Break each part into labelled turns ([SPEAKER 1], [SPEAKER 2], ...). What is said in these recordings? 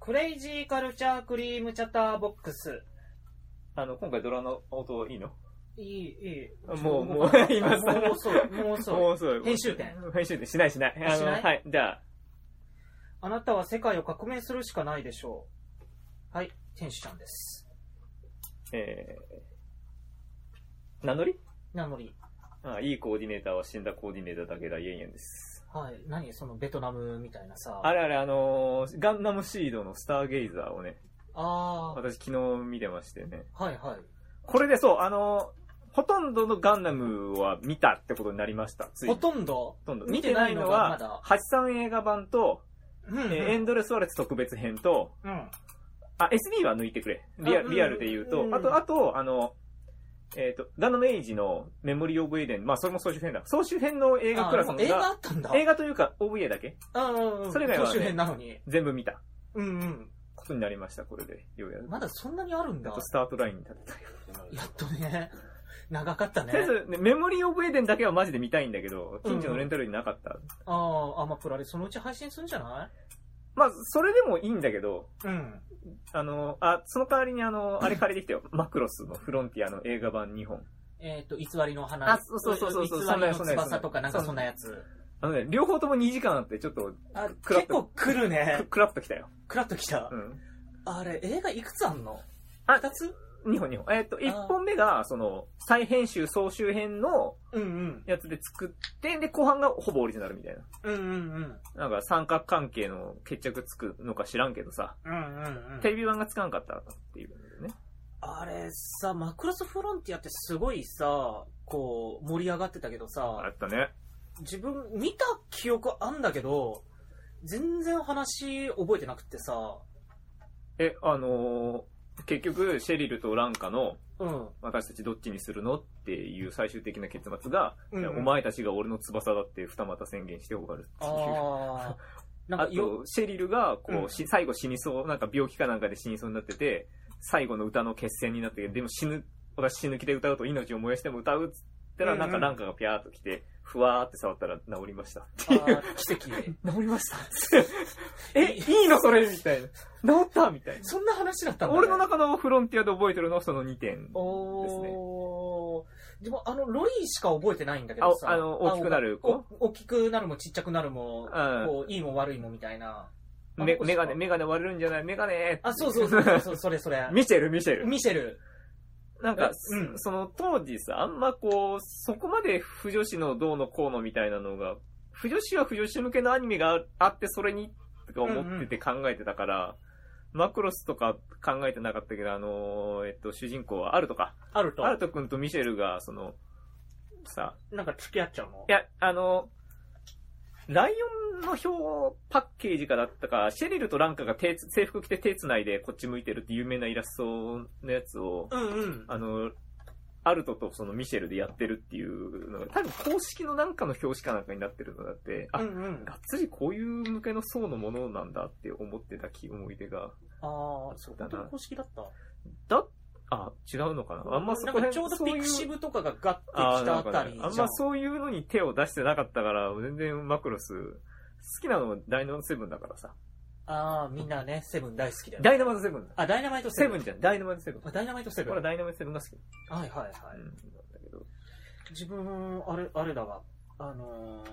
[SPEAKER 1] クレイジーカルチャークリームチャターボックス。
[SPEAKER 2] あの、今回ドラの音いいの
[SPEAKER 1] いい、いい。
[SPEAKER 2] もうもう今
[SPEAKER 1] 今
[SPEAKER 2] 更
[SPEAKER 1] もうそう、もうそう。
[SPEAKER 2] うそう
[SPEAKER 1] 編集点。
[SPEAKER 2] 編集点しないしない。あ
[SPEAKER 1] し
[SPEAKER 2] の、
[SPEAKER 1] ない
[SPEAKER 2] はい。じゃあ、
[SPEAKER 1] あなたは世界を革命するしかないでしょう。はい、天使ちゃんです。
[SPEAKER 2] えー、名乗り
[SPEAKER 1] 名乗り。
[SPEAKER 2] あいいコーディネーターは死んだコーディネーターだけだ、イエンイエンです。
[SPEAKER 1] はい、何そのベトナムみたいなさ。
[SPEAKER 2] あれあれ、あのーガンダムシードのスターゲイザーをね、
[SPEAKER 1] あ
[SPEAKER 2] 私昨日見てましてね。
[SPEAKER 1] ー、はいはい。
[SPEAKER 2] これでそう、あのーほとんどのガンダムは見たってことになりました。ついに
[SPEAKER 1] ほとんど
[SPEAKER 2] ほとんど。
[SPEAKER 1] 見てないのがまだ。
[SPEAKER 2] 83映画版と、
[SPEAKER 1] うんう
[SPEAKER 2] え
[SPEAKER 1] ん
[SPEAKER 2] ーエンドレスワレツ特別編と、
[SPEAKER 1] うん。
[SPEAKER 2] あ、SD は抜いてくれ。リア
[SPEAKER 1] あうん
[SPEAKER 2] リアルで言うと
[SPEAKER 1] う。ん
[SPEAKER 2] あと、あと、あの、えっ、と、ガンダムエイジのメモリーオブエデン。まあ、それも総集編だ。総集編の映画クラス
[SPEAKER 1] あ
[SPEAKER 2] の
[SPEAKER 1] 映画あ
[SPEAKER 2] が、
[SPEAKER 1] ったんだ。
[SPEAKER 2] 映画というか OVA だけ
[SPEAKER 1] うんうんうん。
[SPEAKER 2] それ以外はね
[SPEAKER 1] 挙手編なのに。
[SPEAKER 2] 全部見た
[SPEAKER 1] うんうん。
[SPEAKER 2] ことになりました、これで。ようやく。
[SPEAKER 1] まだそんなにあるん
[SPEAKER 2] や
[SPEAKER 1] だ
[SPEAKER 2] っと。スタートラインに立てたよ。
[SPEAKER 1] やっとね。長かったね
[SPEAKER 2] とり。あえず、ねメモリーオブエデンだけはマジで見たいんだけど、近所のレンタルになかった。
[SPEAKER 1] ああ、あ、まあ、プラレそのうち配信するんじゃな
[SPEAKER 2] まあ、それでもいいんだけど、
[SPEAKER 1] いうん。
[SPEAKER 2] あの、あ、その代わりにあの、あれ借りてき たよ。マクロスのフロンティアの映画版2本。
[SPEAKER 1] えっ、と、偽りの花。
[SPEAKER 2] あそうそうそうそう
[SPEAKER 1] 偽
[SPEAKER 2] そ
[SPEAKER 1] り
[SPEAKER 2] んなやつ
[SPEAKER 1] の翼とかなんかそ
[SPEAKER 2] そ
[SPEAKER 1] ん
[SPEAKER 2] ん
[SPEAKER 1] な
[SPEAKER 2] な
[SPEAKER 1] やつ。
[SPEAKER 2] あのね、両方とも2時間あって、ちょっと、
[SPEAKER 1] あ、
[SPEAKER 2] くらっ
[SPEAKER 1] 結
[SPEAKER 2] と
[SPEAKER 1] 構来るね
[SPEAKER 2] く。くらっときたよ。
[SPEAKER 1] くらっときた
[SPEAKER 2] う。ん。
[SPEAKER 1] あれ、映画いくつあんの
[SPEAKER 2] あ
[SPEAKER 1] 二つ
[SPEAKER 2] 2本2本。えっ、と、1本目が、その、再編集、総集編の
[SPEAKER 1] うんうん。
[SPEAKER 2] やつで作って、で、後半がほぼオリジナルみたいな。
[SPEAKER 1] うんうんうん。
[SPEAKER 2] なんか三角関係の決着つくのか知らんけどさ、
[SPEAKER 1] うんうんう
[SPEAKER 2] テ
[SPEAKER 1] ん。
[SPEAKER 2] レビ版がつかんかったっていうんだよね。
[SPEAKER 1] あれさ、マクロスフロンティアってすごいさ、こう、盛り上がってたけど
[SPEAKER 2] あ
[SPEAKER 1] さ、
[SPEAKER 2] ったね。
[SPEAKER 1] 自分見た記憶あんだけど、全然話覚えてなくってさ、
[SPEAKER 2] え、あのー結局、シェリルとランカの、
[SPEAKER 1] うん。
[SPEAKER 2] 私たちどっちにするのっていう最終的な結末が、
[SPEAKER 1] うん
[SPEAKER 2] いやお前たちが俺の翼だって二股宣言して終わるっていう。
[SPEAKER 1] ああ。な
[SPEAKER 2] あ
[SPEAKER 1] んかよ、
[SPEAKER 2] と、シェリルが、こう、
[SPEAKER 1] うん
[SPEAKER 2] し最後死にそう、なんか病気かなんかで死にそうになってて、最後の歌の決戦になって、でも死ぬ、私死ぬ気で歌うと命を燃やしても歌うっつったら、
[SPEAKER 1] うんうん
[SPEAKER 2] なんかなんかがピャーっと来て、ふわーって触ったら治りましたって
[SPEAKER 1] あ
[SPEAKER 2] いう。
[SPEAKER 1] ー奇 跡。
[SPEAKER 2] 治りま したえ、いいのそれみたいな。治ったみたい
[SPEAKER 1] そんな話だった
[SPEAKER 2] な。
[SPEAKER 1] んだ、ね。
[SPEAKER 2] 俺の中のフロンティアで覚えてるのはその2点。
[SPEAKER 1] おー。でも、あの、ロリーしか覚えてないんだけ
[SPEAKER 2] あ
[SPEAKER 1] どさ。
[SPEAKER 2] あの、大きくな
[SPEAKER 1] る。
[SPEAKER 2] る子
[SPEAKER 1] お大きくなるもちっちゃくなるも、
[SPEAKER 2] うん
[SPEAKER 1] こう、いいも悪いもみたいな。あ
[SPEAKER 2] め
[SPEAKER 1] こっちか
[SPEAKER 2] メガネ、メガネ割れるんじゃないメガネ
[SPEAKER 1] あ、そうそうそう そう、それそれ。
[SPEAKER 2] ミシェル、ミシェル。
[SPEAKER 1] ミシェル。
[SPEAKER 2] なんか、
[SPEAKER 1] うん
[SPEAKER 2] その当時さ、あんまこう、そこまで不女子のどうのこうのみたいなのが、不女子は不女子向けのアニメがああって、それに、とか思ってて考えてたから、マクロスとか考えてなかったけど、あのーえっと、主人公はアルトか。
[SPEAKER 1] あると
[SPEAKER 2] ア。ルト君とミシェルが、その、さ、
[SPEAKER 1] なんか付き合っちゃうの
[SPEAKER 2] いや、あのーライオンの表パッケージかだったか、シェリルとランカが手つ、制服着て手繋いでこっち向いてるって有名なイラストのやつを、
[SPEAKER 1] うんうん。
[SPEAKER 2] あの、アルトとそのミシェルでやってるっていうのが、多分公式のなんかの表紙かなんかになってるのだって、あ、
[SPEAKER 1] うんうん。
[SPEAKER 2] がっつりこういう向けの層のものなんだって思ってた記思い出が。
[SPEAKER 1] ああ、そう、
[SPEAKER 2] だ
[SPEAKER 1] 本
[SPEAKER 2] な
[SPEAKER 1] 当に公式だった。
[SPEAKER 2] だ、あ、違うのかなあんまそ
[SPEAKER 1] なん
[SPEAKER 2] こ
[SPEAKER 1] か
[SPEAKER 2] ら辺
[SPEAKER 1] ちょうど
[SPEAKER 2] そうい
[SPEAKER 1] ピクシブとかがガッてき
[SPEAKER 2] あ
[SPEAKER 1] た
[SPEAKER 2] ーな
[SPEAKER 1] あ
[SPEAKER 2] んか
[SPEAKER 1] た
[SPEAKER 2] ね
[SPEAKER 1] りじゃん。
[SPEAKER 2] あんまそういうのに手を出してなかったから、全然マクロス、好きなのはダイナマイトセブンだからさ。
[SPEAKER 1] ああ、みんなね、セブン大好きだよ。
[SPEAKER 2] ダイナマイトセブンだ。
[SPEAKER 1] あ、ダイナマイトセ
[SPEAKER 2] セ
[SPEAKER 1] ブ
[SPEAKER 2] ブ
[SPEAKER 1] ン。
[SPEAKER 2] ンじゃん。ダイナマイトセブン。
[SPEAKER 1] あダイナマイトセブン。
[SPEAKER 2] 俺は
[SPEAKER 1] はい
[SPEAKER 2] ダイナマイトセブンが好き。
[SPEAKER 1] はいはい。
[SPEAKER 2] うんなんだけど
[SPEAKER 1] 自分、あれ、あれだわ。あの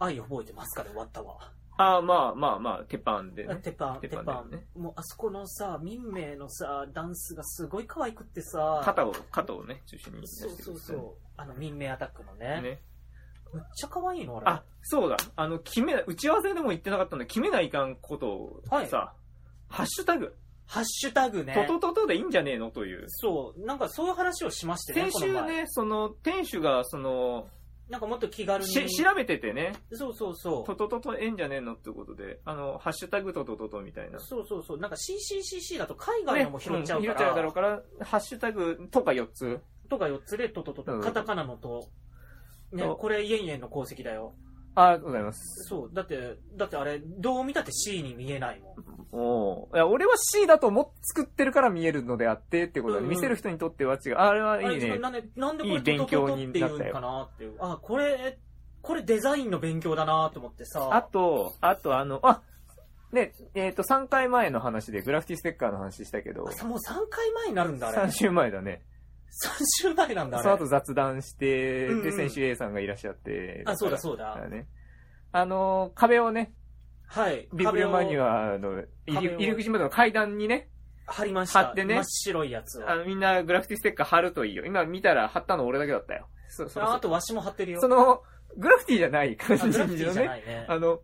[SPEAKER 1] ー、愛覚えてますかで終わったわ。
[SPEAKER 2] ああ、まあまあまあ、鉄板でね。
[SPEAKER 1] 鉄板、
[SPEAKER 2] 鉄
[SPEAKER 1] 鉄
[SPEAKER 2] 板だよ
[SPEAKER 1] 板
[SPEAKER 2] ね。
[SPEAKER 1] もうあそこのさ、民名のさ、ダンスがすごい可愛くってさ。
[SPEAKER 2] 肩を、肩をね、中心に出して
[SPEAKER 1] そう
[SPEAKER 2] るんです
[SPEAKER 1] そ
[SPEAKER 2] よ
[SPEAKER 1] う
[SPEAKER 2] ね
[SPEAKER 1] そう。あの、民名アタックのね。
[SPEAKER 2] ね。
[SPEAKER 1] めっちゃ可愛いの、あれ。
[SPEAKER 2] あ、そうだ。あの、決め、打ち合わせでも言ってなかったんだ決めないかんことをさ、
[SPEAKER 1] はい
[SPEAKER 2] ハッシュタグ、
[SPEAKER 1] ハッシュタグね。
[SPEAKER 2] トトトトでいいんじゃねえのという。
[SPEAKER 1] そう、なんかそういう話をしましてね、
[SPEAKER 2] 先週
[SPEAKER 1] この前。
[SPEAKER 2] ね、その、店主が、その、
[SPEAKER 1] なんかもっと気軽に。
[SPEAKER 2] し、調べててね、
[SPEAKER 1] そうそうそ。
[SPEAKER 2] トトトトええんじゃねえのってことで、あの、ハッシュタグトトトトみたいうな。
[SPEAKER 1] そうそうそう。なんか CCCC だと海外のも拾っちゃうから。
[SPEAKER 2] ん拾っちゃうだろうから、ハッシュタグとか4つ。
[SPEAKER 1] とか4つで、とととと、
[SPEAKER 2] うん
[SPEAKER 1] カタカナのと。ね、
[SPEAKER 2] そう
[SPEAKER 1] これ、イエンイエンの功績だよ。
[SPEAKER 2] ありがとうございます。
[SPEAKER 1] そう、だって、だってあれ、どう見たって C に見えないもん。
[SPEAKER 2] おういや、俺は C だと思って作ってるから見えるのであってってことで、
[SPEAKER 1] うんうん
[SPEAKER 2] 見せる人にとっては違う。あれは
[SPEAKER 1] あれ
[SPEAKER 2] いいね。
[SPEAKER 1] なんで、なんでこ
[SPEAKER 2] い
[SPEAKER 1] れ
[SPEAKER 2] い
[SPEAKER 1] トト
[SPEAKER 2] 勉
[SPEAKER 1] ト
[SPEAKER 2] 強
[SPEAKER 1] トって
[SPEAKER 2] に
[SPEAKER 1] い
[SPEAKER 2] な
[SPEAKER 1] う
[SPEAKER 2] っ
[SPEAKER 1] の
[SPEAKER 2] たよ
[SPEAKER 1] かなっていう。あ、これ、これデザインの勉強だなと思ってさ。
[SPEAKER 2] あと、あとあの、あ、で、えっ、と、3回前の話でグラフィティステッカーの話したけど、
[SPEAKER 1] あもう3回前になるんだ、あ
[SPEAKER 2] 3
[SPEAKER 1] れ。
[SPEAKER 2] 週前だね。
[SPEAKER 1] 3週前なんだ、
[SPEAKER 2] その
[SPEAKER 1] あれ
[SPEAKER 2] 後。雑談して、
[SPEAKER 1] うんう
[SPEAKER 2] で、
[SPEAKER 1] ん
[SPEAKER 2] 先週 A さんがいらっしゃって。
[SPEAKER 1] あ、そうだ、
[SPEAKER 2] う
[SPEAKER 1] そうだ。
[SPEAKER 2] ね。あのー、壁をね、
[SPEAKER 1] はい。
[SPEAKER 2] ビブリオマニ
[SPEAKER 1] ア。
[SPEAKER 2] ュアの入り
[SPEAKER 1] 壁を
[SPEAKER 2] 入り口までの階段にね、
[SPEAKER 1] 貼りました。
[SPEAKER 2] 貼ってね
[SPEAKER 1] 真っ白いやつを。
[SPEAKER 2] あ
[SPEAKER 1] あ
[SPEAKER 2] のみんなグラフィティステッカー貼るといいよ。今見たら貼ったの俺だけだったよ。そそ
[SPEAKER 1] あと、わしも貼ってるよ。
[SPEAKER 2] その、グラフィティじゃない感
[SPEAKER 1] あ
[SPEAKER 2] じ
[SPEAKER 1] グラフィティ
[SPEAKER 2] の
[SPEAKER 1] じゃ
[SPEAKER 2] ね。
[SPEAKER 1] ないね。
[SPEAKER 2] あの、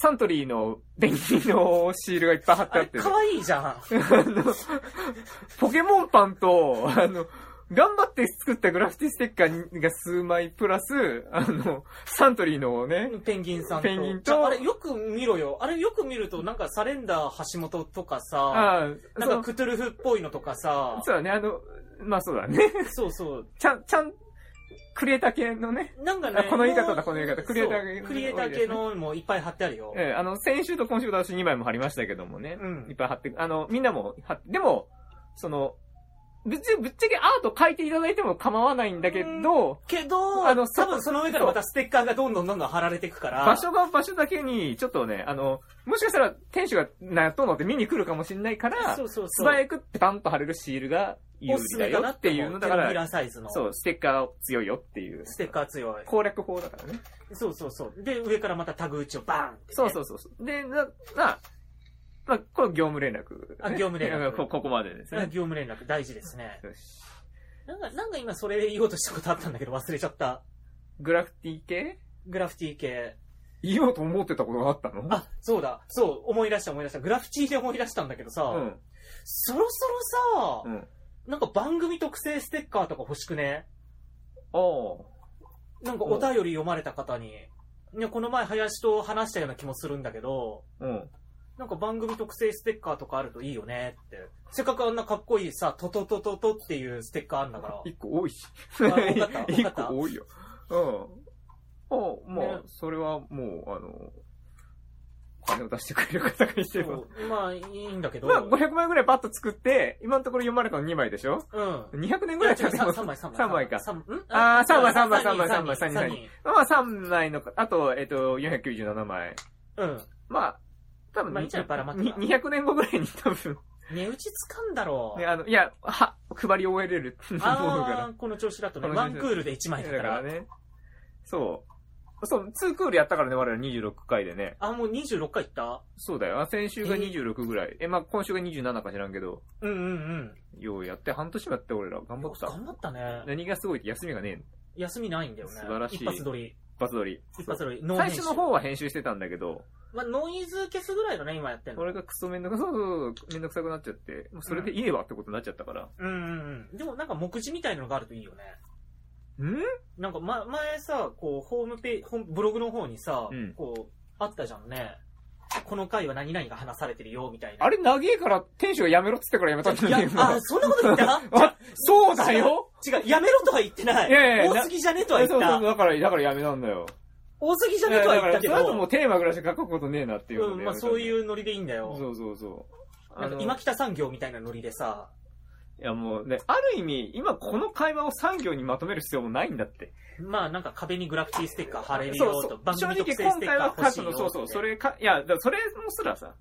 [SPEAKER 2] サントリーの便利のシールがいっぱい貼って
[SPEAKER 1] あ
[SPEAKER 2] あっ
[SPEAKER 1] れ、
[SPEAKER 2] てね、
[SPEAKER 1] かわいいじ ゃん。
[SPEAKER 2] あの、 ポケモンパンと、あの、頑張って作ったグラフィティステッカーが数枚プラス、あの、サントリーのね、
[SPEAKER 1] ペンギンさんと。
[SPEAKER 2] ペンギンと
[SPEAKER 1] じゃああれよく見ろよ。あれよく見ると、なんかサレンダー橋本とかさ、
[SPEAKER 2] あ
[SPEAKER 1] な
[SPEAKER 2] あ、
[SPEAKER 1] ん
[SPEAKER 2] そ
[SPEAKER 1] か
[SPEAKER 2] う、
[SPEAKER 1] クトゥルフっぽいのとかさ、
[SPEAKER 2] そうだね、あの、まあそうだね。
[SPEAKER 1] そうそう。
[SPEAKER 2] ちゃん、ちゃん、クリエイター系のね、
[SPEAKER 1] なんか
[SPEAKER 2] あ
[SPEAKER 1] ね、
[SPEAKER 2] この言い方だ
[SPEAKER 1] もう
[SPEAKER 2] この言い方クリエイター
[SPEAKER 1] そう
[SPEAKER 2] 系の
[SPEAKER 1] クリエイター系のもいっぱい貼ってあるよ。
[SPEAKER 2] ええあの、先週と今週と私2枚も貼りましたけどもね、
[SPEAKER 1] うん
[SPEAKER 2] いっぱい貼って、あの、みんなも貼って、でも、その、ぶっちゃぶっちゃけアート書いていただいても構わないんだけど、
[SPEAKER 1] けど、
[SPEAKER 2] あの
[SPEAKER 1] 多分その上からまたステッカーがどんどんどんどん貼られていくから。
[SPEAKER 2] 場所が場所だけに、ちょっとね、あの、もしかしたら店主が納豆のって見に来るかもしれないから、
[SPEAKER 1] そうそう
[SPEAKER 2] 素
[SPEAKER 1] そう。
[SPEAKER 2] 早くパンと貼れるシールが有
[SPEAKER 1] おす
[SPEAKER 2] 利
[SPEAKER 1] す
[SPEAKER 2] だ
[SPEAKER 1] めかな
[SPEAKER 2] よ
[SPEAKER 1] っ
[SPEAKER 2] ってて
[SPEAKER 1] い
[SPEAKER 2] いうう
[SPEAKER 1] の
[SPEAKER 2] の
[SPEAKER 1] だ
[SPEAKER 2] だ
[SPEAKER 1] か。
[SPEAKER 2] か
[SPEAKER 1] テ
[SPEAKER 2] ら
[SPEAKER 1] レビ
[SPEAKER 2] ら、
[SPEAKER 1] 欄サイズの。
[SPEAKER 2] そう、ステッカー強いよっていう。
[SPEAKER 1] ステッカー強い。
[SPEAKER 2] 攻略法だからね。
[SPEAKER 1] そうそうそう。で、上からまたタグ打ちをバーンってね
[SPEAKER 2] そうそうそうそう。で、な、な、まあ、これ業務連絡、
[SPEAKER 1] あ業務連絡
[SPEAKER 2] こ。ここまでです
[SPEAKER 1] あ
[SPEAKER 2] ね。
[SPEAKER 1] 業務連絡大事ですね。
[SPEAKER 2] よし。
[SPEAKER 1] なんか、なんか今それ言おうとしたことあったんだけど忘れちゃった。
[SPEAKER 2] グラフィティ系
[SPEAKER 1] グラフィティ系。
[SPEAKER 2] 言おうと思ってたことがあったの
[SPEAKER 1] あ、そうだ。そう、思い出した思い出した。グラフィティで思い出したんだけどさ、
[SPEAKER 2] うん。
[SPEAKER 1] そろそろ
[SPEAKER 2] う
[SPEAKER 1] さ、
[SPEAKER 2] ん。
[SPEAKER 1] なんか番組特製ステッカーとか欲しくね
[SPEAKER 2] お
[SPEAKER 1] なんかお便り読まれた方に。ね、この前林と話したような気もするんだけど、
[SPEAKER 2] ううん。
[SPEAKER 1] なんか番組特製ステッカーとかあるといいよねって。せっかくあんなかっこいいさ、トトトトトっていうステッカーあんだから。
[SPEAKER 2] 一個多いし。
[SPEAKER 1] 多かった多
[SPEAKER 2] 一
[SPEAKER 1] かった
[SPEAKER 2] 個多いよ。うん。あま
[SPEAKER 1] ね
[SPEAKER 2] あ、それはもう、あの、お金を出してくれる方がい
[SPEAKER 1] そ
[SPEAKER 2] れば。
[SPEAKER 1] うまあ、いいんだけど。
[SPEAKER 2] まあ、500枚ぐらいパッと作って、今のところ読まれたの2枚でしょ
[SPEAKER 1] うん。
[SPEAKER 2] ?200 年
[SPEAKER 1] い
[SPEAKER 2] ぐ
[SPEAKER 1] や
[SPEAKER 2] ら
[SPEAKER 1] 違う
[SPEAKER 2] い経って も
[SPEAKER 1] 3枚、3枚。
[SPEAKER 2] 三枚か
[SPEAKER 1] 三ん
[SPEAKER 2] あー三枚三枚
[SPEAKER 1] 三人
[SPEAKER 2] 三枚
[SPEAKER 1] 三人
[SPEAKER 2] 三
[SPEAKER 1] 三
[SPEAKER 2] 人
[SPEAKER 1] 人
[SPEAKER 2] まあ、3枚の、あと、えっと、497枚。
[SPEAKER 1] うん。
[SPEAKER 2] まあ、多分、
[SPEAKER 1] まあいいじゃんばらまけば
[SPEAKER 2] に200年後ぐらいに 多分、
[SPEAKER 1] 値打ちつかんだろう。
[SPEAKER 2] ね、あの、いや、は、配り終えれると思う から
[SPEAKER 1] あ。ー、この調子だとね、
[SPEAKER 2] この調子だ
[SPEAKER 1] ワンクールで1枚だか
[SPEAKER 2] だから
[SPEAKER 1] ら。
[SPEAKER 2] ね。そう。そう、2クールやったからね、我々26回でね。
[SPEAKER 1] あ、もう26回いった
[SPEAKER 2] そうだよ。あ先週が
[SPEAKER 1] え
[SPEAKER 2] 26ぐらい。え、まあ今週が27か知らんけど、
[SPEAKER 1] うんうん
[SPEAKER 2] ようやって、半年もやって俺ら頑
[SPEAKER 1] うん。
[SPEAKER 2] 張った。
[SPEAKER 1] 頑張ったね。
[SPEAKER 2] 何がすごいって休みがねえの
[SPEAKER 1] 休みないんだよね。
[SPEAKER 2] 素晴らしい
[SPEAKER 1] 一発撮り。
[SPEAKER 2] 一発撮り。
[SPEAKER 1] 一発撮り。
[SPEAKER 2] そう
[SPEAKER 1] ノー
[SPEAKER 2] 最
[SPEAKER 1] 編集
[SPEAKER 2] 初の方は編集してたんだけど、
[SPEAKER 1] まあ、ノイズ消すぐらいだね、今やってんの。
[SPEAKER 2] 俺がクソめんどくさ、そうそうそうめんどくさくなっちゃって、もうそれでいいわってことになっちゃったから。
[SPEAKER 1] うんうんうん。でもなんか目次みたいなのがあるといいよね。
[SPEAKER 2] ん
[SPEAKER 1] なんか、ま、前さ、こう、ホームページホーム、ブログの方にさ、
[SPEAKER 2] うん
[SPEAKER 1] こう、あったじゃんね。この回は何々が話されてるよ、みたいな。
[SPEAKER 2] あれ長えから、店主がやめろっつってからやめたんだ
[SPEAKER 1] いや
[SPEAKER 2] よね、、
[SPEAKER 1] あ
[SPEAKER 2] 今、。
[SPEAKER 1] そんなこと言った
[SPEAKER 2] あ、そうだよ
[SPEAKER 1] 違う、やめろとは言ってない。
[SPEAKER 2] いやいやいや
[SPEAKER 1] 多すぎじゃねえとは
[SPEAKER 2] そ
[SPEAKER 1] 言
[SPEAKER 2] う
[SPEAKER 1] っ
[SPEAKER 2] そう、
[SPEAKER 1] た。
[SPEAKER 2] だから、だからやめたんだよ。
[SPEAKER 1] 多すぎじゃ
[SPEAKER 2] い
[SPEAKER 1] ねえ
[SPEAKER 2] や
[SPEAKER 1] とは
[SPEAKER 2] だか
[SPEAKER 1] 言っ
[SPEAKER 2] ら
[SPEAKER 1] た
[SPEAKER 2] そ
[SPEAKER 1] け
[SPEAKER 2] れだとも
[SPEAKER 1] ど
[SPEAKER 2] う、テーマぐらいしか書くことねえなっていうので
[SPEAKER 1] うん、まあそう
[SPEAKER 2] う。
[SPEAKER 1] いうノリでいいんだよ。
[SPEAKER 2] そうそうそう。
[SPEAKER 1] なんか今北産業みたいなノリでさ、
[SPEAKER 2] いやもうね、ある意味、今この会話を産業にまとめる必要もないんだって。
[SPEAKER 1] まあなんか壁にグラフィティステッカー貼れる
[SPEAKER 2] そ
[SPEAKER 1] よ
[SPEAKER 2] うそ
[SPEAKER 1] と、
[SPEAKER 2] う
[SPEAKER 1] 番
[SPEAKER 2] 正
[SPEAKER 1] 組
[SPEAKER 2] 直
[SPEAKER 1] 特製
[SPEAKER 2] 今
[SPEAKER 1] ステ
[SPEAKER 2] 回
[SPEAKER 1] ッカ
[SPEAKER 2] は
[SPEAKER 1] ー欲しい
[SPEAKER 2] 書く
[SPEAKER 1] よ
[SPEAKER 2] の、
[SPEAKER 1] と。
[SPEAKER 2] そうそう、それか、いや、だからそれもすらさ、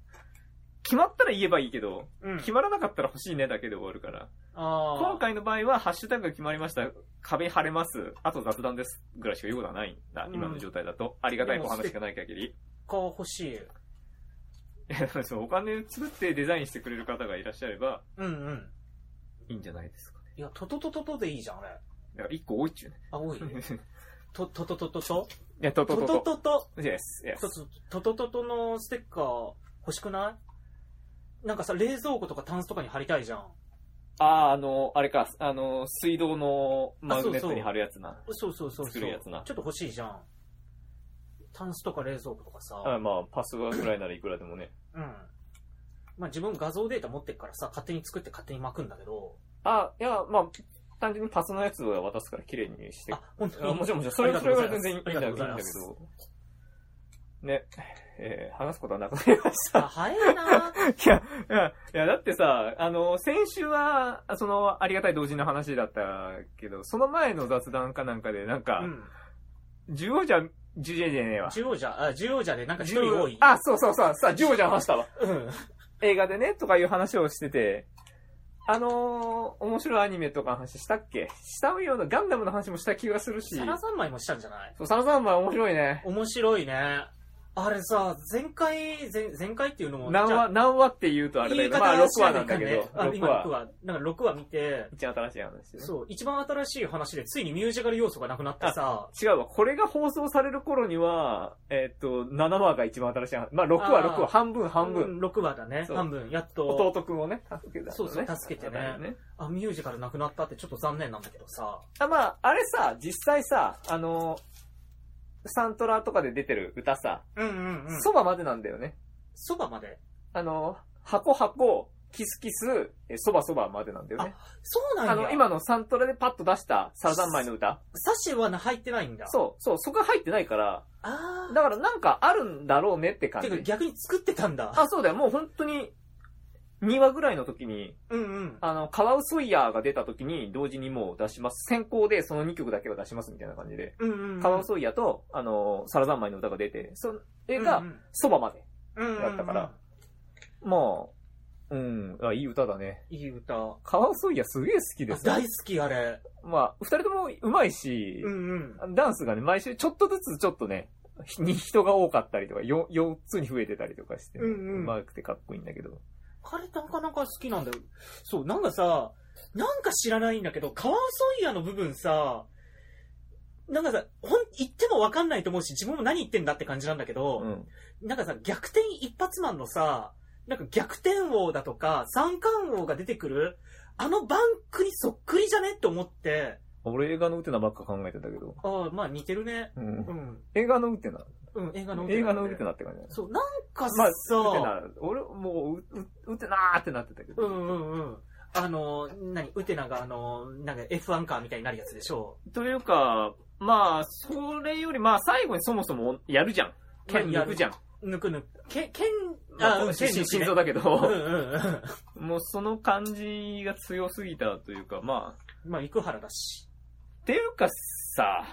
[SPEAKER 2] 決まったら言えばいいけど、
[SPEAKER 1] うん。
[SPEAKER 2] 決まらなかったら欲しいねだけで終わるから。
[SPEAKER 1] あー
[SPEAKER 2] 今回の場合は、ハッシュタグが決まりました。壁貼れます。あと雑談です。ぐらいしか言うことはないんだ。
[SPEAKER 1] うん
[SPEAKER 2] 今の状態だと。ありがたいお話しかない限り。
[SPEAKER 1] か欲しい。
[SPEAKER 2] いや、だ からそのお金作ってデザインしてくれる方がいらっしゃれば、
[SPEAKER 1] うんうん。
[SPEAKER 2] いいんじゃないですかね。
[SPEAKER 1] いや、トトトトトでいいじゃん、あれ。
[SPEAKER 2] だから一個多いっちゅうね。
[SPEAKER 1] あ、多い。 トトトトトト
[SPEAKER 2] いや、と
[SPEAKER 1] ト
[SPEAKER 2] とと
[SPEAKER 1] トト
[SPEAKER 2] と。
[SPEAKER 1] ト
[SPEAKER 2] Yes, yes.
[SPEAKER 1] トトトトトのステッカー欲しくないなんかさ、冷蔵庫とかタンスとかに貼りたいじゃん。
[SPEAKER 2] ああ、あの、あれか、あの、水道のマグネットに貼るやつな。
[SPEAKER 1] そうそうそうそう。
[SPEAKER 2] 作るやつな
[SPEAKER 1] ちょっと欲しいじゃん。タンスとか冷蔵庫とかさ。
[SPEAKER 2] あまあ、パスワードぐらいならいくらでもね。
[SPEAKER 1] うん。まあ自分画像データ持ってっからさ、勝手に作って勝手に巻くんだけど。
[SPEAKER 2] あいや、まあ、単純にパスのやつを渡すから綺麗にして。
[SPEAKER 1] あ、本当
[SPEAKER 2] あ
[SPEAKER 1] に。
[SPEAKER 2] もちろん、もちろん、そ
[SPEAKER 1] あり
[SPEAKER 2] れ
[SPEAKER 1] が
[SPEAKER 2] は、
[SPEAKER 1] と
[SPEAKER 2] そう
[SPEAKER 1] ござま
[SPEAKER 2] れはい全
[SPEAKER 1] す
[SPEAKER 2] 然いいんだいいんだ
[SPEAKER 1] ありが
[SPEAKER 2] けど
[SPEAKER 1] とうございます。
[SPEAKER 2] ね、えー話すことはなくなりまし
[SPEAKER 1] あ、
[SPEAKER 2] た。
[SPEAKER 1] 早いな
[SPEAKER 2] いや、いや、いや、だってさ、あの、先週は、その、ありがたい同時の話だったけど、その前の雑談かなんかで、なんか、
[SPEAKER 1] うん。
[SPEAKER 2] 15じゃジュジェジェねえわ。
[SPEAKER 1] 中央じゃ、あ、中央じゃでなんか一人多い。
[SPEAKER 2] あ、そうそうそう。さあ、ジュオじゃん話したわ。
[SPEAKER 1] うん。
[SPEAKER 2] 映画でね、とかいう話をしてて、あのー、面白いアニメとかの話したっけしたような、ガンダムの話もした気がするし。
[SPEAKER 1] サラ三枚もしたんじゃない
[SPEAKER 2] そう、サラザンマン面白いね。
[SPEAKER 1] 面白いね。あれさ、前回、前前回っていうのも、
[SPEAKER 2] 何
[SPEAKER 1] じゃ
[SPEAKER 2] 話、
[SPEAKER 1] あ
[SPEAKER 2] 何話って言うとあれだけど、まあ
[SPEAKER 1] 言い方は
[SPEAKER 2] 6話なんだけ
[SPEAKER 1] 知
[SPEAKER 2] ど、
[SPEAKER 1] らないからねあ
[SPEAKER 2] 6
[SPEAKER 1] 今6
[SPEAKER 2] 話。
[SPEAKER 1] 話。なんか6話見て、
[SPEAKER 2] 一番新しい話ですね。
[SPEAKER 1] そう、一番新しい話でついにミュージカル要素がなくなってさ、
[SPEAKER 2] 違うわ。これが放送される頃には、えーっと、7話が一番新しい話。まあ、6
[SPEAKER 1] あ
[SPEAKER 2] 話、
[SPEAKER 1] ー
[SPEAKER 2] 6話、半分、半分。
[SPEAKER 1] うん6話だね。
[SPEAKER 2] そう
[SPEAKER 1] 半分。やっと、
[SPEAKER 2] 弟くんをね、助けた、ね。
[SPEAKER 1] そうそう助けてね
[SPEAKER 2] だからね
[SPEAKER 1] あ、ミュージカルなくなったってちょっと残念なんだけどさ。
[SPEAKER 2] あ、まあ、あれさ、実際さ、あのー、サントラとかで出てる歌さ、
[SPEAKER 1] うんうんうん。
[SPEAKER 2] そばまでなんだよね。
[SPEAKER 1] そばまで。
[SPEAKER 2] あのー、箱箱、キスキス、えそばそばまでなんだよね。
[SPEAKER 1] そうなんや。
[SPEAKER 2] あの、、今のサントラでパッと出したサラザンマイの歌。
[SPEAKER 1] サシはな入ってないんだ。う。
[SPEAKER 2] そう、そう、そこが入ってないから、
[SPEAKER 1] あ
[SPEAKER 2] だからなんかあるんだろうねって
[SPEAKER 1] あ。
[SPEAKER 2] 感
[SPEAKER 1] て
[SPEAKER 2] じ
[SPEAKER 1] か。逆に作ってたんだ。
[SPEAKER 2] あ、そうだよ、もう本当に、2話ぐらいの時に、
[SPEAKER 1] うんうん。
[SPEAKER 2] あの、カワウソイヤーが出た時に同時にもう出します。先行でその2曲だけは出しますみたいな感じで。
[SPEAKER 1] うんうんうん。
[SPEAKER 2] カワウソイヤと、あの、サラザンマイの歌が出て、それが、そばまで。
[SPEAKER 1] うんうん、
[SPEAKER 2] だったからまあ、うん、あ、いい歌だね。
[SPEAKER 1] いい歌。あ
[SPEAKER 2] カワウソイヤすげえ好きです。
[SPEAKER 1] 大好き、あれ。
[SPEAKER 2] まあ、二人とも上手いし
[SPEAKER 1] う、んうん。
[SPEAKER 2] ダンスがね、毎週ちょっとずつちょっとね、ひに人が多かったりとか、4, つに増えてたりとかしてね、
[SPEAKER 1] うんうん
[SPEAKER 2] 上手くてかっこいいんだけど。
[SPEAKER 1] あれなかなか好きなんだよ。そう、なんかさ、なんか知らないんだけど、カワウソイヤの部分さ、なんかさ、ほん、言ってもわかんないと思うし、自分も何言ってんだって感じなんだけど、
[SPEAKER 2] うん。
[SPEAKER 1] なんかさ、逆転一発マンのさ、なんか逆転王だとか、三冠王が出てくる、あのバンクにそっくりじゃねって思って、
[SPEAKER 2] 俺映画のウテナばっか考えてたけど。
[SPEAKER 1] ああ、まあ似てるね。
[SPEAKER 2] うん
[SPEAKER 1] う。ん。
[SPEAKER 2] 映画のウテナ。
[SPEAKER 1] うん、映画の
[SPEAKER 2] 映画のウ
[SPEAKER 1] て
[SPEAKER 2] テナって感じだね
[SPEAKER 1] そう、なんか
[SPEAKER 2] まあ、
[SPEAKER 1] さ、
[SPEAKER 2] ウテナ。俺、もう、ううウテナーってなってたけ
[SPEAKER 1] う
[SPEAKER 2] ど。
[SPEAKER 1] んうんうん。あの、何ウテナがあの、なんか F1 カーみたいになるやつでしょ
[SPEAKER 2] というか、まあ、それより、まあ、最後にそもそもやるじゃん。剣抜くじゃん。
[SPEAKER 1] 抜く抜く。け、剣、
[SPEAKER 2] まあ、
[SPEAKER 1] 剣
[SPEAKER 2] 心
[SPEAKER 1] 抜き
[SPEAKER 2] 心
[SPEAKER 1] ね
[SPEAKER 2] 臓だけ
[SPEAKER 1] うん
[SPEAKER 2] ど、
[SPEAKER 1] うんうん。
[SPEAKER 2] もうその感じが強すぎたというか、まあ、
[SPEAKER 1] まあ、生原だし。
[SPEAKER 2] っていうかさ、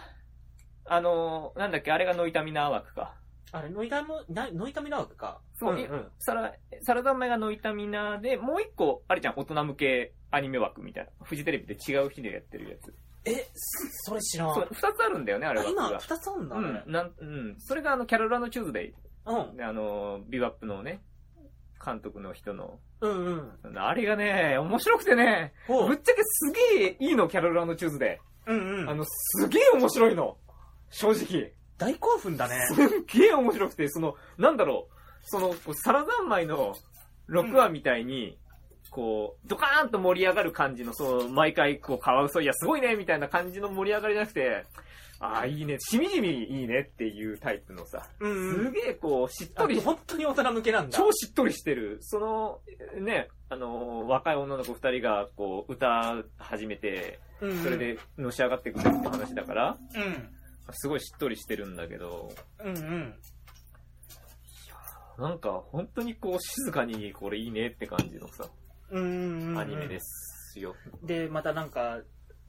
[SPEAKER 2] あの、なんだっけ、あれがノイタミナー枠か。
[SPEAKER 1] あれ、ノイタミ、なノイタミナワクか。
[SPEAKER 2] そう
[SPEAKER 1] うんうん。
[SPEAKER 2] サラ、サラダメがノイタミナーで、もう一個、あれじゃん、大人向けアニメ枠みたいな。フジテレビで違う日でやってるやつ。
[SPEAKER 1] え、そそれ知らん。
[SPEAKER 2] そう
[SPEAKER 1] あ、
[SPEAKER 2] 二つあるんだよね、あれ枠
[SPEAKER 1] 今、
[SPEAKER 2] が。
[SPEAKER 1] 二つあんだ
[SPEAKER 2] う
[SPEAKER 1] ね
[SPEAKER 2] ん、。なん、うん。それがあの、キャロルチューズデイ。
[SPEAKER 1] うん。
[SPEAKER 2] であの、ビバップのね、監督の人の、
[SPEAKER 1] うんうん。
[SPEAKER 2] あれがね、面白くてね、
[SPEAKER 1] ほ
[SPEAKER 2] ぶ
[SPEAKER 1] う。
[SPEAKER 2] っちゃけすげえいいの、キャロルチューズデ
[SPEAKER 1] うん
[SPEAKER 2] イ。
[SPEAKER 1] う
[SPEAKER 2] あ
[SPEAKER 1] ん。
[SPEAKER 2] の、すげえ面白いの。正直。
[SPEAKER 1] 大興奮だね
[SPEAKER 2] す。っげえ面白くて、その、なんだろう、その、こうサラ三昧の6話みたいに、こう、ドカーンと盛り上がる感じの、その、毎回、こう、カワウソ、いや、すごいね、みたいな感じの盛り上がりじゃなくて、ああ、いいね、しみじみいいねっていうタイプのさ、
[SPEAKER 1] うんう
[SPEAKER 2] す
[SPEAKER 1] ん。
[SPEAKER 2] げえこう、しっ
[SPEAKER 1] あ
[SPEAKER 2] とり、
[SPEAKER 1] 本当に大人向けなんだ。
[SPEAKER 2] 超しっとりしてる、その、ね、あの、若い女の子2人が、こう、歌始めて、
[SPEAKER 1] うんうん
[SPEAKER 2] それ。でのし上がってくるって話だから、
[SPEAKER 1] うん。
[SPEAKER 2] すごいしっとりしてるんだけど、
[SPEAKER 1] うんうん。
[SPEAKER 2] なんか、本当にこう、静かに、これいいねって感じのさ、
[SPEAKER 1] うんうんうん。
[SPEAKER 2] アニメですよ。
[SPEAKER 1] で、またなんか、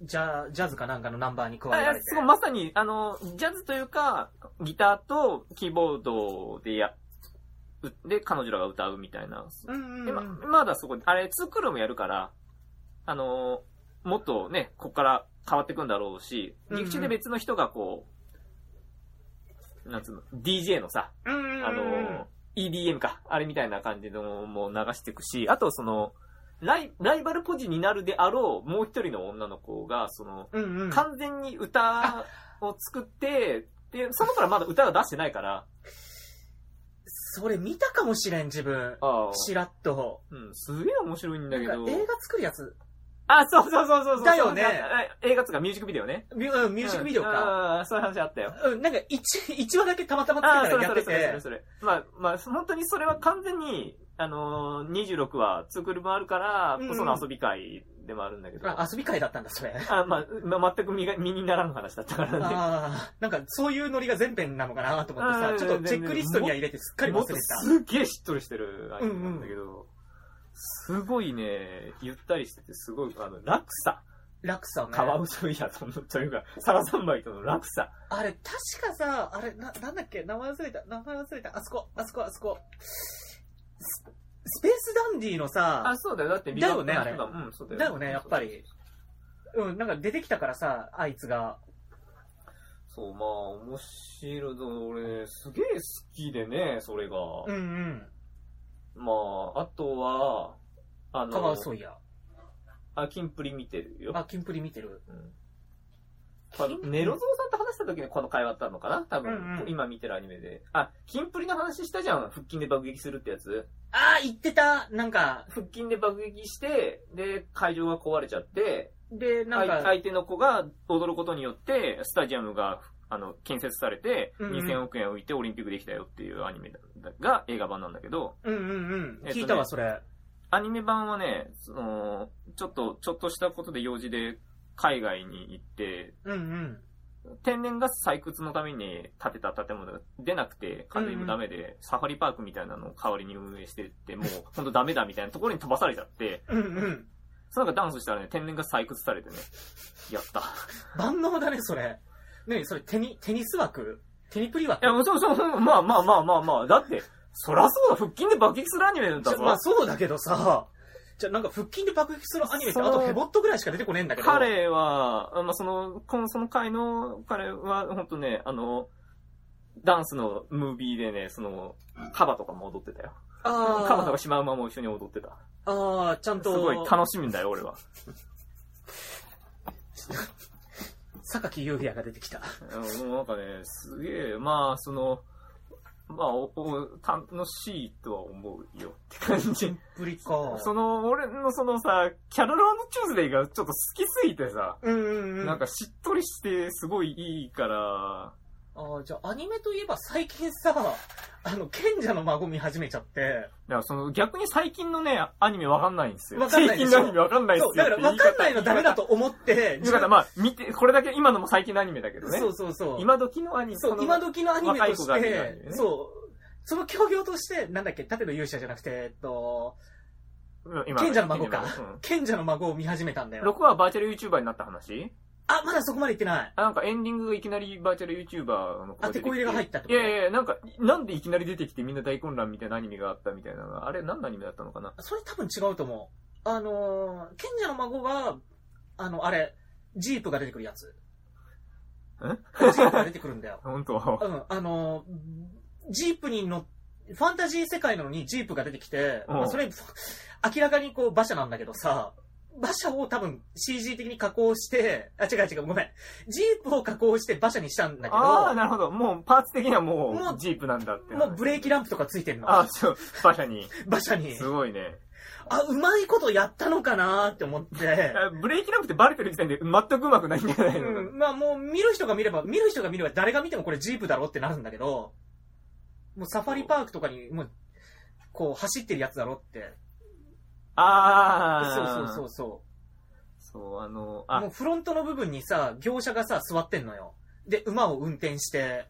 [SPEAKER 1] ジャジャズかなんかのナンバーに加えら
[SPEAKER 2] あ
[SPEAKER 1] れて。
[SPEAKER 2] すごい、まさに、あの、ジャズというか、ギターとキーボードでや、うで、彼女らが歌うみたいな。
[SPEAKER 1] うんうん
[SPEAKER 2] で
[SPEAKER 1] う
[SPEAKER 2] ま
[SPEAKER 1] ん。
[SPEAKER 2] まだそこで、あれ、ツークールもやるから、あの、もっとね、ここから変わってくんだろうし、
[SPEAKER 1] うんうん
[SPEAKER 2] 劇中で別の人がこう、なんつうの、DJ のさ、
[SPEAKER 1] うんうんうん
[SPEAKER 2] あの、EDM か、あれみたいな感じのも流していくし、あとその、ライライバル孤児になるであろうもう一人の女の子が、その、
[SPEAKER 1] うんうん。
[SPEAKER 2] 完全に歌を作って、で、その子らまだ歌は出してないから、
[SPEAKER 1] それ見たかもしれん、自分。
[SPEAKER 2] あ
[SPEAKER 1] しらっと。
[SPEAKER 2] うん、すげえ面白いんだけ
[SPEAKER 1] な
[SPEAKER 2] ど
[SPEAKER 1] んか。映画作るやつ、
[SPEAKER 2] あ、そうそうそうそうそう。
[SPEAKER 1] だよね
[SPEAKER 2] え映画とかミュージックビデオね。
[SPEAKER 1] ミュうんミュージックビデオか。
[SPEAKER 2] か。うんそういう話あったよ。
[SPEAKER 1] うん、なんか一一話だけたまたま
[SPEAKER 2] あ
[SPEAKER 1] つけ
[SPEAKER 2] そ
[SPEAKER 1] たらや
[SPEAKER 2] れそ
[SPEAKER 1] っ
[SPEAKER 2] れ
[SPEAKER 1] て
[SPEAKER 2] それそ
[SPEAKER 1] て
[SPEAKER 2] れ。それ。まあ、まあ、本当にそれは完全に、あのー、26話、ツークールもあるから、
[SPEAKER 1] うん
[SPEAKER 2] こその遊び会でもあるんだけど。
[SPEAKER 1] あ、遊び会だったんだ、それ。
[SPEAKER 2] あまあ、まあ、全く身が身にならん話だったからね。
[SPEAKER 1] ああ、なんかそういうノリが全編なのかなと思って
[SPEAKER 2] あ
[SPEAKER 1] さ
[SPEAKER 2] ー、
[SPEAKER 1] ちょっとチェックリストには入れてすっかり忘
[SPEAKER 2] もっ
[SPEAKER 1] れて
[SPEAKER 2] と
[SPEAKER 1] た。
[SPEAKER 2] すげえしっとりしてるアニメなんだけど、すごいね、ゆったりしてて、すごい、あの、落差。
[SPEAKER 1] 落差ね。
[SPEAKER 2] カワウソイヤとの、というか、サラサンバイとの落差。
[SPEAKER 1] あれ、確かさ、あれ、な、なんだっけ名前忘れた。名前忘れた。あそこ、あそこ、あそこ。ススペースダンディのさ
[SPEAKER 2] あ、、そうだよ。だって
[SPEAKER 1] だよね
[SPEAKER 2] ビバ
[SPEAKER 1] あれ
[SPEAKER 2] だもんうん、そうだよ。
[SPEAKER 1] だよねやっぱり。うん、なんか出てきたからさ、あいつが。
[SPEAKER 2] そう、まあ、面白い。俺、すげえ好きでね、それが。
[SPEAKER 1] うんうん。
[SPEAKER 2] まあ、あとは、あ
[SPEAKER 1] カワウ
[SPEAKER 2] の、
[SPEAKER 1] ソイヤ。
[SPEAKER 2] あ、キンプリ見てるよ。
[SPEAKER 1] あ、キンプリ見てる。
[SPEAKER 2] うんまあネロゾウさんと話した時にこの会話あったのかな多分、
[SPEAKER 1] うんうん
[SPEAKER 2] 今見てるアニメで。あ、キンプリの話したじゃん。腹筋で爆撃するってやつ。
[SPEAKER 1] あー、言ってたなんか、
[SPEAKER 2] 腹筋で爆撃して、で、会場が壊れちゃって、
[SPEAKER 1] で、なん
[SPEAKER 2] 相
[SPEAKER 1] か、
[SPEAKER 2] 相手の子が踊ることによって、スタジアムが、あの、建設されて、
[SPEAKER 1] うんうん
[SPEAKER 2] 2000億円浮いてオリンピックできたよっていうアニメだが映画版なんだけど、
[SPEAKER 1] うんうんうん。
[SPEAKER 2] えっとね
[SPEAKER 1] 聞いたわ、それ。
[SPEAKER 2] アニメ版はね、その、ちょっと、ちょっとしたことで用事で海外に行って、
[SPEAKER 1] うんうん。
[SPEAKER 2] 天然ガス採掘のために建てた建物が出なくて、管理もダメで、サファリパークみたいなのを代わりに運営してって、もうほんとダメだみたいなところに飛ばされちゃって、
[SPEAKER 1] うんうん。
[SPEAKER 2] その中ダンスしたらね、天然ガス採掘されてね、やった。い
[SPEAKER 1] 万能だね、それ。ねそれ、テニ、テニス枠テニプリ枠
[SPEAKER 2] や、そうそう、そうまあまあまあまあまあ、だって、そらそうだ、腹筋で爆撃するアニメだぞ。
[SPEAKER 1] まあそうだけどさ、じゃあなんか腹筋で爆撃するアニメって
[SPEAKER 2] そ
[SPEAKER 1] あ
[SPEAKER 2] の
[SPEAKER 1] とヘボットぐらいしか出てこねえんだけど。。
[SPEAKER 2] 彼は、まあその、この、その回の彼は、ほんとね、あの、ダンスのムービーでね、その、カバとかも踊ってたよ。カバと
[SPEAKER 1] あ
[SPEAKER 2] かシマウマも一緒に踊ってた。
[SPEAKER 1] あ、ああ、ちゃん
[SPEAKER 2] すごい
[SPEAKER 1] と、
[SPEAKER 2] 楽しみんだよ、俺は。
[SPEAKER 1] 榊優也が出てきた。
[SPEAKER 2] うんなんかね、すげえ、まあ、その、まあ、おお楽しいとは思うよって感
[SPEAKER 1] キ
[SPEAKER 2] じ
[SPEAKER 1] ン。プリか。
[SPEAKER 2] その、俺のそのさ、キャロルチューズデイがちょっと好きすぎてさ、
[SPEAKER 1] うんうんうん。
[SPEAKER 2] なんかしっとりしてすごいいいから、
[SPEAKER 1] ああ、じゃあアニメといえば最近さ、あの、賢者の孫見始めちゃって。
[SPEAKER 2] だからその逆に最近のね、アニメわかんないんですよ。
[SPEAKER 1] わかんない
[SPEAKER 2] 最
[SPEAKER 1] で
[SPEAKER 2] 近
[SPEAKER 1] しょ
[SPEAKER 2] のアニメわかんないっす
[SPEAKER 1] そ
[SPEAKER 2] よ。
[SPEAKER 1] う、だから分かんないのダメだと。思って、
[SPEAKER 2] だからまあ、見て、これだけ今のも最近のアニメだけどね。
[SPEAKER 1] そうそうそう。
[SPEAKER 2] 今時のアニメ。
[SPEAKER 1] そ
[SPEAKER 2] こ
[SPEAKER 1] う、
[SPEAKER 2] の
[SPEAKER 1] 今時のアニメとし
[SPEAKER 2] 若い子が見るアニ
[SPEAKER 1] て
[SPEAKER 2] メ、ね
[SPEAKER 1] そう、その協業として、なんだっけ、盾の勇者じゃなくて、えっと、
[SPEAKER 2] うん今
[SPEAKER 1] 賢者の孫か
[SPEAKER 2] うん
[SPEAKER 1] 賢者の孫を見始めたんだよ。
[SPEAKER 2] 6話バーチャル YouTuber になった話
[SPEAKER 1] あ、まだそこまで行ってない。
[SPEAKER 2] あなんかエンディングがいきなりバーチャル YouTuber の子
[SPEAKER 1] あ、
[SPEAKER 2] が
[SPEAKER 1] テ
[SPEAKER 2] 出てきて
[SPEAKER 1] こ入れが入ったって
[SPEAKER 2] い
[SPEAKER 1] こと
[SPEAKER 2] やいやいや、なんか、なんでいきなり出てきてみんな大混乱みたいなアニメがあったみたいなのがあれ何のアニメだったのかな
[SPEAKER 1] それ多分違うと思う。あのー賢者の孫は、あの、あれ、ジープが出てくるやつ。ジープが出てくるん だよ。
[SPEAKER 2] 本当
[SPEAKER 1] うん、あのージープに乗っファンタジー世界なのにジープが出てきて、
[SPEAKER 2] うん
[SPEAKER 1] まあそれ、明らかにこう馬車なんだけどさ、馬車を多分 CG 的に加工して、あ、違う違う、ごめん。ジープを加工して馬車にしたんだけ
[SPEAKER 2] ああ、
[SPEAKER 1] ど、
[SPEAKER 2] なるほど。もうパーツ的にはも
[SPEAKER 1] もう
[SPEAKER 2] うジープなんだって。
[SPEAKER 1] もうブレーキランプとかついてんの。
[SPEAKER 2] ああ、そう、馬車に。
[SPEAKER 1] 馬車に。
[SPEAKER 2] すごいね。
[SPEAKER 1] あ、うまいことやったのかなって思って。
[SPEAKER 2] あ ブレーキランプってバレてる時点で全くうまくないんじゃないの、
[SPEAKER 1] うん、まあもう見る人が見れば、見る人が見れば誰が見てもこれジープだろってなるんだけど、もうサファリパークとかに、もう、こう走ってるやつだろって。そう
[SPEAKER 2] ああ。。
[SPEAKER 1] そうそううそ
[SPEAKER 2] そう、あの、
[SPEAKER 1] う。も
[SPEAKER 2] あ
[SPEAKER 1] う、フロントの部分にさ、業者がさ、座ってんのよ。で、馬を運転して、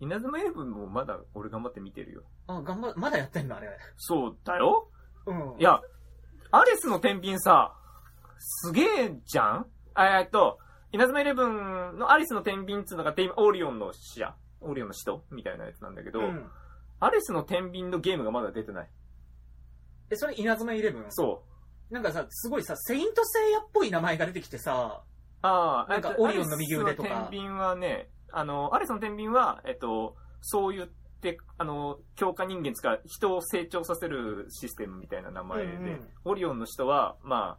[SPEAKER 2] 稲妻イレブンもまだ俺頑張って見てるよ。
[SPEAKER 1] あ、頑張、まだやってんのあれ。
[SPEAKER 2] そうだよ
[SPEAKER 1] うん。
[SPEAKER 2] い、や、アレスの天秤さ、すげえじゃんえーっと、稲妻イレブンのアレスの天秤っていうのがテイオリオンの使者、オリオンの使徒みたいなやつなんだけど、
[SPEAKER 1] うん。
[SPEAKER 2] アレスの天秤のゲームがまだ出てない。
[SPEAKER 1] え、それ稲妻イレブン
[SPEAKER 2] そう。
[SPEAKER 1] なんかさ、すごいさ、セイントセイヤっぽい名前が出てきてさ、
[SPEAKER 2] ああ、
[SPEAKER 1] なんか
[SPEAKER 2] えっと
[SPEAKER 1] オリオンの右腕とか
[SPEAKER 2] アレスの天秤はね、あの、アレスの天秤は、えっと、そう言って、あの、強化人間つか人を成長させるシステムみたいな名前で、
[SPEAKER 1] うんうん
[SPEAKER 2] オリオンの人は、まあ、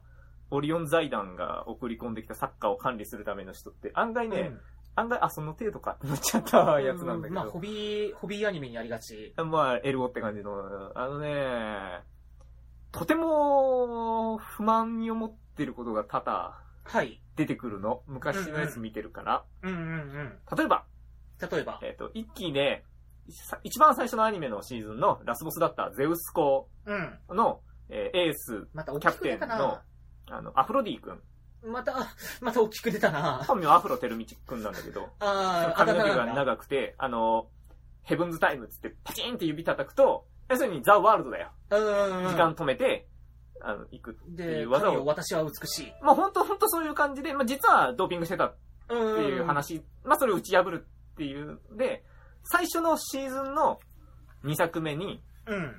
[SPEAKER 2] オリオン財団が送り込んできたサッカーを管理するための人って、案外ね、
[SPEAKER 1] うん
[SPEAKER 2] 案外、あ、その程度かってなっちゃったやつなんだけど。
[SPEAKER 1] まあ、ホビー、ホビーアニメにありがち。
[SPEAKER 2] まあ、エルゴって感じの、あのね、とても不満に思ってることが多々
[SPEAKER 1] はい。
[SPEAKER 2] 出てくるの。昔のやつ見てるから。
[SPEAKER 1] うんうんうん。
[SPEAKER 2] 例えば、
[SPEAKER 1] 例えば。
[SPEAKER 2] えっ、と、一期で、さ一番最初のアニメのシーズンのラスボスだったゼウス校
[SPEAKER 1] うん。
[SPEAKER 2] の、えーエース、
[SPEAKER 1] また大
[SPEAKER 2] キャ
[SPEAKER 1] き
[SPEAKER 2] プ
[SPEAKER 1] く出
[SPEAKER 2] テン
[SPEAKER 1] たな。
[SPEAKER 2] の、あの、アフロディ君。
[SPEAKER 1] また、 あまた大きく出たな。
[SPEAKER 2] 本名はアフロテルミチ君なんだけど、
[SPEAKER 1] あー、あ
[SPEAKER 2] 髪の毛が
[SPEAKER 1] なんだ
[SPEAKER 2] 長くて、あの、ヘブンズタイムっつってパチンって指叩くと、要するにザ・ワールドだよ。
[SPEAKER 1] うんうんうん。
[SPEAKER 2] 時間止めて、あの、行くってい
[SPEAKER 1] で、
[SPEAKER 2] う技
[SPEAKER 1] 神よ
[SPEAKER 2] を。
[SPEAKER 1] 私は美しい。
[SPEAKER 2] まあ本当本当そういう感じで、まあ実はドーピングしてた
[SPEAKER 1] って
[SPEAKER 2] っていう。話、まあそれを打ち破るっていうんで、最初のシーズンの2作目に、
[SPEAKER 1] うん。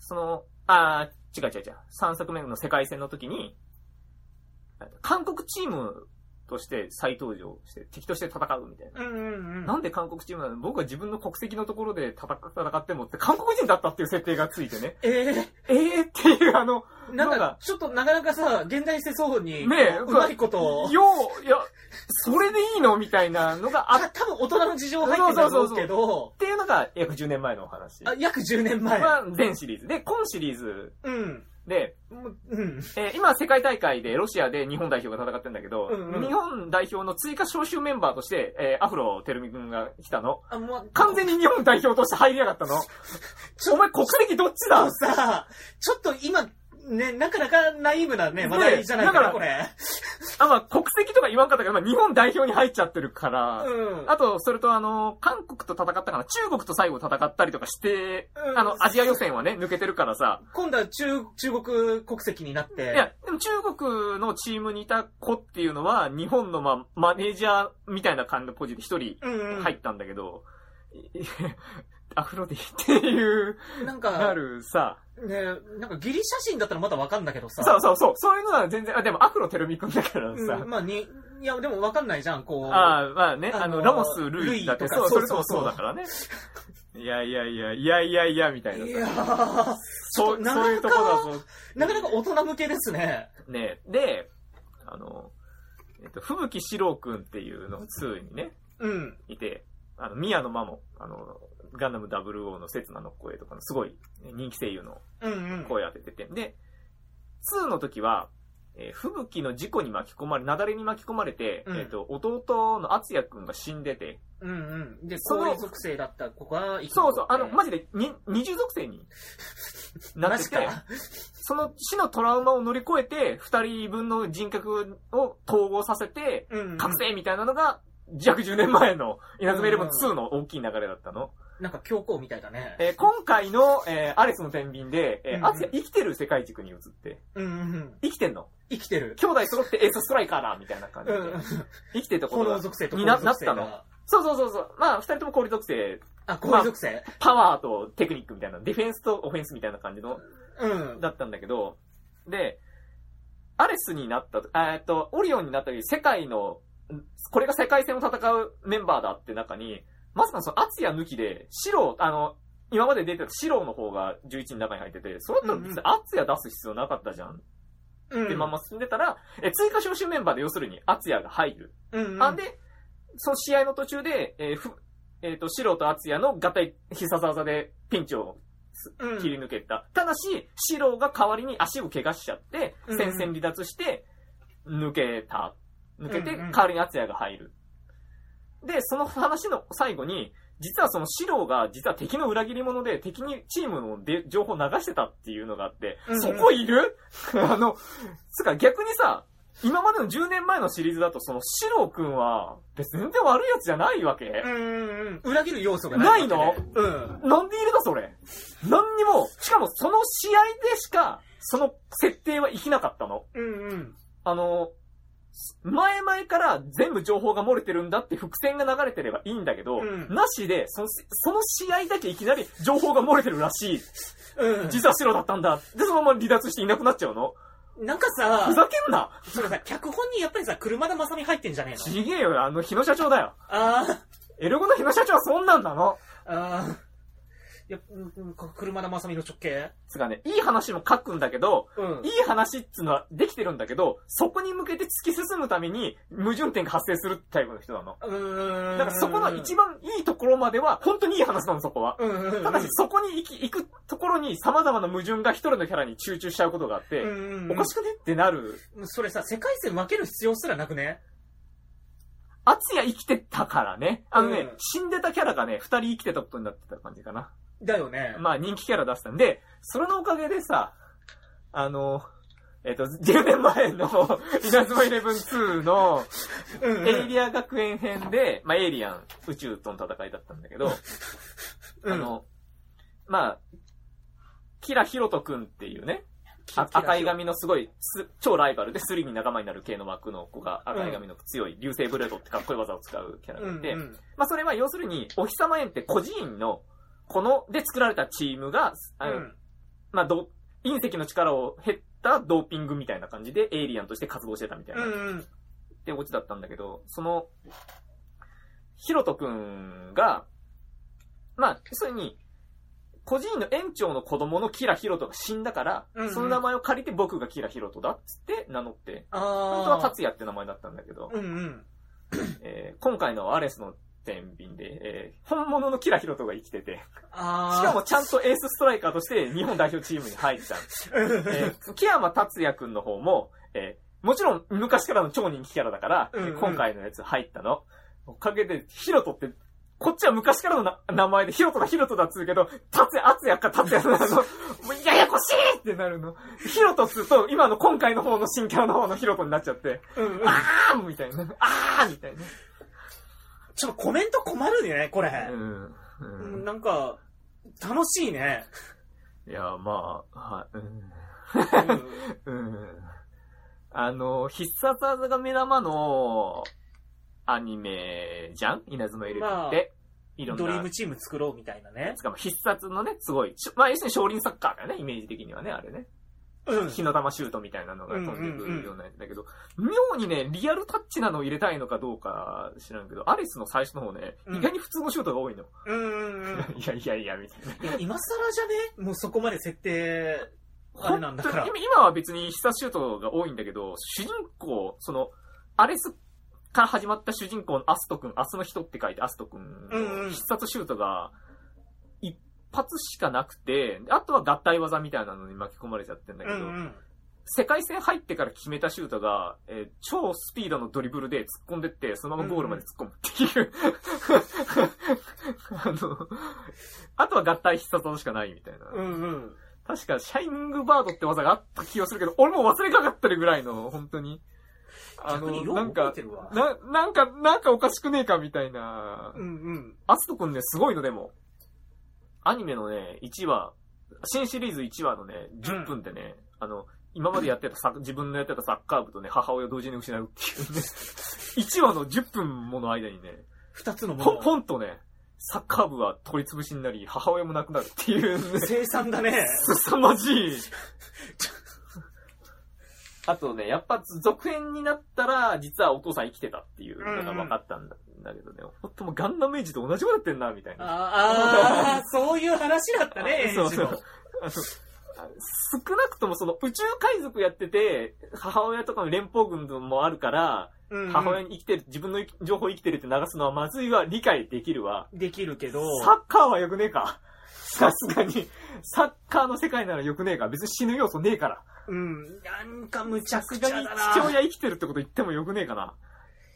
[SPEAKER 2] その、あー違う違う違う、3作目の世界戦の時に、韓国チームとして再登場して、敵として戦うみたいな。
[SPEAKER 1] うんうんうん。
[SPEAKER 2] なんで韓国チームなの僕は自分の国籍のところで戦戦ってもって、韓国人だったっていう設定がついてね。
[SPEAKER 1] えー
[SPEAKER 2] えーっていう、あの、
[SPEAKER 1] なん
[SPEAKER 2] な
[SPEAKER 1] か
[SPEAKER 2] んか、
[SPEAKER 1] ちょっとなかなかさ、現代世相に、
[SPEAKER 2] ねえ
[SPEAKER 1] こううまいことを、
[SPEAKER 2] よう、いや、それでいいのみたいなのがあっ
[SPEAKER 1] あ、多分大人の事情入ってたと思うけど、
[SPEAKER 2] ていうのが、約10年前のお話。
[SPEAKER 1] あ、約10年前。
[SPEAKER 2] は、全シリーズ。で、今シリーズ
[SPEAKER 1] うん。
[SPEAKER 2] で、
[SPEAKER 1] もううん。
[SPEAKER 2] えー今世界大会でロシアで日本代表が戦ってんだけど、
[SPEAKER 1] うんうん
[SPEAKER 2] 日本代表の追加招集メンバーとして、えーアフロテルミ君が来たの。
[SPEAKER 1] あ、もう、
[SPEAKER 2] 完全に日本代表として入りやがったの。
[SPEAKER 1] ちょ
[SPEAKER 2] お前国籍どっち
[SPEAKER 1] も
[SPEAKER 2] だ
[SPEAKER 1] うさ、ちょっと今、ね、なかなかナイーブなね、
[SPEAKER 2] ね
[SPEAKER 1] 話題じゃないか
[SPEAKER 2] だか
[SPEAKER 1] な、
[SPEAKER 2] ら
[SPEAKER 1] これ。
[SPEAKER 2] あ、まあ、国籍とか言わんかったけど、まあ、日本代表に入っちゃってるから、
[SPEAKER 1] うん。
[SPEAKER 2] あと、それとあの、韓国と戦ったかな中国と最後戦ったりとかして、
[SPEAKER 1] うん
[SPEAKER 2] あの、アジア予選はね、抜けてるからさ。
[SPEAKER 1] 今度は中、中国国籍になっ
[SPEAKER 2] い
[SPEAKER 1] て。
[SPEAKER 2] や、でも中国のチームにいた子っていうのは、日本のまあ、マネージャーみたいな感じのポジで一人
[SPEAKER 1] うんうん。
[SPEAKER 2] 入ったんだけど、い アフロディっていう、
[SPEAKER 1] なんか、
[SPEAKER 2] なるさ。
[SPEAKER 1] ね、なんかギリシャ人だったらまだわかんだけどさ。
[SPEAKER 2] そうそうそう、そういうのは全然、あ、でもアフロテルミ君だから
[SPEAKER 1] うん
[SPEAKER 2] さ。
[SPEAKER 1] まあに、いや、でもわかんないじゃん、こう。
[SPEAKER 2] ああ、まあね、あ
[SPEAKER 1] あの
[SPEAKER 2] の、ラモス、ルイだって、
[SPEAKER 1] ルイと
[SPEAKER 2] そ
[SPEAKER 1] か
[SPEAKER 2] う、それと
[SPEAKER 1] そう
[SPEAKER 2] も
[SPEAKER 1] そうそう
[SPEAKER 2] そうだからね。いやいやいや、いやいやいや、みたい
[SPEAKER 1] い
[SPEAKER 2] な
[SPEAKER 1] や
[SPEAKER 2] さ。
[SPEAKER 1] ー、ち
[SPEAKER 2] そ
[SPEAKER 1] ょっと
[SPEAKER 2] う、
[SPEAKER 1] な
[SPEAKER 2] そういう
[SPEAKER 1] か
[SPEAKER 2] と
[SPEAKER 1] な
[SPEAKER 2] こ
[SPEAKER 1] か
[SPEAKER 2] だぞ。
[SPEAKER 1] なかなか大人向けですね。
[SPEAKER 2] ねで、あの、えっと、吹雪四郎くんっていうの2にね、
[SPEAKER 1] うん。
[SPEAKER 2] いて、あの、宮野真も、あの、ガンダム00の刹那の声とかのすごい人気声優の
[SPEAKER 1] うんうん。
[SPEAKER 2] 声当ててて。で、2の時は、えー吹雪の事故に巻き込まれ、雪崩に巻き込まれて、
[SPEAKER 1] うん
[SPEAKER 2] えっと、弟の敦也くんが死んでて、
[SPEAKER 1] うんうん。で、
[SPEAKER 2] その
[SPEAKER 1] 高位属性だった子が生き
[SPEAKER 2] そうそう、あの、マ
[SPEAKER 1] ジ
[SPEAKER 2] ジで、に、二重属性 にな
[SPEAKER 1] マ
[SPEAKER 2] って
[SPEAKER 1] ジ
[SPEAKER 2] て、
[SPEAKER 1] か。
[SPEAKER 2] その死のトラウマを乗り越えて、二人分の人格を統合させて、
[SPEAKER 1] うんうん。
[SPEAKER 2] 覚醒みたいなのが、約10年前の、稲妻イレブン2の大きい流れだったの。
[SPEAKER 1] なんか強行みたいだね。
[SPEAKER 2] えー今回の、えーアレスの天秤で、え
[SPEAKER 1] うん
[SPEAKER 2] ー、アツヤ生きてる世界軸に移って、
[SPEAKER 1] うんうんうん。
[SPEAKER 2] 生きてんの
[SPEAKER 1] 生きてる。
[SPEAKER 2] 兄弟揃ってエースストライカーだみたいな感じ
[SPEAKER 1] う
[SPEAKER 2] で
[SPEAKER 1] んうん。、
[SPEAKER 2] 生きてるところ
[SPEAKER 1] 炎
[SPEAKER 2] が。
[SPEAKER 1] 属性と
[SPEAKER 2] に
[SPEAKER 1] 高
[SPEAKER 2] な
[SPEAKER 1] 位属性
[SPEAKER 2] なった
[SPEAKER 1] が。
[SPEAKER 2] そうそうそうそう。まあ、二人とも氷属性、
[SPEAKER 1] あ、高位属性
[SPEAKER 2] パワーとテクニックみたいな、ディフェンスとオフェンスみたいな感じの
[SPEAKER 1] うん。
[SPEAKER 2] だったんだけど、で、アレスになったと、あえっと、オリオンになった時、世界の、んこれが世界戦を戦うメンバーだって中に、まさかその、アツヤ抜きで、シロー、あの、今まで出てたシローの方が11の中に入ってて、それだったら別にアツヤ出す必要なかったじゃん
[SPEAKER 1] うん。
[SPEAKER 2] ってまんま進んでたら、え追加招集メンバーで要するにアツヤが入る。
[SPEAKER 1] うんうん。
[SPEAKER 2] あんで、その試合の途中で、えーふ、えっ、と、シローとアツヤの合体必殺技でピンチを
[SPEAKER 1] うん、
[SPEAKER 2] 切り抜けた。ただし、シローが代わりに足を怪我しちゃって
[SPEAKER 1] う、ん
[SPEAKER 2] 戦線離脱して、抜けた。抜けて、
[SPEAKER 1] うんうん
[SPEAKER 2] 代わりにアツヤが入る。で、その話の最後に、実はそのシローが、実は敵の裏切り者で、敵にチームので情報を流してたっていうのがあって、
[SPEAKER 1] うんうん
[SPEAKER 2] そこいる あの、つうか逆にさ、今までの10年前のシリーズだと、そのシローくんは、別に全然悪いやつじゃないわけ、
[SPEAKER 1] うんうんうん。裏切る要素がないわけね。うん。
[SPEAKER 2] なんでいるか、それ。何にも、しかもその試合でしか、その設定は生きなかったの。
[SPEAKER 1] うんうん。
[SPEAKER 2] あの、前々から全部情報が漏れてるんだって伏線が流れてればいいんだけど、
[SPEAKER 1] うん
[SPEAKER 2] なしでその、その試合だけいきなり情報が漏れてるらしい。
[SPEAKER 1] うん。
[SPEAKER 2] 実は白だったんだ。で、そのまま離脱していなくなっちゃうの。
[SPEAKER 1] なんか
[SPEAKER 2] ふ
[SPEAKER 1] さ、
[SPEAKER 2] ざけんな。
[SPEAKER 1] それさ、脚本にやっぱりさ、車田正美入ってんじゃねえの
[SPEAKER 2] ちげえよ、あの日野社長だよ。
[SPEAKER 1] あー。
[SPEAKER 2] エルゴの日野社長はそんなんなの。
[SPEAKER 1] ああ。いや、うんうんこ車田正美の直径
[SPEAKER 2] つうかね、いい話も書くんだけど、
[SPEAKER 1] うん
[SPEAKER 2] いい話っつうのはできてるんだけど、そこに向けて突き進むために矛盾点が発生するタイプの人なの。
[SPEAKER 1] うーん。
[SPEAKER 2] だからそこの一番いいところまでは、本当にいい話なの、そこは。
[SPEAKER 1] うんうんうん。
[SPEAKER 2] ただし、そこに行き、行くところに様々な矛盾が一人のキャラに集中しちゃうことがあって、
[SPEAKER 1] うんうんうん
[SPEAKER 2] おかしくねってなる。
[SPEAKER 1] それさ、世界線分ける必要すらなくね
[SPEAKER 2] 熱也生きてたからね。あのね、
[SPEAKER 1] うん
[SPEAKER 2] 死んでたキャラがね、二人生きてたことになってた感じかな。
[SPEAKER 1] だよね。
[SPEAKER 2] まあ人気キャラ出したんで、それのおかげでさ、あの、えっ、と、10年前の、 稲妻イレブン2の、
[SPEAKER 1] うん うん、
[SPEAKER 2] エイリア学園編で、まあ、エイリアン宇宙との戦いだったんだけど、
[SPEAKER 1] うん
[SPEAKER 2] あの、まあ、キラヒロトくんっていうね、あ
[SPEAKER 1] キラキラ
[SPEAKER 2] 赤い髪のすごいす、超ライバルでスリムに仲間になる系の枠の子が赤い髪の強い流星ブレードってかっこいい技を使うキャラ
[SPEAKER 1] う
[SPEAKER 2] がい
[SPEAKER 1] ん
[SPEAKER 2] て、
[SPEAKER 1] うん
[SPEAKER 2] まあそれは要するに、お日様園って孤児院の、この、で作られたチームが、あの
[SPEAKER 1] うん
[SPEAKER 2] まあど、隕石の力を減ったドーピングみたいな感じでエイリアンとして活動してたみたいな、
[SPEAKER 1] うんうん
[SPEAKER 2] ってオチだったんだけど、その、ヒロトくんが、まあ、要するに、孤児院の園長の子供のキラヒロトが死んだから、
[SPEAKER 1] うんうん
[SPEAKER 2] その名前を借りて僕がキラヒロトだっつって名乗って、
[SPEAKER 1] あ
[SPEAKER 2] 本当は
[SPEAKER 1] あ
[SPEAKER 2] 達也って名前だったんだけど、
[SPEAKER 1] うんうん
[SPEAKER 2] えー今回のアレスの天秤で、えー本物のキラヒロトが生きてて、し
[SPEAKER 1] ああ
[SPEAKER 2] かもちゃんとエースストライカーとして日本代表チームに入った。 えー、木山達也くんの方も、えーもちろん昔からの超人気キャラだから、
[SPEAKER 1] うんうん
[SPEAKER 2] 今回のやつ入ったの。おかげで、ヒロトって、こっちは昔からのな名前で、ヒロトだヒロトだっつうけど、達也、厚也か達 也なの、もうややこしいってなるの。ヒロトっつうと、今の今回の方の新キャラの方のヒロトになっちゃって、
[SPEAKER 1] うんうん
[SPEAKER 2] あーみたいな。あーみたい
[SPEAKER 1] ちょっとコメント困るね、これ
[SPEAKER 2] な。。うん。
[SPEAKER 1] う
[SPEAKER 2] うん
[SPEAKER 1] んなんか、楽しいね。
[SPEAKER 2] いや、まあ、はい。うん
[SPEAKER 1] うん
[SPEAKER 2] うん。あの、必殺技が目玉のアニメじゃん稲妻エレブンって。
[SPEAKER 1] まあ
[SPEAKER 2] いろんな。
[SPEAKER 1] ドリームチーム作ろうみたいなね
[SPEAKER 2] つ。かまあ必殺のね、すごい。しまあ、要するに少林サッカーだよね、イメージ的にはね、あれね。
[SPEAKER 1] うん。
[SPEAKER 2] 火の玉シュートみたいなのが飛んで
[SPEAKER 1] う
[SPEAKER 2] く
[SPEAKER 1] んうんうん
[SPEAKER 2] るようなやつだけど、妙にね、リアルタッチなのを入れたいのかどうか知らんけど、アレスの最初の方ね、
[SPEAKER 1] うん
[SPEAKER 2] 意外に普通のシュートが多いの。
[SPEAKER 1] うんうんうん。
[SPEAKER 2] いやいやいや、みたいな。
[SPEAKER 1] いや、今更じゃねもうそこまで設定。あれなんだから
[SPEAKER 2] 本当に今今は別に必殺シュートが多いんだけど、主人公、その、アレスから始まった主人公のアスト君、アスの人って書いてアスト君
[SPEAKER 1] うんう
[SPEAKER 2] の
[SPEAKER 1] ん
[SPEAKER 2] 必殺シュートが、一発しかなくて、あとは合体技みたいなのに巻き込まれちゃってんだけ
[SPEAKER 1] う
[SPEAKER 2] ど、
[SPEAKER 1] んうん。
[SPEAKER 2] 世界戦入ってから決めたシュートが、えー超スピードのドリブルで突っ込んでって、そのままゴールまで突っ込むっていう。 あの、あとは合体必殺技しかないみたいな。
[SPEAKER 1] うんうん。
[SPEAKER 2] 確か、シャイニングバードって技があった気がするけど、俺も忘れかかってるぐらいの、本当に。あ
[SPEAKER 1] 逆
[SPEAKER 2] の
[SPEAKER 1] に、よう
[SPEAKER 2] なん
[SPEAKER 1] 覚え
[SPEAKER 2] か
[SPEAKER 1] て、るわ。
[SPEAKER 2] な、なんか、なんかおかしくねえかみたいな
[SPEAKER 1] う。んうん。
[SPEAKER 2] アスト君ね、すごいのでも。アニメのね、1話、新シリーズ1話のね、10分でね、あの、今までやってたサッ自分のやってたサッカー部とね、母親を同時に失うっていうね。1話の10分もの間にね、
[SPEAKER 1] 二つのも
[SPEAKER 2] ポン、
[SPEAKER 1] の。
[SPEAKER 2] ポンとね、サッカー部は取り潰しになり、母親も亡くなるっていうね。
[SPEAKER 1] 生産だ ね。
[SPEAKER 2] 凄まじい。あとね、やっぱ続編になったら、実はお父さん生きてたっていうのが分かったんだ,、けどね、ほんともうガンダムエイジと同じことやってんな、みたいな。
[SPEAKER 1] ああー、そういう話だったね、
[SPEAKER 2] そうそ
[SPEAKER 1] エイジ
[SPEAKER 2] う。あの少なくともその宇宙海賊やってて、母親とかの連邦軍もあるから、
[SPEAKER 1] のうん
[SPEAKER 2] 母親に生きてる、自分の情報生きてるって流すのはまずいわ、理解できるわ。
[SPEAKER 1] できるけど。
[SPEAKER 2] サッカーはよくねえか。さすがに、サッカーの世界ならよくねえか。別に死ぬ要素ねえから。
[SPEAKER 1] うん。なんか無茶苦
[SPEAKER 2] さす
[SPEAKER 1] 茶
[SPEAKER 2] がに
[SPEAKER 1] だな。
[SPEAKER 2] 父親生きてるってこと言ってもよくねえかな。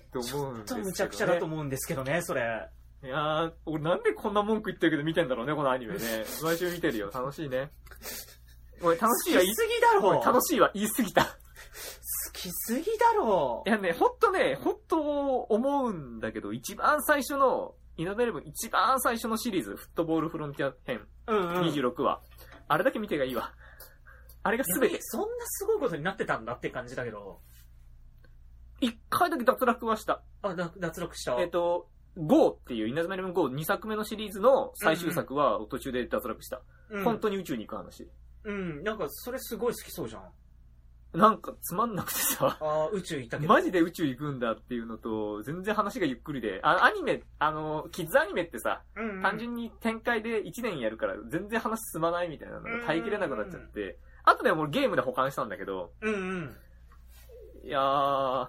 [SPEAKER 2] って思うん
[SPEAKER 1] ちょっと
[SPEAKER 2] ですけど、ね。
[SPEAKER 1] 無茶苦茶だと思うんですけどね、それ。
[SPEAKER 2] いやー、俺なんでこんな文句言ってるけど見てんだろうね、この アニメね。毎週見てるよ。楽しいね。おい、楽しい
[SPEAKER 1] 好
[SPEAKER 2] は
[SPEAKER 1] き
[SPEAKER 2] 言い、
[SPEAKER 1] すぎだ
[SPEAKER 2] お
[SPEAKER 1] ろ。
[SPEAKER 2] い、楽
[SPEAKER 1] 好
[SPEAKER 2] しいは言い過ぎた。
[SPEAKER 1] きすぎだろ
[SPEAKER 2] い。やね、ほんとね、ほんと思うんだけど、一番最初の、イノベルブン一番最初のシリーズ、フットボールフロンティア編、
[SPEAKER 1] うんうん。
[SPEAKER 2] 26話。あれだけ見てがいいわ。あれが全て。
[SPEAKER 1] そんなすごいことになってたんだって感じだけど。
[SPEAKER 2] 一回だけ脱落はした。
[SPEAKER 1] あ、だ脱落した。
[SPEAKER 2] えっ、と、GO っていう、稲妻イレブン GO2 作目のシリーズの最終作は途中で脱落した。
[SPEAKER 1] うん、
[SPEAKER 2] 本当に宇宙に行く話。
[SPEAKER 1] うん、なんかそれすごい好きそうじゃん。
[SPEAKER 2] なんかつまんなくてさ、
[SPEAKER 1] ああ、宇宙行ったけど。
[SPEAKER 2] マジで宇宙行くんだっていうのと、全然話がゆっくりで、あアニメ、あの、キッズアニメってさ、
[SPEAKER 1] うんうん
[SPEAKER 2] 単純に展開で1年やるから全然話進まないみたいなのが耐えきれなくなっちゃって、あとでもうゲームで保管したんだけど、
[SPEAKER 1] うんうん。
[SPEAKER 2] いやー、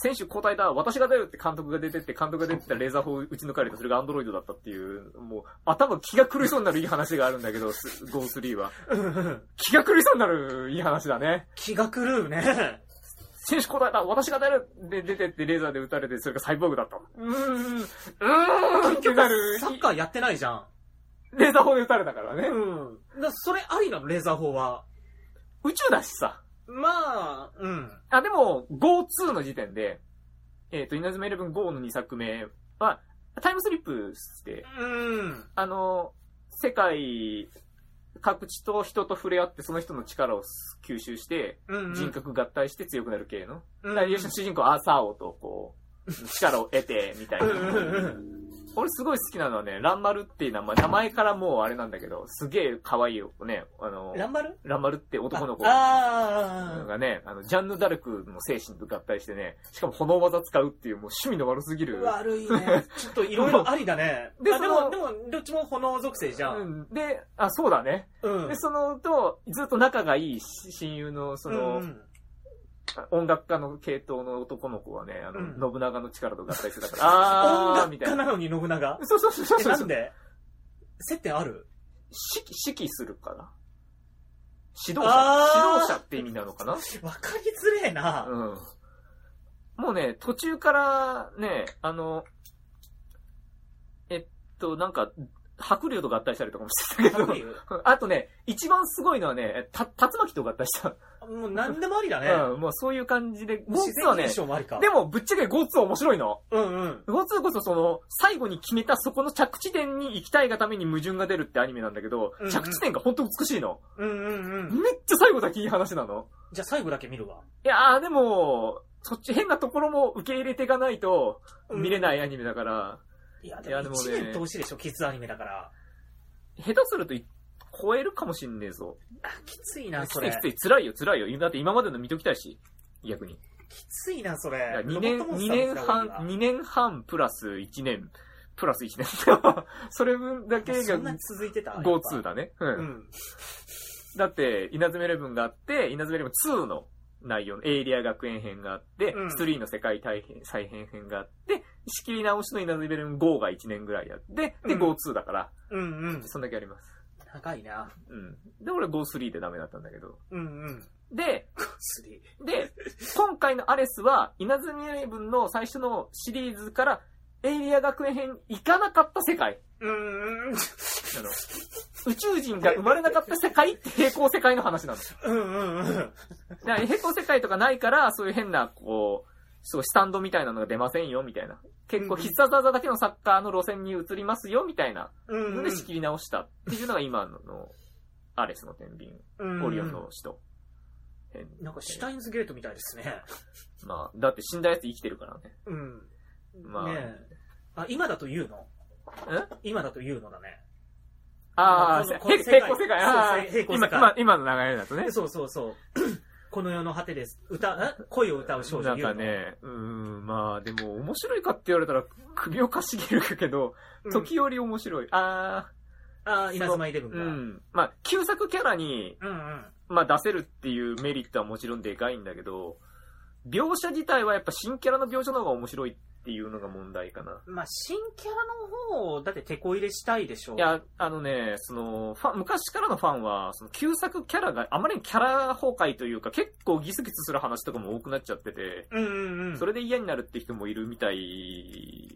[SPEAKER 2] 選手交代だ、私が出るって監督が出てって、監督が出てったらレーザー砲打ち抜かれて、それがアンドロイドだったっていう、もう、頭気が狂いそうになるいい話があるんだけど、す GO3 は。
[SPEAKER 1] うんうん
[SPEAKER 2] 気が狂いそうになるいい話だね。
[SPEAKER 1] 気が狂うね。
[SPEAKER 2] 選手交代だ、私が出るで出てってレーザーで撃たれて、それがサイボーグだった。うーん、うーんってなる。
[SPEAKER 1] サッカーやってないじゃん。
[SPEAKER 2] レーザー砲で撃たれたからね。
[SPEAKER 1] うん。だからそれありなの、レーザー砲は。
[SPEAKER 2] 宇宙だしさ。
[SPEAKER 1] まあ、うん。
[SPEAKER 2] あ、でも、GO2 の時点で、えっ、と、稲妻イレブン GO の2作目は、タイムスリップして、
[SPEAKER 1] うん。
[SPEAKER 2] あの、世界、各地と人と触れ合って、その人の力を吸収して、
[SPEAKER 1] うんうん
[SPEAKER 2] 人格合体して強くなる系の。
[SPEAKER 1] う
[SPEAKER 2] だ
[SPEAKER 1] ん
[SPEAKER 2] から吉野主人公、アーサー王と、こう、力を得て、みたいな。
[SPEAKER 1] うんうんうん
[SPEAKER 2] 俺すごい好きなのはね、ランマルっていう名前、名前からもうあれなんだけど、すげえ可愛いよね、あの、
[SPEAKER 1] ランバル
[SPEAKER 2] ランマルって男の子
[SPEAKER 1] ああ
[SPEAKER 2] がね、あの、ジャンヌ・ダルクの精神と合体してね、しかも炎技使うっていう、もう趣味の悪すぎる。
[SPEAKER 1] 悪いね。ちょっといろいろありだね。
[SPEAKER 2] で
[SPEAKER 1] あで
[SPEAKER 2] そ
[SPEAKER 1] も、
[SPEAKER 2] の
[SPEAKER 1] でも、どっちも炎属性じゃ。
[SPEAKER 2] うんん、で、あ、そうだね。
[SPEAKER 1] うん
[SPEAKER 2] で、。そのと、ずっと仲がいいし親友の、そ
[SPEAKER 1] う
[SPEAKER 2] の、
[SPEAKER 1] ん
[SPEAKER 2] 音楽家の系統の男の子はね、あの、
[SPEAKER 1] う
[SPEAKER 2] 信長の力と合体して たから、あー、
[SPEAKER 1] 音楽
[SPEAKER 2] みたい
[SPEAKER 1] 家
[SPEAKER 2] な。
[SPEAKER 1] なのに信長
[SPEAKER 2] そうそうそうそう
[SPEAKER 1] え、
[SPEAKER 2] そう。
[SPEAKER 1] なんで接点ある
[SPEAKER 2] 指揮、指揮するかな指導
[SPEAKER 1] あ
[SPEAKER 2] 者。
[SPEAKER 1] ー
[SPEAKER 2] 指導者って意味なのかな
[SPEAKER 1] わかりづれえな。
[SPEAKER 2] うん。もうね、途中からね、あの、えっと、なんか、白竜と合体したりとかもしてた
[SPEAKER 1] 白
[SPEAKER 2] け
[SPEAKER 1] 竜
[SPEAKER 2] ど、 あとね、一番すごいのはね、た、竜巻と合体した。
[SPEAKER 1] もう何でもありだね。
[SPEAKER 2] うん、もうそういう感じで、ゴーツはね
[SPEAKER 1] 自然現、象もありか。
[SPEAKER 2] でもぶっちゃけゴーツは面白いの。
[SPEAKER 1] うんうん。
[SPEAKER 2] ゴーツこそその、最後に決めたそこの着地点に行きたいがために矛盾が出るってアニメなんだけど
[SPEAKER 1] うんう、ん
[SPEAKER 2] 着地点がほんと美しいの。
[SPEAKER 1] うんうんう
[SPEAKER 2] め
[SPEAKER 1] ん。
[SPEAKER 2] っちゃ最後だけいい話なの。
[SPEAKER 1] じゃあ最後だけ見るわ。
[SPEAKER 2] いやーでも、そっち変なところも受け入れていかないと、
[SPEAKER 1] うん
[SPEAKER 2] 見れないアニメだから、
[SPEAKER 1] いや、
[SPEAKER 2] いやで
[SPEAKER 1] で
[SPEAKER 2] も
[SPEAKER 1] も
[SPEAKER 2] ね
[SPEAKER 1] 1年通しでしょ、キッズアニメだから。
[SPEAKER 2] 下手するとい超えるかもしんねえぞ。
[SPEAKER 1] あ、きついな、
[SPEAKER 2] き
[SPEAKER 1] そ
[SPEAKER 2] つ
[SPEAKER 1] れ。
[SPEAKER 2] いきつい、辛いよ辛いよ。だって今までの見ときたいし、逆に。
[SPEAKER 1] きついな、そ
[SPEAKER 2] だから
[SPEAKER 1] れ。
[SPEAKER 2] 2年、
[SPEAKER 1] ロボットモンス
[SPEAKER 2] 二
[SPEAKER 1] ター
[SPEAKER 2] 年
[SPEAKER 1] の使うよりは
[SPEAKER 2] 半、二年半プラス1年、プラス1年。 それ分だけ
[SPEAKER 1] そんな
[SPEAKER 2] が
[SPEAKER 1] に続いてた
[SPEAKER 2] GoTo だね。う。
[SPEAKER 1] うんん。
[SPEAKER 2] だって、稲妻イレブンがあって、稲妻イレブン2の内容のエイリア学園編があって、
[SPEAKER 1] うん
[SPEAKER 2] 3の世界大変再編編があって、仕切り直しの稲妻イレブン5が1年ぐらいやって、で、
[SPEAKER 1] うん
[SPEAKER 2] GO2 だから、
[SPEAKER 1] うんうん。
[SPEAKER 2] そんだけあります。
[SPEAKER 1] 長いな。
[SPEAKER 2] うん。で、俺 GO3 でダメだったんだけど。
[SPEAKER 1] うんうん。
[SPEAKER 2] で、
[SPEAKER 1] スリ
[SPEAKER 2] で、今回のアレスは、稲妻イレブンの最初のシリーズから、エイリア学園編行かなかった世界。
[SPEAKER 1] うんうん。
[SPEAKER 2] あの、宇宙人が生まれなかった世界って平行世界の話なの。
[SPEAKER 1] うんうんうん。
[SPEAKER 2] だから、平行世界とかないから、そういう変な、こう、そう、スタンドみたいなのが出ませんよ、みたいな。結構、
[SPEAKER 1] うん
[SPEAKER 2] 必殺技だけのサッカーの路線に移りますよ、みたいな。
[SPEAKER 1] うん
[SPEAKER 2] の
[SPEAKER 1] うん
[SPEAKER 2] で、仕切り直したっていうのが今の、アレスの天秤、
[SPEAKER 1] うん
[SPEAKER 2] オリオンの使徒。変
[SPEAKER 1] なんかシュタインズゲートみたいですね。
[SPEAKER 2] まあ、だって死んだやつ生きてるからね。
[SPEAKER 1] うん。
[SPEAKER 2] まあ
[SPEAKER 1] ねえあ、今だと言うの
[SPEAKER 2] え
[SPEAKER 1] 今だと言うのだね。
[SPEAKER 2] ああ、
[SPEAKER 1] このこの
[SPEAKER 2] へ
[SPEAKER 1] 世界
[SPEAKER 2] 平行世界。
[SPEAKER 1] そう
[SPEAKER 2] ああ
[SPEAKER 1] 平行世
[SPEAKER 2] 今、
[SPEAKER 1] 界
[SPEAKER 2] 今、今の流れだとね。
[SPEAKER 1] そうそうそう。 この世の果てです。歌、ん恋を歌う少女
[SPEAKER 2] なん
[SPEAKER 1] 言う
[SPEAKER 2] か
[SPEAKER 1] の。
[SPEAKER 2] ね、うーん、まあ、でも、面白いかって言われたら、首をかしげるけど、
[SPEAKER 1] うん、
[SPEAKER 2] 時折面白い。ああ、
[SPEAKER 1] ああ、稲妻イレブン
[SPEAKER 2] う
[SPEAKER 1] が。うん
[SPEAKER 2] ん。まあ、旧作キャラに、
[SPEAKER 1] うん。
[SPEAKER 2] まあ、出せるっていうメリットはもちろんでかいんだけど、描写自体はやっぱ新キャラの描写の方が面白いっていうのが問題かな。
[SPEAKER 1] まあ、新キャラの方を、だって手こ入れしたいでしょう。
[SPEAKER 2] い、や、あのね、その、ファン、昔からのファンは、その旧作キャラがあまりにキャラ崩壊というか、結構ギスギスする話とかも多くなっちゃってて、
[SPEAKER 1] うんうんうん。
[SPEAKER 2] それで嫌になるって人もいるみたい、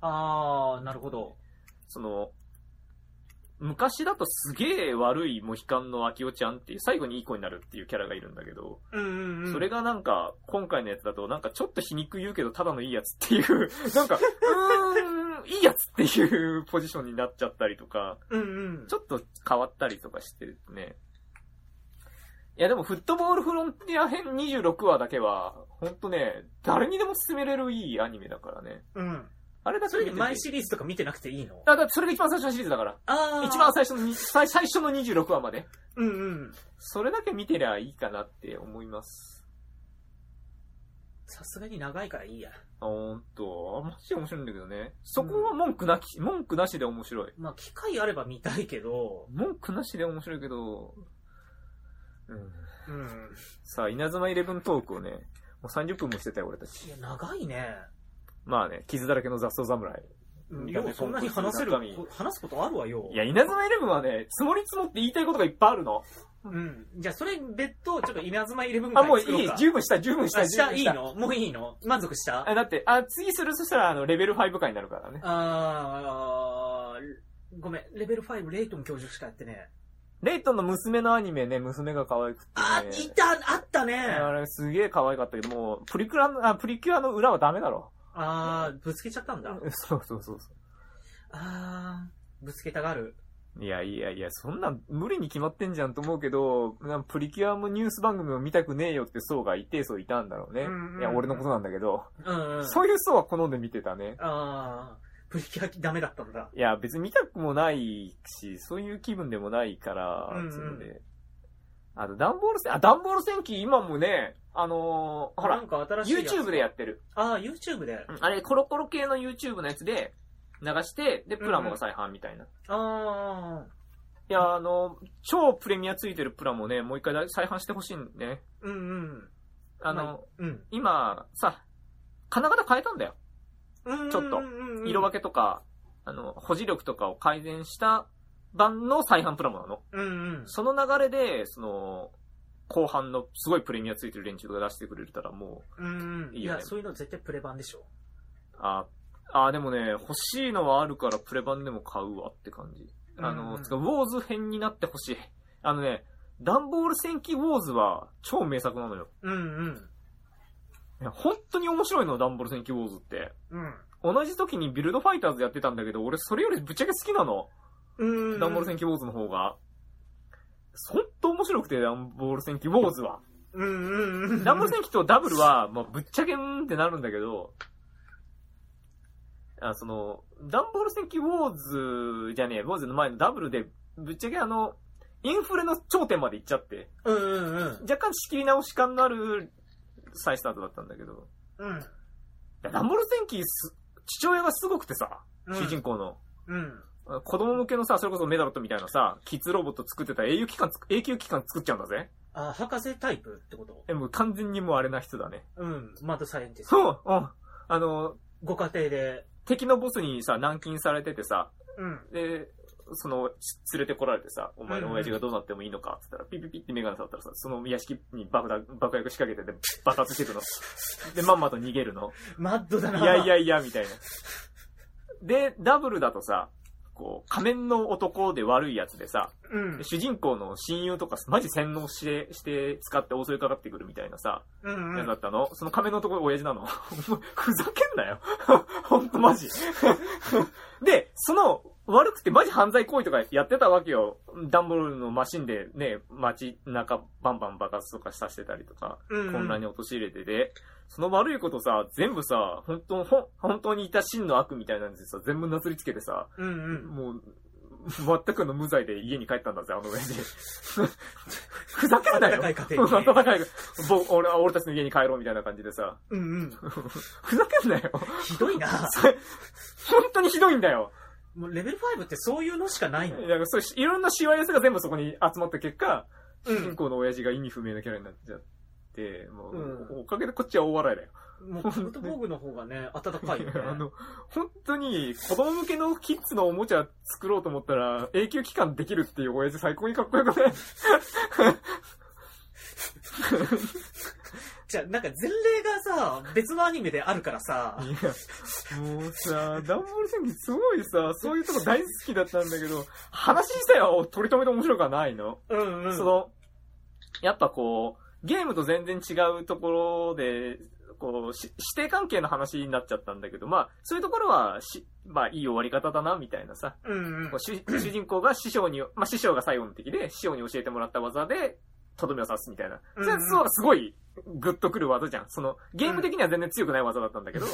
[SPEAKER 1] ああ、なるほど。
[SPEAKER 2] その、昔だとすげえ悪いモヒカンのアキオちゃんっていう、最後にいい子になるっていうキャラがいるんだけど、
[SPEAKER 1] うんうんうん。
[SPEAKER 2] それがなんか、今回のやつだと、なんかちょっと皮肉言うけど、ただのいいやつっていう、 な んか、うーん、いいやつっていうポジションになっちゃったりとか、
[SPEAKER 1] うんうん。
[SPEAKER 2] ちょっと変わったりとかしてるね。いやでも、フットボールフロンティア編26話だけは、ほんとね、誰にでも勧めれるいいアニメだからね。
[SPEAKER 1] うん。
[SPEAKER 2] あれだけ
[SPEAKER 1] そ
[SPEAKER 2] 見
[SPEAKER 1] れ
[SPEAKER 2] て
[SPEAKER 1] で
[SPEAKER 2] て
[SPEAKER 1] マイシリーズとか見てなくていいの
[SPEAKER 2] あだからそれが一番最初のシリーズだから。
[SPEAKER 1] ああ。
[SPEAKER 2] 一番最初のに、最最初の26話まで。
[SPEAKER 1] うんうん。
[SPEAKER 2] それだけ見てりゃいいかなって思います。
[SPEAKER 1] さすがに長いからいいや。
[SPEAKER 2] あ、ほんと。あ、マジで面白いんだけどね。そこは文句なき、文句なしで面白い。
[SPEAKER 1] まあ、機会あれば見たいけど、
[SPEAKER 2] 文句なしで面白いけど、うん。
[SPEAKER 1] うん。
[SPEAKER 2] さあ、稲妻イレブントークをね、もう30分もしてたよ、俺たち
[SPEAKER 1] い。や、長いね。
[SPEAKER 2] まあね、傷だらけの雑草侍。
[SPEAKER 1] うん
[SPEAKER 2] 苦手
[SPEAKER 1] ようそんなに話せる
[SPEAKER 2] 中身、
[SPEAKER 1] 話すことあるわよ。
[SPEAKER 2] いや、稲妻イレブンはね、積もり積もって言いたいことがいっぱいあるの。
[SPEAKER 1] うん。じゃあ、それ別途、ちょっと稲妻イレブン
[SPEAKER 2] あ、もうい
[SPEAKER 1] 作ろ
[SPEAKER 2] い
[SPEAKER 1] か、
[SPEAKER 2] 十分した、十分した、
[SPEAKER 1] あ
[SPEAKER 2] 十
[SPEAKER 1] した
[SPEAKER 2] 分
[SPEAKER 1] いいのもういいの満足した
[SPEAKER 2] あだって、あ、次するそしたら、あの、レベル5回になるからね。
[SPEAKER 1] あー、ごめん、レベル5、レイトン教授しかやってね。
[SPEAKER 2] レイトンの娘のアニメね、娘が可愛くて、ね。
[SPEAKER 1] あ、いた、あったね。
[SPEAKER 2] あれすげえ可愛かったけど、もう、プリクラの、あ、プリキュアの裏はダメだろ。
[SPEAKER 1] あー、ぶつけちゃったんだ。
[SPEAKER 2] そうそうそうそう。
[SPEAKER 1] あー、ぶつけたがる。
[SPEAKER 2] いやいやいや、そんなん無理に決まってんじゃんと思うけど、なんプリキュアもニュース番組も見たくねえよって層が一定層いたんだろうね。
[SPEAKER 1] うんうんうん
[SPEAKER 2] いや、俺のことなんだけど、
[SPEAKER 1] うん、うん。
[SPEAKER 2] そういう層は好んで見てたね。
[SPEAKER 1] ああ、プリキュアダメだったんだ。
[SPEAKER 2] いや、別に見たくもないし、そういう気分でもないから、
[SPEAKER 1] うんうん
[SPEAKER 2] それで。あと、段ボール戦、あ、段ボール戦記今もね、あのー
[SPEAKER 1] な
[SPEAKER 2] ほら
[SPEAKER 1] ん、か新しいやつ。
[SPEAKER 2] YouTube でやってる。
[SPEAKER 1] ああ、YouTube で。
[SPEAKER 2] うんあれ、コロコロ系の YouTube のやつで流して、で、プラモが再販みたいな。
[SPEAKER 1] ああ、
[SPEAKER 2] いや、あのー超プレミアついてるプラモね、もう一回再販してほしいね。
[SPEAKER 1] うんうん。
[SPEAKER 2] あの、
[SPEAKER 1] はうん。
[SPEAKER 2] 今、さ、金型変えたんだよ。
[SPEAKER 1] うん
[SPEAKER 2] ちょっと
[SPEAKER 1] と
[SPEAKER 2] 色分けとか、あの、保持力とかを改善した版の再販プラモなの。
[SPEAKER 1] け。うんうん。
[SPEAKER 2] その流れで、その、後半のすごいプレミアついてる連中が出してくれたらも
[SPEAKER 1] うんうん。
[SPEAKER 2] いい
[SPEAKER 1] い
[SPEAKER 2] よね
[SPEAKER 1] や、そういうの絶対プレ版でしょ。
[SPEAKER 2] う、ああ、でもね、欲しいのはあるからプレ版でも買うわって感じ。あ
[SPEAKER 1] うん
[SPEAKER 2] の、
[SPEAKER 1] うん
[SPEAKER 2] つかウォーズ編になってほしい。あのね、ダンボール戦記ウォーズは超名作なのよ。
[SPEAKER 1] うんうん。
[SPEAKER 2] いや本当に面白いの、ダンボール戦記ウォーズって。
[SPEAKER 1] うん。
[SPEAKER 2] 同じ時にビルドファイターズやってたんだけど、俺それよりぶっちゃけ好きなの。
[SPEAKER 1] うんうん。
[SPEAKER 2] ダンボール戦記ウォーズの方が。ほんと面白くて、ダンボール戦記ウォーズは。
[SPEAKER 1] うんうんうん。
[SPEAKER 2] ダンボール戦記とダブルは、まあ、ぶっちゃけんってなるんだけど、あ、その、ダンボール戦記ウォーズじゃねえ、ウォーズの前のダブルで、ぶっちゃけあの、インフレの頂点まで行っちゃって、
[SPEAKER 1] うんうんうん。
[SPEAKER 2] 若干仕切り直し感のある再スタートだったんだけど、
[SPEAKER 1] うん。
[SPEAKER 2] いやダンボール戦記す、父親がすごくてさ、
[SPEAKER 1] うん
[SPEAKER 2] 主人公の。
[SPEAKER 1] うん。
[SPEAKER 2] 子供向けのさ、それこそメダロットみたいなさ、キッズロボット作ってたら永久期間つ、永久期間作っちゃうんだぜ。
[SPEAKER 1] あ、博士タイプってこと
[SPEAKER 2] え、もう完全にもうあれな人だね。
[SPEAKER 1] うん。マッドサイエンティスト。
[SPEAKER 2] そう、うん。あの、
[SPEAKER 1] ご家庭で。
[SPEAKER 2] 敵のボスにさ、軟禁されててさ、
[SPEAKER 1] うん。
[SPEAKER 2] で、その、し連れてこられてさ、お前の親父がどうなってもいいのかって言ったら、ピピピってメガネ触ったらさ、その屋敷に爆弾、爆薬仕掛けてて、爆発してくの。で、まんまと逃げるの。
[SPEAKER 1] マッドだな。
[SPEAKER 2] いやいやいや、みたいな。で、ダブルだとさ、こう、仮面の男で悪いやつでさ、
[SPEAKER 1] うん。
[SPEAKER 2] 主人公の親友とかマジ洗脳して、して使って襲いかかってくるみたいなさ、
[SPEAKER 1] うんう
[SPEAKER 2] やつだ
[SPEAKER 1] ん。
[SPEAKER 2] ったのその仮面のところ親父なの お前ふざけんなよ ほんとマジ で、その、悪くてマジ犯罪行為とかやってたわけよ。ダンボールのマシンでね、街中バンバン爆発とかさせてたりとか、
[SPEAKER 1] うんうん
[SPEAKER 2] 混乱に陥れてて、その悪いことさ、全部さ、本当、ほん本当にいた真の悪みたいなんでさ、全部なすりつけてさ、
[SPEAKER 1] うんうん。
[SPEAKER 2] もう、全くの無罪で家 に帰ったんだぜ、あの親父。ふざけん なよ。
[SPEAKER 1] 温かい家庭にね
[SPEAKER 2] 温かいぼ俺は俺たちの家に帰ろうみたいな感じでさ。
[SPEAKER 1] うんうん。
[SPEAKER 2] ふざけんなよ。
[SPEAKER 1] ひどいな。
[SPEAKER 2] それ本当にひどいんだよ。
[SPEAKER 1] もうレベル5ってそういうのしかないの。
[SPEAKER 2] だからそういろんなしわ寄せが全部そこに集まった結果、
[SPEAKER 1] う
[SPEAKER 2] 主人
[SPEAKER 1] ん。
[SPEAKER 2] 公の親父が意味不明なキャラになっちゃって、もう、
[SPEAKER 1] う
[SPEAKER 2] おかげでこっちは大笑いだよ。
[SPEAKER 1] もう、フットボーグの方がね、温かいよね
[SPEAKER 2] 。あの、本当に子供向けのキッズのおもちゃ作ろうと思ったら、永久期間できるっていう親父最高にかっこよくない
[SPEAKER 1] じゃあ、なんか前例がさ、別のアニメであるからさ、
[SPEAKER 2] いや、もうさ、ダンボール戦記すごいさ、そういうとこ大好きだったんだけど、話自体は取り留めて面白くはないの。
[SPEAKER 1] うんうん。
[SPEAKER 2] その、やっぱこう、ゲームと全然違うところで、こう、し指定関係の話になっちゃったんだけど、まあ、そういうところは、し、まあ、いい終わり方だな、みたいなさ。
[SPEAKER 1] うんうん
[SPEAKER 2] こう。主主人公が師匠に、まあ、師匠が最後の敵で、師匠に教えてもらった技で、とどめを刺すみたいな。そ
[SPEAKER 1] うん
[SPEAKER 2] れはすごい、グッとくる技じゃん。その、ゲーム的には全然強くない技だったんだけど、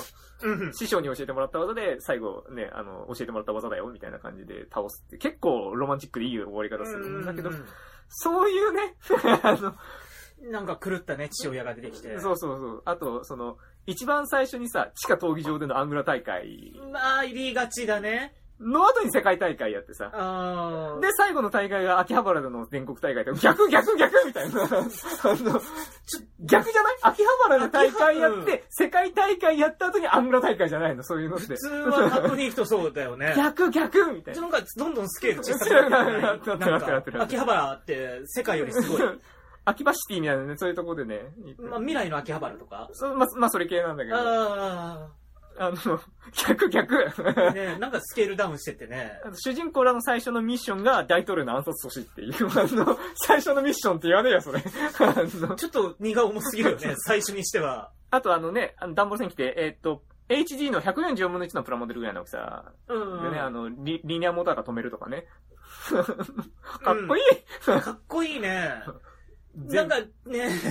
[SPEAKER 1] うんうん。
[SPEAKER 2] 師匠に教えてもらった技で、最後ね、あの、教えてもらった技だよ、みたいな感じで倒すって、結構ロマンチックでいい終わり方するんだけど
[SPEAKER 1] う、んうん
[SPEAKER 2] そういうね、 あの、
[SPEAKER 1] うんなんか狂ったね、父親が出てきて。
[SPEAKER 2] そうそうそう。あと、その、一番最初にさ、地下闘技場でのアングラ大会
[SPEAKER 1] まあ、入りがちだね。
[SPEAKER 2] の後に世界大会やってさ、
[SPEAKER 1] あ
[SPEAKER 2] で、最後の大会が秋葉原での全国大会で、逆逆逆みたい な。あの、ちょ逆じゃない秋葉原で大会やっ
[SPEAKER 1] 秋葉
[SPEAKER 2] て、世界大会やった後にアングラ大会じゃないのそういうのって
[SPEAKER 1] 普。通はカットニー人そうだよね。
[SPEAKER 2] 逆逆みたいな。
[SPEAKER 1] なんか、どんどんスケール小さく
[SPEAKER 2] なって るなってるな
[SPEAKER 1] な
[SPEAKER 2] って
[SPEAKER 1] ん
[SPEAKER 2] る
[SPEAKER 1] か、秋葉原って世界よりすごい。
[SPEAKER 2] 秋葉シティみたいなね、そういうとこでね。
[SPEAKER 1] まあ、未来の秋葉原とか。
[SPEAKER 2] そうまあ、まあ、それ系なんだけど。あ
[SPEAKER 1] あ
[SPEAKER 2] の、 逆逆。
[SPEAKER 1] あ。ねなんかスケールダウンしててね。
[SPEAKER 2] あの主人公らの最初のミッションが大統領の暗殺阻止っていう、 あの、最初のミッションって言わねえよ、それ。 あの、
[SPEAKER 1] ちょっと荷が重すぎるよ ね、最初にしては。
[SPEAKER 2] あとあのね、あの、ダンボール戦来て、えーっと、HD の144分の1のプラモデルぐらいの大きさ
[SPEAKER 1] う
[SPEAKER 2] でね、あのリ、リニアモーターが止めるとかね。 かっこいい、
[SPEAKER 1] かっこいいね。
[SPEAKER 2] 全
[SPEAKER 1] なんかね、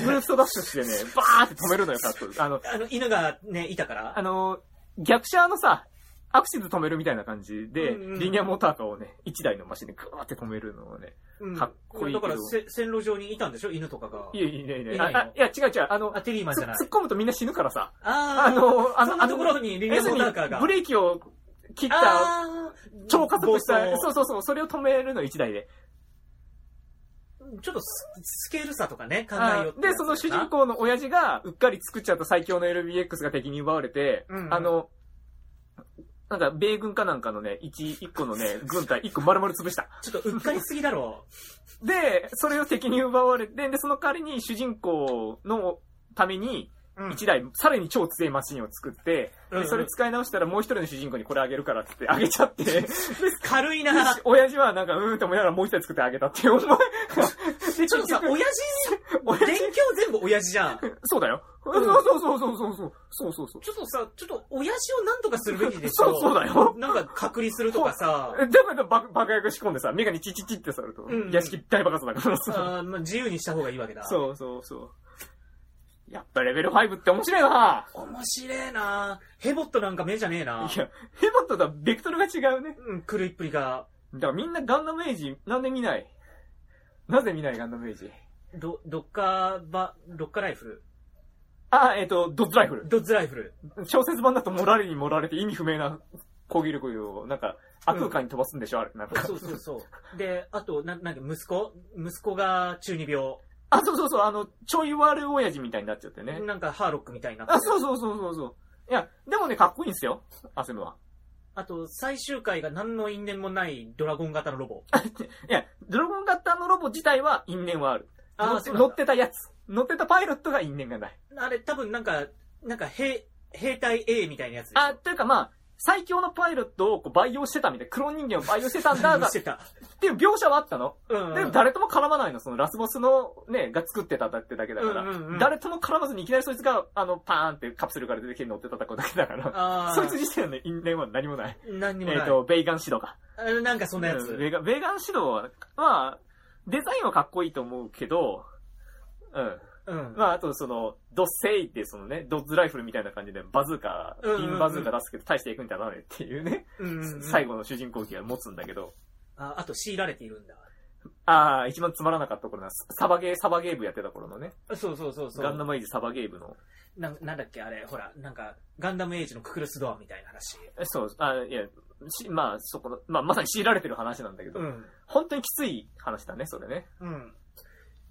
[SPEAKER 2] ブーストダッシュして ね、バーって止めるのよ、カット。あの、
[SPEAKER 1] あの、犬がね、いたから
[SPEAKER 2] あ。の、逆車のさ、アクシズ止めるみたいな感じで、
[SPEAKER 1] うんうん
[SPEAKER 2] リニアモーターカーをね、1台のマシンでグワーって止めるのをね。
[SPEAKER 1] うん
[SPEAKER 2] かっこいいけど
[SPEAKER 1] だからせ、線路上にいたんでしょ犬とかが。
[SPEAKER 2] いやいやいや
[SPEAKER 1] い
[SPEAKER 2] い
[SPEAKER 1] や
[SPEAKER 2] や、
[SPEAKER 1] いや
[SPEAKER 2] ああいや違う違う、あの、
[SPEAKER 1] あ、テリーマン
[SPEAKER 2] つ
[SPEAKER 1] じゃ
[SPEAKER 2] 突
[SPEAKER 1] ない。
[SPEAKER 2] っ込むとみんな死ぬからさ。
[SPEAKER 1] あ
[SPEAKER 2] あ
[SPEAKER 1] ー、
[SPEAKER 2] の、あ
[SPEAKER 1] そん
[SPEAKER 2] の、
[SPEAKER 1] な
[SPEAKER 2] あ
[SPEAKER 1] とこ
[SPEAKER 2] の、
[SPEAKER 1] ろにリニア
[SPEAKER 2] 要す
[SPEAKER 1] モ
[SPEAKER 2] る
[SPEAKER 1] ー
[SPEAKER 2] に
[SPEAKER 1] ターカーが。
[SPEAKER 2] ブレーキを切った、
[SPEAKER 1] あー
[SPEAKER 2] 超加速した
[SPEAKER 1] 暴、走
[SPEAKER 2] そうそうそう、それを止めるの1台で。
[SPEAKER 1] ちょっとススケールさとかね、考えよう
[SPEAKER 2] あ
[SPEAKER 1] ってや
[SPEAKER 2] で、
[SPEAKER 1] つ
[SPEAKER 2] その主
[SPEAKER 1] かな
[SPEAKER 2] 人公の親父が、うっかり作っちゃった最強の LBX が敵に奪われて、
[SPEAKER 1] うんうん
[SPEAKER 2] あの、なんか、米軍かなんかのね、一、一個の ね、軍隊一個丸々潰した。
[SPEAKER 1] ちょっとうっかりすぎだろ
[SPEAKER 2] で、それを敵に奪われて、で、その代わりに主人公のため
[SPEAKER 1] う。
[SPEAKER 2] に、
[SPEAKER 1] うん
[SPEAKER 2] 一台、さらに超強いマシンを作って、
[SPEAKER 1] うんうん
[SPEAKER 2] で、それ使い直したらもう一人の主人公にこれあげるからって言ってあげちゃっ て、で
[SPEAKER 1] 軽いな。ち
[SPEAKER 2] 親父はなんか、うーんと思いながらもう一台作ってあげたっていう思い。で
[SPEAKER 1] ょっとさ、
[SPEAKER 2] 結局
[SPEAKER 1] 親
[SPEAKER 2] 親
[SPEAKER 1] 父、勉強全部親父じゃん。
[SPEAKER 2] そうだよ。
[SPEAKER 1] う
[SPEAKER 2] そ
[SPEAKER 1] ん
[SPEAKER 2] うそうそうそうそうそう。そうそうそう。
[SPEAKER 1] ちょっとさ、ちょっと親父を何とかするべきでしょ。
[SPEAKER 2] そうそうだよ。
[SPEAKER 1] なんか隔離するとかさ、
[SPEAKER 2] だからば爆薬仕込んでさ、メガネチチチってさると、
[SPEAKER 1] うんうん
[SPEAKER 2] 屋敷大爆発だからさ。
[SPEAKER 1] あーまあ、自由にした方がいいわけだ。う。
[SPEAKER 2] そうそうそう。やっぱレベル5って面白いな
[SPEAKER 1] 面白えなヘボットなんか目じゃねえない
[SPEAKER 2] や、ヘボットとはベクトルが違うね。
[SPEAKER 1] うん、狂いっぷりが。
[SPEAKER 2] だからみんなガンダムエイジ、なんで見ないなぜ見ないガンダムエイジ。
[SPEAKER 1] ど、どっかば、どっかライフル。
[SPEAKER 2] あ、えっ、と、ドッズライフル。
[SPEAKER 1] ドッズライフル。
[SPEAKER 2] 小説版だと盛られに盛られて意味不明な攻撃力を、なんか、悪空間に飛ばすんでしょ、あれ。なんか。
[SPEAKER 1] そうそうそう。で、あと、な、なんか息子息子が中二病。
[SPEAKER 2] あ、そうそうそう、あの、ちょい悪親父みたいになっちゃってね。
[SPEAKER 1] なんかハーロックみたいになって
[SPEAKER 2] あ、そうそうそうそうそう。いや、でもね、かっこいいんですよ、アセムは。
[SPEAKER 1] あと、最終回が何の因縁もないドラゴン型のロボ。
[SPEAKER 2] いや、ドラゴン型のロボ自体は因縁はある。
[SPEAKER 1] あ
[SPEAKER 2] の
[SPEAKER 1] あ、そうな
[SPEAKER 2] 乗
[SPEAKER 1] ん
[SPEAKER 2] っ
[SPEAKER 1] だ
[SPEAKER 2] てたやつ。乗ってたパイロットが因縁がない。
[SPEAKER 1] あれ、多分なんか、なんか兵、兵隊 A みたいなやつでしょ。
[SPEAKER 2] あ、というかまあ、最強のパイロットをこう培養してたみたいな、クローン人間を培養してた んだが、
[SPEAKER 1] してた。
[SPEAKER 2] っていう描写はあったの。
[SPEAKER 1] うん
[SPEAKER 2] でも誰とも絡まないの、そのラスボスのね、が作ってただってだけだから。
[SPEAKER 1] うんうんうん
[SPEAKER 2] 誰とも絡まずにいきなりそいつが、あの、パーンってカプセルから出てきて乗って叩くだけだから。
[SPEAKER 1] ああ、
[SPEAKER 2] そいつ自体の因縁は何もない。
[SPEAKER 1] 何にも
[SPEAKER 2] えっ、
[SPEAKER 1] ない。
[SPEAKER 2] と、ベイガン指導か。
[SPEAKER 1] あなんかそんなやつ。
[SPEAKER 2] うんベイガンベイガン指導は、まあ、デザインはかっこいいと思うけど、うん。
[SPEAKER 1] うん。
[SPEAKER 2] まあ、あとその、ドッセイってそのね、ドッズライフルみたいな感じでバズーカ、
[SPEAKER 1] うんうんうん
[SPEAKER 2] インバズーカ出すけど、大していくんじゃないっていうね、
[SPEAKER 1] うんうんうん
[SPEAKER 2] 最後の主人公機が持つんだけど、
[SPEAKER 1] あ。あと強いられているんだ。
[SPEAKER 2] ああ、一番つまらなかった頃な、サバゲー、サバゲー部やってた頃のね、
[SPEAKER 1] そうそうそうそう。
[SPEAKER 2] ガンダムエイジサバゲー部の、
[SPEAKER 1] なんなんだっけあれ、ほら、なんか、ガンダムエイジのククルスドアみたいな話。
[SPEAKER 2] えそう、あいや、しまあ、そこの、まあ、まさに強いられてる話なんだけど、
[SPEAKER 1] ん。
[SPEAKER 2] 本当にきつい話だね、それね。
[SPEAKER 1] うん。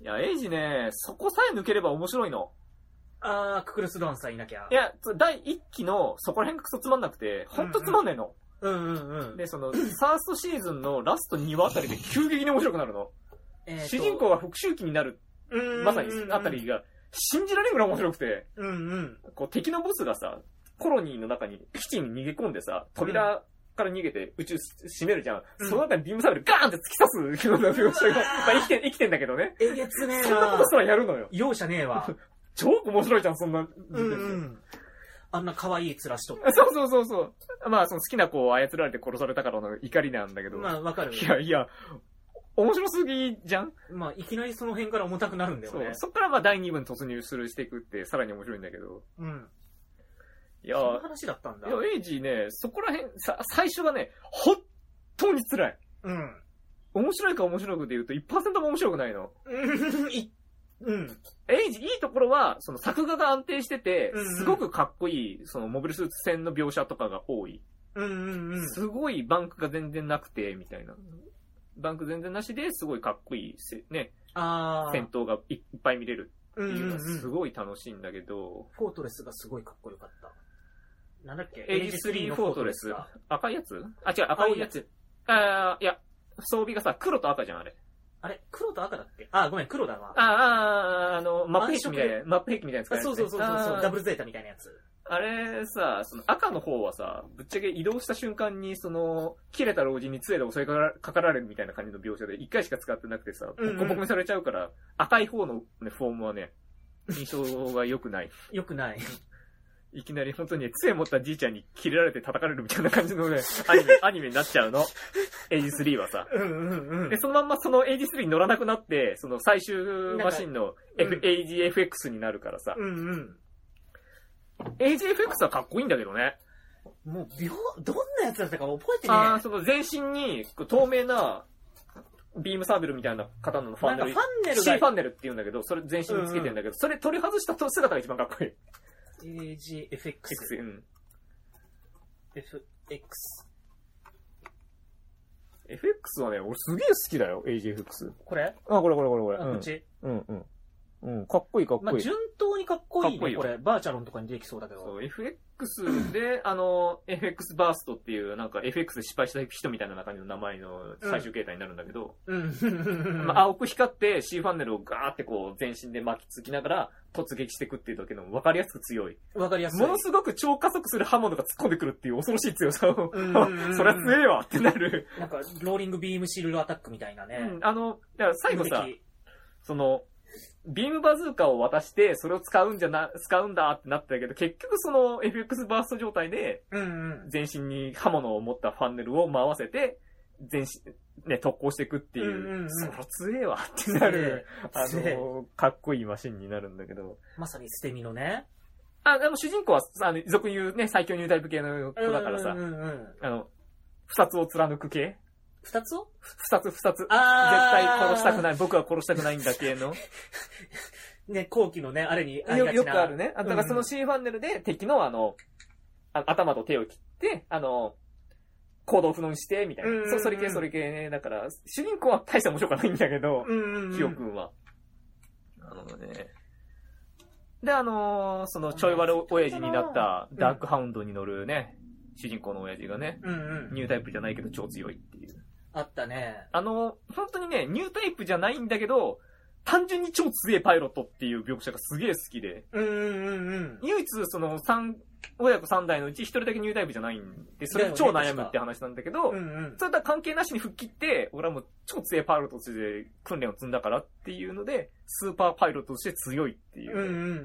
[SPEAKER 2] いや、エイジね、そこさえ抜ければ面白いの。
[SPEAKER 1] あー、ククルスドアンさんいなきゃ。
[SPEAKER 2] いや、そう第1期のそこら辺がクソつまんなくて、ほんとつまんないの。
[SPEAKER 1] うんうんうん。
[SPEAKER 2] で、その、サーストシーズンのラスト2話あたりで急激に面白くなるの。
[SPEAKER 1] えーと
[SPEAKER 2] 主人公が復讐期になる、まさにあた。りが、信じられんぐらい面白くて、
[SPEAKER 1] うんうんうんうん。
[SPEAKER 2] こう敵のボスがさ、コロニーの中に、基地に逃げ込んでさ、扉から逃げて宇宙閉めるじゃん。
[SPEAKER 1] うん
[SPEAKER 2] その中にビームサイルガーンって突き刺すような 描写が、
[SPEAKER 1] うわ
[SPEAKER 2] まあ生きて、生きてんだけどね。
[SPEAKER 1] えげつねえ
[SPEAKER 2] そんな
[SPEAKER 1] な
[SPEAKER 2] ことすらやるのよ。
[SPEAKER 1] 容赦ねえ わ。
[SPEAKER 2] 超面白いじゃん、そんな。
[SPEAKER 1] うんうん。あんな可愛い面しとって。
[SPEAKER 2] そうそうそうそう。まあ、その好きな子を操られて殺されたからの怒りなんだけど。
[SPEAKER 1] まあ、わかる。
[SPEAKER 2] いやいや、面白すぎじゃん
[SPEAKER 1] まあ、いきなりその辺から重たくなるんだよ
[SPEAKER 2] そう
[SPEAKER 1] ね。
[SPEAKER 2] そっからまあ第2部に突入するしていくってさらに面白いんだけど。
[SPEAKER 1] うん。
[SPEAKER 2] いや、
[SPEAKER 1] その話だったんだ
[SPEAKER 2] い。や、エイジね、そこら辺、さ、最初がね、本当に辛い。
[SPEAKER 1] うん。
[SPEAKER 2] 面白いか面白くで言うと1%も面白くないの。
[SPEAKER 1] うん いうん。
[SPEAKER 2] エイジ、いいところは、その作画が安定してて
[SPEAKER 1] うんうん、
[SPEAKER 2] すごくかっこいい、そのモビルスーツ戦の描写とかが多い。
[SPEAKER 1] うんうんうん。
[SPEAKER 2] すごいバンクが全然なくて、みたいな。バンク全然なしですごいかっこいいせ、ね、
[SPEAKER 1] あー
[SPEAKER 2] 戦。闘がいいっぱい見れる
[SPEAKER 1] うん
[SPEAKER 2] っていううんの
[SPEAKER 1] う
[SPEAKER 2] はす
[SPEAKER 1] ん。
[SPEAKER 2] ごい楽しいんだけど、
[SPEAKER 1] フォートレスがすごいかっこよかった。なんだっけ
[SPEAKER 2] エイジ3フォートレス
[SPEAKER 1] が。
[SPEAKER 2] 赤いやつあ、違う、赤いやつ。あーいや、装備がさ、黒と赤じゃん、あれ。
[SPEAKER 1] あれ黒と赤だっけあ、ごめん、黒だわ。
[SPEAKER 2] あーあー、あの、マップ兵器みたいな、マップ兵器みたいな使い
[SPEAKER 1] あ
[SPEAKER 2] 方
[SPEAKER 1] そうそうそうそうそう。
[SPEAKER 2] あー
[SPEAKER 1] ダブルゼータみたいなやつ。
[SPEAKER 2] あれさ、その赤の方はさ、ぶっちゃけ移動した瞬間に、その、切れた老人に杖で襲いかからかかられるみたいな感じの描写で、一回しか使ってなくてさ、ボ
[SPEAKER 1] うんうん
[SPEAKER 2] コボコにされちゃうから、赤い方の、ね、フォームはね、印象が良くない。
[SPEAKER 1] よくない。
[SPEAKER 2] いきなり本当に杖持ったじいちゃんに切れられて叩かれるみたいな感 じのね、アニメ、アニメになっちゃうの。エイジ3はさ。
[SPEAKER 1] うんうんうん
[SPEAKER 2] で、。そのまんまその AG3 に乗らなくなって、その最終マシンの、F
[SPEAKER 1] うん
[SPEAKER 2] AGFX になるからさ。
[SPEAKER 1] うんうん。
[SPEAKER 2] AGFX はかっこいいんだけどね。
[SPEAKER 1] もう、秒、どんなやつだったか覚えてねえ。
[SPEAKER 2] ああ、その全身にこう透明なビームサーベルみたいな方のファ
[SPEAKER 1] な
[SPEAKER 2] ン
[SPEAKER 1] ん
[SPEAKER 2] ネ
[SPEAKER 1] かフ
[SPEAKER 2] ル
[SPEAKER 1] ァ。ンネル
[SPEAKER 2] C
[SPEAKER 1] が
[SPEAKER 2] ファンネルって言うんだけど、それ全身につけてんだけど、それ取り外した姿が一番かっ こいい。
[SPEAKER 1] AGFX。
[SPEAKER 2] X うん。
[SPEAKER 1] FX。
[SPEAKER 2] FX はね、俺すげえ好きだよ、AGFX。
[SPEAKER 1] これ
[SPEAKER 2] あ、これこれこれこれ。
[SPEAKER 1] あ、こっち。
[SPEAKER 2] うんうん。うん、かっこいいかっ
[SPEAKER 1] まあ、順当にかっこいい
[SPEAKER 2] かっこ
[SPEAKER 1] ね、
[SPEAKER 2] いいよ
[SPEAKER 1] これ。バーチャロンとかにできそうだけ
[SPEAKER 2] そ
[SPEAKER 1] ど。
[SPEAKER 2] う、FX で、あの、FX バーストっていう、なんか FX で失敗した人みたいな感じの名前の最終形態になるんだけど、
[SPEAKER 1] うん。
[SPEAKER 2] まあ、青く光って C ファンネルをガーってこう全身で巻きつきながら突撃していくっていうだけの分かりやすく強い。
[SPEAKER 1] わかりやすい。
[SPEAKER 2] ものすごく超加速する刃物が突っ込んでくるっていう恐ろしい強さを、
[SPEAKER 1] うんうんうん
[SPEAKER 2] そりゃ強えわってなる。
[SPEAKER 1] なんか、ローリングビームシールドアタックみたいなね。
[SPEAKER 2] うん あの、だから最後さ
[SPEAKER 1] 無、敵
[SPEAKER 2] その、ビームバズーカを渡して、それを使うんじゃな、使うんだってなったけど、結局その FX バースト状態で、
[SPEAKER 1] うんうん。
[SPEAKER 2] 全身に刃物を持ったファンネルを回せて、全身、ね、特攻していくっていう、
[SPEAKER 1] うんうんうん
[SPEAKER 2] そら強えわってなる、あ
[SPEAKER 1] 強え
[SPEAKER 2] の、かっこいいマシンになるんだけど。
[SPEAKER 1] まさに捨て身のね。
[SPEAKER 2] あ、でも主人公は、あの、俗に言うね、最強ニュータイプ系の子だからさ
[SPEAKER 1] うん、うんうん。
[SPEAKER 2] あの、二つを貫く系
[SPEAKER 1] 二つを
[SPEAKER 2] 二つ二つ。絶対
[SPEAKER 1] あ
[SPEAKER 2] 殺したく
[SPEAKER 1] い。
[SPEAKER 2] ない、僕は殺したくないんだ系の。
[SPEAKER 1] ね、後期のね、あれにあり
[SPEAKER 2] よ
[SPEAKER 1] がちな。
[SPEAKER 2] よくあるね。あだから
[SPEAKER 1] う
[SPEAKER 2] そ
[SPEAKER 1] んう
[SPEAKER 2] の
[SPEAKER 1] ん
[SPEAKER 2] C ファンネルで敵のあの、あ頭と手を切って、あの、行動不能にして、みたいな。
[SPEAKER 1] うんうんうん
[SPEAKER 2] そそれ系それ系ね。だから、主人公は大した面白くはないんだけど、
[SPEAKER 1] うんうんうん。
[SPEAKER 2] ヒヨくんは。なるほどね。で、あのーそのちょい悪親父になったダークハウンドに乗るね、主人公の親父がね、
[SPEAKER 1] うんうん。
[SPEAKER 2] ニュータイプじゃないけど超強いっていう。
[SPEAKER 1] あったね。
[SPEAKER 2] あの、本当にね、ニュータイプじゃないんだけど、単純に超強いパイロットっていう描写がすげえ好きで、
[SPEAKER 1] うんうんうんうん。
[SPEAKER 2] 唯一その三、親子三代のうち一人だけニュータイプじゃないんで、それで超悩むって話なんだけど、
[SPEAKER 1] うんうん。
[SPEAKER 2] それとは関係なしに吹っ切って、俺はもう超強いパイロットとして訓練を積んだからっていうので、スーパーパイロットとして強いっていう
[SPEAKER 1] うんうん
[SPEAKER 2] ね、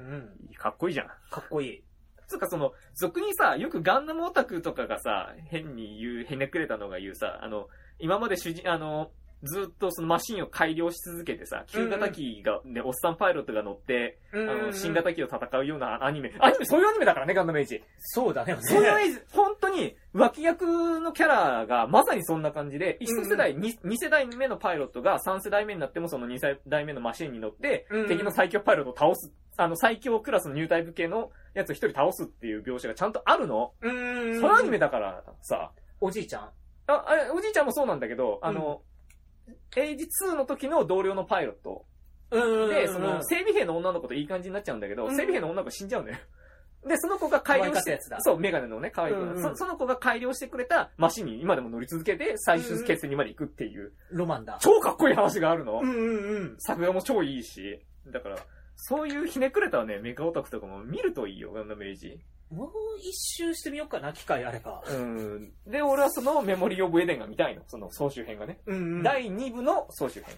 [SPEAKER 1] うん。
[SPEAKER 2] かっこいいじゃん。
[SPEAKER 1] かっこいい。
[SPEAKER 2] つうかその、俗にさ、よくガンダムオタクとかがさ、変に言う、変なくれたのが言うさ、あの、今まで主人、あの、ずっとそのマシンを改良し続けてさ、旧型機が、ね、おっさんパイロットが乗って、
[SPEAKER 1] うんうん
[SPEAKER 2] あ
[SPEAKER 1] うん
[SPEAKER 2] の、新型機を戦うようなアニメ。アニメ、そういうアニメだからね、ガンダムエイジ。
[SPEAKER 1] そうだね。
[SPEAKER 2] そういうアニメ、本当に、脇役のキャラがまさにそんな感じで、一世代、二二世代目のパイロットが三世代目になってもその二世代目のマシンに乗って
[SPEAKER 1] うんう、ん
[SPEAKER 2] 敵の最強パイロットを倒す、あの、最強クラスのニュータイプ系のやつを一人倒すっていう描写がちゃんとあるの。
[SPEAKER 1] うんうんう
[SPEAKER 2] そ
[SPEAKER 1] ん。
[SPEAKER 2] のアニメだからさ、
[SPEAKER 1] おじいちゃん。
[SPEAKER 2] あ、あれ、おじいちゃんもそうなんだけど、あの、エイジ2の時の同僚のパイロット。
[SPEAKER 1] うんうんうんうん。
[SPEAKER 2] で、その、整備兵の女の子といい感じになっちゃうんだけ
[SPEAKER 1] う
[SPEAKER 2] ど、
[SPEAKER 1] ん
[SPEAKER 2] 整備兵の女の子死んじゃうんだよ。で、その子が改良し
[SPEAKER 1] 可愛かったや
[SPEAKER 2] て
[SPEAKER 1] つだ、
[SPEAKER 2] そう、メガネのね、可愛い子が、
[SPEAKER 1] うんうん
[SPEAKER 2] そその子が改良してくれたマシンに今でも乗り続けて、最終決戦にまで行くっていう、
[SPEAKER 1] ロマンだ。
[SPEAKER 2] 超かっこいい話があるの。
[SPEAKER 1] うんうんうん。
[SPEAKER 2] 作画も超いいし、だから、そういうひねくれたね、メカオタクとかも見るといいよ、ガンダムエイジ。
[SPEAKER 1] もう一周してみようかな、機会あれば。
[SPEAKER 2] うん。で、俺はそのメモリーオブエデンが見たいの、その総集編がね。
[SPEAKER 1] うんうん。第
[SPEAKER 2] 第2部の総集編。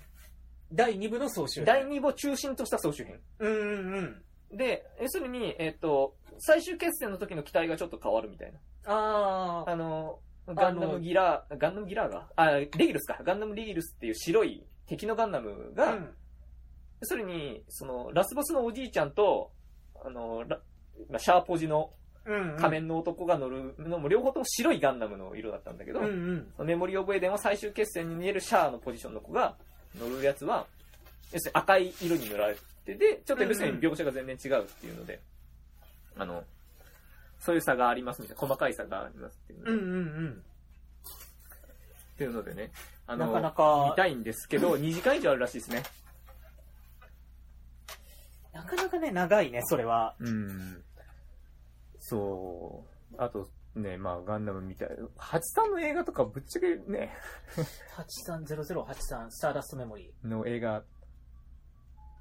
[SPEAKER 1] 2部の総集。
[SPEAKER 2] 第2部を中心とした総集編。
[SPEAKER 1] うんうんうん。
[SPEAKER 2] で、要するに、えっ、と、最終決戦の時の機体がちょっと変わるみたいな。
[SPEAKER 1] ああ。
[SPEAKER 2] あの、ガンダムギラー、ガンダムギラーが、あ、レギルスか。ガンダムレギルスっていう白い敵のガンダムが、
[SPEAKER 1] うん
[SPEAKER 2] 要するに、その、ラスボスのおじいちゃんと、あの、ラまあシャーポジの
[SPEAKER 1] うんうん。
[SPEAKER 2] 仮面の男が乗るのも両方とも白いガンダムの色だったんだけど、
[SPEAKER 1] うんうん。
[SPEAKER 2] メモリーオブエデンは最終決戦に見えるシャアのポジションの子が乗るやつは、要するに赤い色に塗られてて、ちょっと要するに描写が全然違うっていうので、あの、そういう差がありますみたいな、細かい差がありますっていうので,、
[SPEAKER 1] うんうん
[SPEAKER 2] っていうのでね、
[SPEAKER 1] う
[SPEAKER 2] あ
[SPEAKER 1] ん。
[SPEAKER 2] の、
[SPEAKER 1] なかな
[SPEAKER 2] 見
[SPEAKER 1] か、
[SPEAKER 2] たいんですけど、2時間以上あるらしいですね。
[SPEAKER 1] なかなかね、長いね、それは。
[SPEAKER 2] うん。そう。あと、ね、まあ、ガンダムみたい。ハチさんの映画とかぶっちゃけね、
[SPEAKER 1] 830083、スターダストメモリー。
[SPEAKER 2] の映画、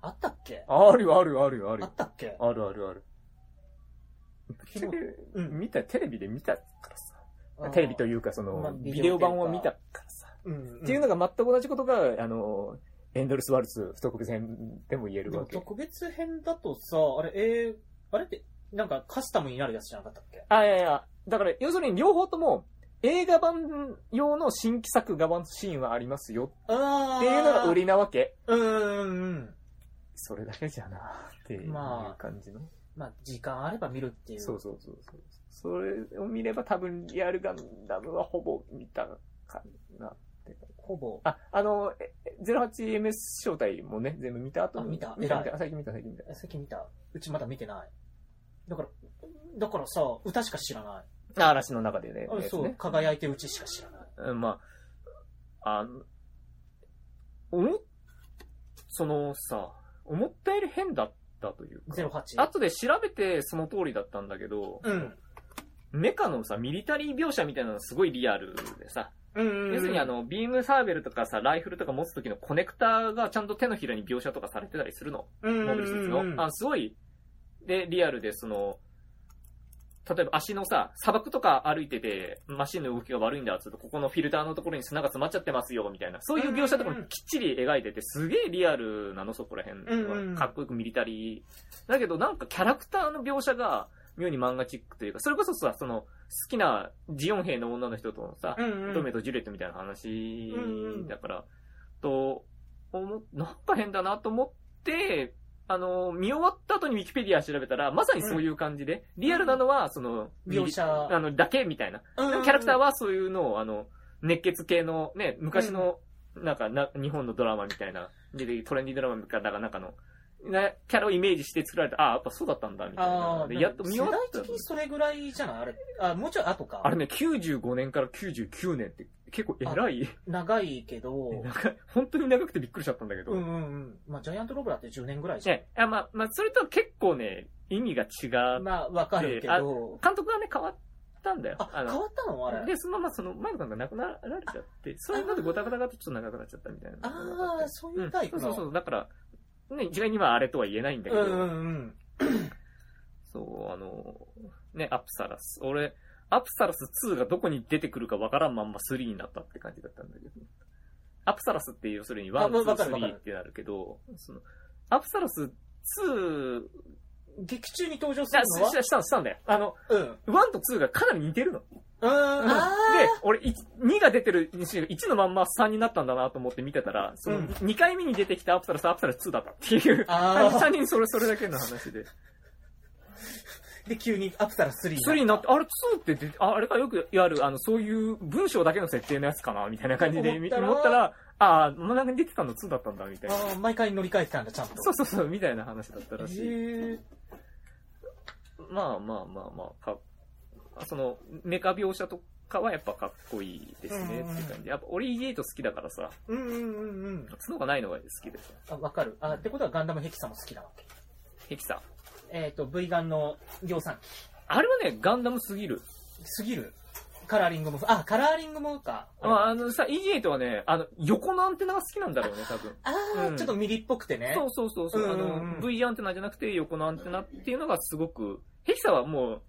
[SPEAKER 1] あったっけ
[SPEAKER 2] あるよ、あるよ、あるよ、ある
[SPEAKER 1] あ
[SPEAKER 2] よ
[SPEAKER 1] っ。たっけ
[SPEAKER 2] あるあるある。
[SPEAKER 1] でもうん
[SPEAKER 2] 見た、テレビで見たからさ。テレビというか、その、
[SPEAKER 1] まあ
[SPEAKER 2] ビデオ版を見たからさ。
[SPEAKER 1] うん。
[SPEAKER 2] っていう
[SPEAKER 1] の
[SPEAKER 2] のが全く同じことが、あの、エンドルスワルツ、不特別編でも言えるわけ。
[SPEAKER 1] 特別編だとさ、あれ、えー、あれってなんかカスタムになるやつじゃなかったっけ
[SPEAKER 2] あ、いやいや、だから、要するに両方とも、映画版用の新規作画版シーンはありますよ
[SPEAKER 1] あ
[SPEAKER 2] っていうのが売
[SPEAKER 1] り。
[SPEAKER 2] りなわけ。
[SPEAKER 1] うーん。
[SPEAKER 2] それだけじゃなっていう
[SPEAKER 1] まあ
[SPEAKER 2] 感じの。
[SPEAKER 1] まあ、時間あれば見るっていう。
[SPEAKER 2] そうそうそうそう。それを見れば多分リアルガンダムはほぼ見たかな。
[SPEAKER 1] ほぼ。
[SPEAKER 2] あ、あの、え 08MS 招待もね、全部見た後に
[SPEAKER 1] あ見た
[SPEAKER 2] 見た、
[SPEAKER 1] 偉い
[SPEAKER 2] 見た。最近見た、最近見た。
[SPEAKER 1] えさっき見たうちまだ見てない。だから、だからさ、歌しか知らない。
[SPEAKER 2] あ嵐の中でね。
[SPEAKER 1] あ
[SPEAKER 2] やつ
[SPEAKER 1] そう、
[SPEAKER 2] ね
[SPEAKER 1] 輝いてうちしか知らない。
[SPEAKER 2] うんまあ、あの、思っ、そのさ、思ったより変だったというか。
[SPEAKER 1] 08。
[SPEAKER 2] 後で調べてその通りだったんだけど、
[SPEAKER 1] うん。
[SPEAKER 2] メカのさ、ミリタリー描写みたいなのすごいリアルでさ、
[SPEAKER 1] うんうんうん。
[SPEAKER 2] 要するにあの、ビームサーベルとかさ、ライフルとか持つ時のコネクターがちゃんと手のひらに描写とかされてたりするの。
[SPEAKER 1] うんうんうん
[SPEAKER 2] モ
[SPEAKER 1] う
[SPEAKER 2] ビ
[SPEAKER 1] ん、
[SPEAKER 2] ルスーツの。あ、すごい、で、リアルで、その、例えば足のさ、砂漠とか歩いてて、マシンの動きが悪いんだっつうと、ここのフィルターのところに砂が詰まっちゃってますよ、みたいな。そういう描写とかもきっちり描いてて、すげえリアルなの、そこら辺
[SPEAKER 1] うんうんうん
[SPEAKER 2] は。かっこよくミリタリー。だけど、なんかキャラクターの描写が、妙に漫画チックというか、それこそさ、その、好きなジオン兵の女の人とのさ、
[SPEAKER 1] うんうん
[SPEAKER 2] トメとジュレットみたいな話
[SPEAKER 1] うんうん
[SPEAKER 2] だから、と、思、なんか変だなと思って、あの、見終わった後にウィキペディア調べたら、まさにそういう感じで、リアルなのは、その、
[SPEAKER 1] 描写
[SPEAKER 2] あの、だけみたいな。
[SPEAKER 1] うん
[SPEAKER 2] でもキャラクターはそういうのを、あの、熱血系のね、昔の、なんかな、日本のドラマみたいな、でトレンディードラマみたいな、なんかの、なキャラをイメージして作られた、ああ、やっぱそうだったんだ、みたい
[SPEAKER 1] あ
[SPEAKER 2] な。
[SPEAKER 1] あ、
[SPEAKER 2] でやっと見終わっ
[SPEAKER 1] 世
[SPEAKER 2] た
[SPEAKER 1] 代。的にそれぐらいじゃないあれ。あ、もうちょい後か。
[SPEAKER 2] あれね、95年から99年って結構偉い。
[SPEAKER 1] 長いけど、
[SPEAKER 2] なんか、 本当に長くてびっくりしちゃったんだけど。
[SPEAKER 1] うんうんうん。まあ、ジャイアントロブラって10年ぐらいじゃん。
[SPEAKER 2] ね、あまあ、まあ、それとは結構ね、意味が違う。
[SPEAKER 1] まあ、わかるけど、
[SPEAKER 2] 監督がね、変わったんだよ。
[SPEAKER 1] あ、変わったのあれ。
[SPEAKER 2] で、そのままその前の監督が亡くなられちゃって、そういうのでごたごたがちょっと長くなっちゃったみたいな。
[SPEAKER 1] ああ、そういうタイプ
[SPEAKER 2] うん。そ
[SPEAKER 1] の。
[SPEAKER 2] うそうそう。だから、ね、一概にはあれとは言えないんだけ
[SPEAKER 1] う
[SPEAKER 2] ど、
[SPEAKER 1] んうんうん。
[SPEAKER 2] そう、あの、ね、アプサラス。俺、アプサラス2がどこに出てくるかわからんまんま3になったって感じだったんだけど。アプサラスって要するに1、
[SPEAKER 1] あわ
[SPEAKER 2] 2、
[SPEAKER 1] わかるわかる
[SPEAKER 2] 3ってなるけど、その、アプサラス2、
[SPEAKER 1] 劇中に登場す
[SPEAKER 2] いや
[SPEAKER 1] るのは
[SPEAKER 2] ししたの、したんだよ。あの、
[SPEAKER 1] うん。うん。
[SPEAKER 2] 1と2がかなり似てるの。で、
[SPEAKER 1] あ
[SPEAKER 2] 俺、い2が出てる1、1のまんま3になったんだなと思って見てたら、その
[SPEAKER 1] うん
[SPEAKER 2] 2回目に出てきたアプサラス、アプサラス2だったっていう
[SPEAKER 1] あ。。あ あ
[SPEAKER 2] 3人それ、それだけの話で。
[SPEAKER 1] で、急にアプサラ3に
[SPEAKER 2] 3になって、あれ2って出て、ああれかよくある、あの、そういう文章だけの設定のやつかなみたいな感じで
[SPEAKER 1] 思っ
[SPEAKER 2] 見
[SPEAKER 1] たら
[SPEAKER 2] 思ったら、ああ、真ん中に出てたの2だったんだ、みたいな。
[SPEAKER 1] ああ、毎回乗り換えてたんだ、ちゃんと。
[SPEAKER 2] そうそうそう、みたいな話だったらしい。
[SPEAKER 1] へえ。
[SPEAKER 2] まあまあまあまあ、かその、メカ描写とかはやっぱかっこいいですね、っていう感じ。やっぱ俺8好きだからさ、
[SPEAKER 1] うんうんうんうん。
[SPEAKER 2] 角がないのが好きです。
[SPEAKER 1] あ、わかる。あ、ってことはガンダムヘキサも好きなわけ。
[SPEAKER 2] ヘキサ。
[SPEAKER 1] えっと、V ガンの量産機。
[SPEAKER 2] あれはね、ガンダムすぎる。
[SPEAKER 1] すぎる。カラーリングも、あ、カラーリングもか。
[SPEAKER 2] まあ、あのさ、EJ とはね、あの、横のアンテナが好きなんだろうね、多分。
[SPEAKER 1] ああ、
[SPEAKER 2] うん
[SPEAKER 1] ちょっとミリっぽくてね。
[SPEAKER 2] そうそうそうそう、
[SPEAKER 1] うんうんうん
[SPEAKER 2] あの、V アンテナじゃなくて横のアンテナっていうのがすごく、ヘキサはもう、